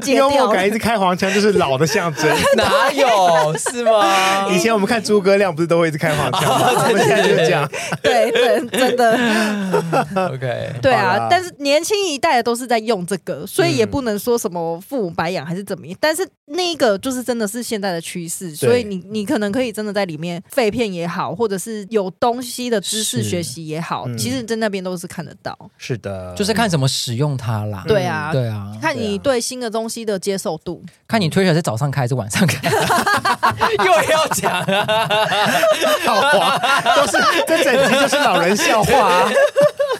[SPEAKER 4] 截
[SPEAKER 3] 幽
[SPEAKER 4] 掉
[SPEAKER 3] 默感
[SPEAKER 4] 了
[SPEAKER 3] 一，直开黄腔就是老的象 征。
[SPEAKER 2] 哪有是吗？
[SPEAKER 3] 以前我们看诸葛亮不是都会一直开黄腔吗，
[SPEAKER 4] 哦
[SPEAKER 3] 我们现在就这样。
[SPEAKER 4] 对对，真的啊
[SPEAKER 2] OK，
[SPEAKER 4] 对
[SPEAKER 3] 好啦
[SPEAKER 4] 啊。但是年轻一代的都是在用这个，所以也
[SPEAKER 3] 嗯
[SPEAKER 4] 不能说什么父母白养还是怎么样。但是那个就是真的是现在的趋势，所以你你可能可以真的在里面废片也好，或者是有东西的知识
[SPEAKER 2] 是
[SPEAKER 4] 学习也好，
[SPEAKER 3] 嗯
[SPEAKER 4] 其实在那边都是看得到。
[SPEAKER 3] 是的，
[SPEAKER 2] 就是看怎么使用它啦。
[SPEAKER 4] 对啊，
[SPEAKER 2] 对啊，
[SPEAKER 4] 看你对新的东西的接受度。
[SPEAKER 2] 看你推起来是早上开还是晚上开， 又要讲啊！
[SPEAKER 3] 笑话，都是这整集就是老人笑话、啊。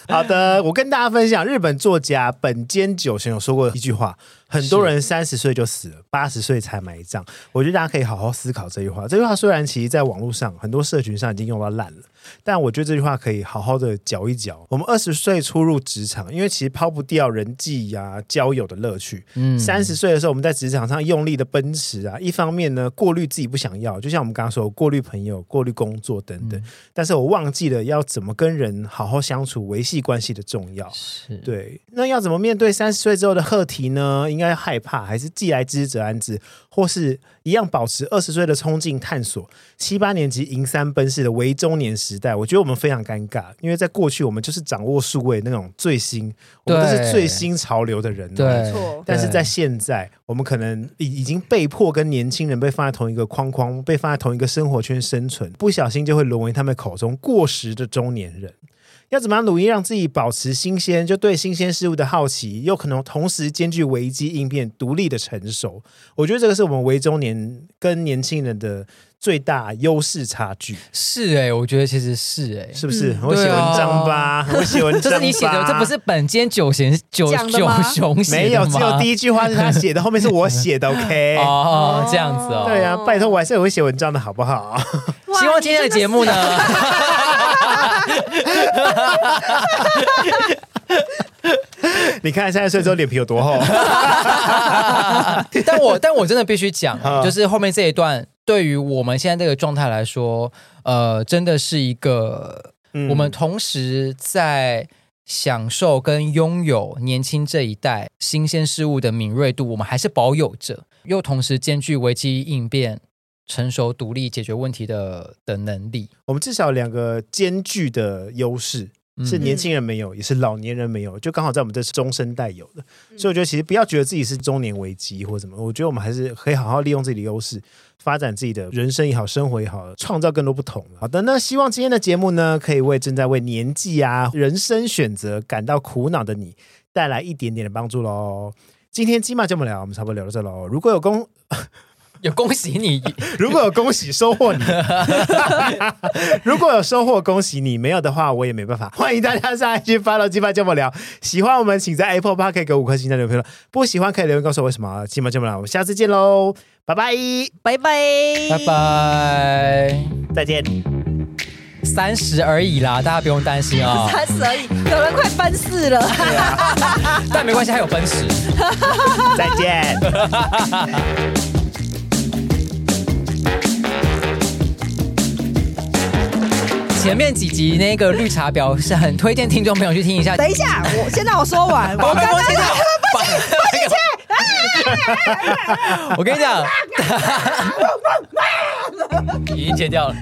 [SPEAKER 3] 好的，我跟大家分享，日本作家本间久雄有说过一句话：很多人三十岁就死了，八十岁才埋葬。我觉得大家可以好好思考这句话。这句话虽然其实在网络上很多社群上已经用到烂了，但我觉得这句话可以好好的嚼一嚼。我们二十岁初入职场，因为其实抛不掉人际呀、交友的乐趣，
[SPEAKER 2] 嗯
[SPEAKER 3] 三十岁的时候，我们在职场上用力的奔驰啊，一方面呢，过滤自己不想要，就像我们刚刚说，过滤朋友、过滤工作等
[SPEAKER 2] 嗯
[SPEAKER 3] 等。但是我忘记了要怎么跟人好好相处、维系关系的重要。
[SPEAKER 2] 是，
[SPEAKER 3] 对，那要怎么面对三十岁之后的课题呢？应该害怕，还是既来之则安之，或是一样保持二十岁的冲劲探索？七八年级迎三奔四的为中年时代，我觉得我们非常尴尬，因为在过去我们就是掌握数位那种最新，我们都是
[SPEAKER 2] 对
[SPEAKER 3] 最新潮流的人、啊，
[SPEAKER 2] 对，
[SPEAKER 4] 没错
[SPEAKER 3] 但是在现在，我们可能已已经被迫跟年轻人被放在同一个框框，被放在同一个生活圈生存，不小心就会沦为他们口中过时的中年人。要怎么样努力让自己保持新鲜，就对新鲜事物的好奇，又可能同时兼具危机应变、独立的成熟？我觉得这个是我们为中年跟年轻人的最大优势差 距，
[SPEAKER 2] 是哎、我觉得其实是哎、
[SPEAKER 3] 是不是？
[SPEAKER 4] 嗯
[SPEAKER 3] 很会写文章吧，很会写文章
[SPEAKER 2] 啊
[SPEAKER 3] 吧，
[SPEAKER 2] 这是你写的，这不是本间九贤九
[SPEAKER 4] 讲的
[SPEAKER 2] 九
[SPEAKER 4] 吗
[SPEAKER 2] 雄写
[SPEAKER 3] 没
[SPEAKER 2] 的
[SPEAKER 3] 有，
[SPEAKER 2] 吗
[SPEAKER 3] 只有第一句话是他 写的，后面是我写的。OK，
[SPEAKER 2] 哦，这样子哦。
[SPEAKER 3] 对啊，拜托，我还是很会写文章的好不好？
[SPEAKER 4] 哦哇
[SPEAKER 2] 希望今天的节目呢，
[SPEAKER 3] 你看三十岁之后脸皮有 多厚？
[SPEAKER 2] 但我但我真的必须讲
[SPEAKER 3] 啊，
[SPEAKER 2] 就是后面这一段，对于我们现在这个状态来说，呃，真的是一个
[SPEAKER 3] 嗯
[SPEAKER 2] 我们同时在享受跟拥有年轻这一代新鲜事物的敏锐度，我们还是保有着，又同时兼具危机应变、成熟独立解决问题的的能力。
[SPEAKER 3] 我们至少有两个兼具的优势。
[SPEAKER 2] 嗯
[SPEAKER 3] 是年轻人没有，也是老年人没有，就刚好在我们这中生代有的。
[SPEAKER 2] 嗯
[SPEAKER 3] 所以我觉得其实不要觉得自己是中年危机或什么，我觉得我们还是可以好好利用自己的优势，发展自己的人生也好，生活也好，创造更多不同。好的，那希望今天的节目呢，可以为正在为年纪啊、人生选择感到苦恼的你，带来一点点的帮助喽。今天金马这么聊，我们差不多聊到这喽。如果有恭，
[SPEAKER 2] 也恭喜 你，
[SPEAKER 3] 如果有恭喜收获你， 如果有收获恭喜你，没有的话我也没办法。欢迎大家上来去 follow 鸡巴这么聊，喜欢我们请在 Apple Park 给我五颗星的留言评论，不喜欢可以留言告诉我为什么。鸡巴这么聊，我们下次见喽，拜拜，
[SPEAKER 4] 拜拜，
[SPEAKER 2] 拜拜。
[SPEAKER 3] 再见。
[SPEAKER 2] 三十而已啦，大家不用担心啊、
[SPEAKER 4] 三十而已，有人快奔四了。
[SPEAKER 2] 但没关系，还有奔驰。
[SPEAKER 3] 再见。
[SPEAKER 2] 前面几集那个绿茶婊是很推荐听众朋友去听一下。
[SPEAKER 4] 等一下，我先让我说完。我
[SPEAKER 2] 我
[SPEAKER 4] 刚刚
[SPEAKER 2] 现在把 我跟你讲，已经剪掉了。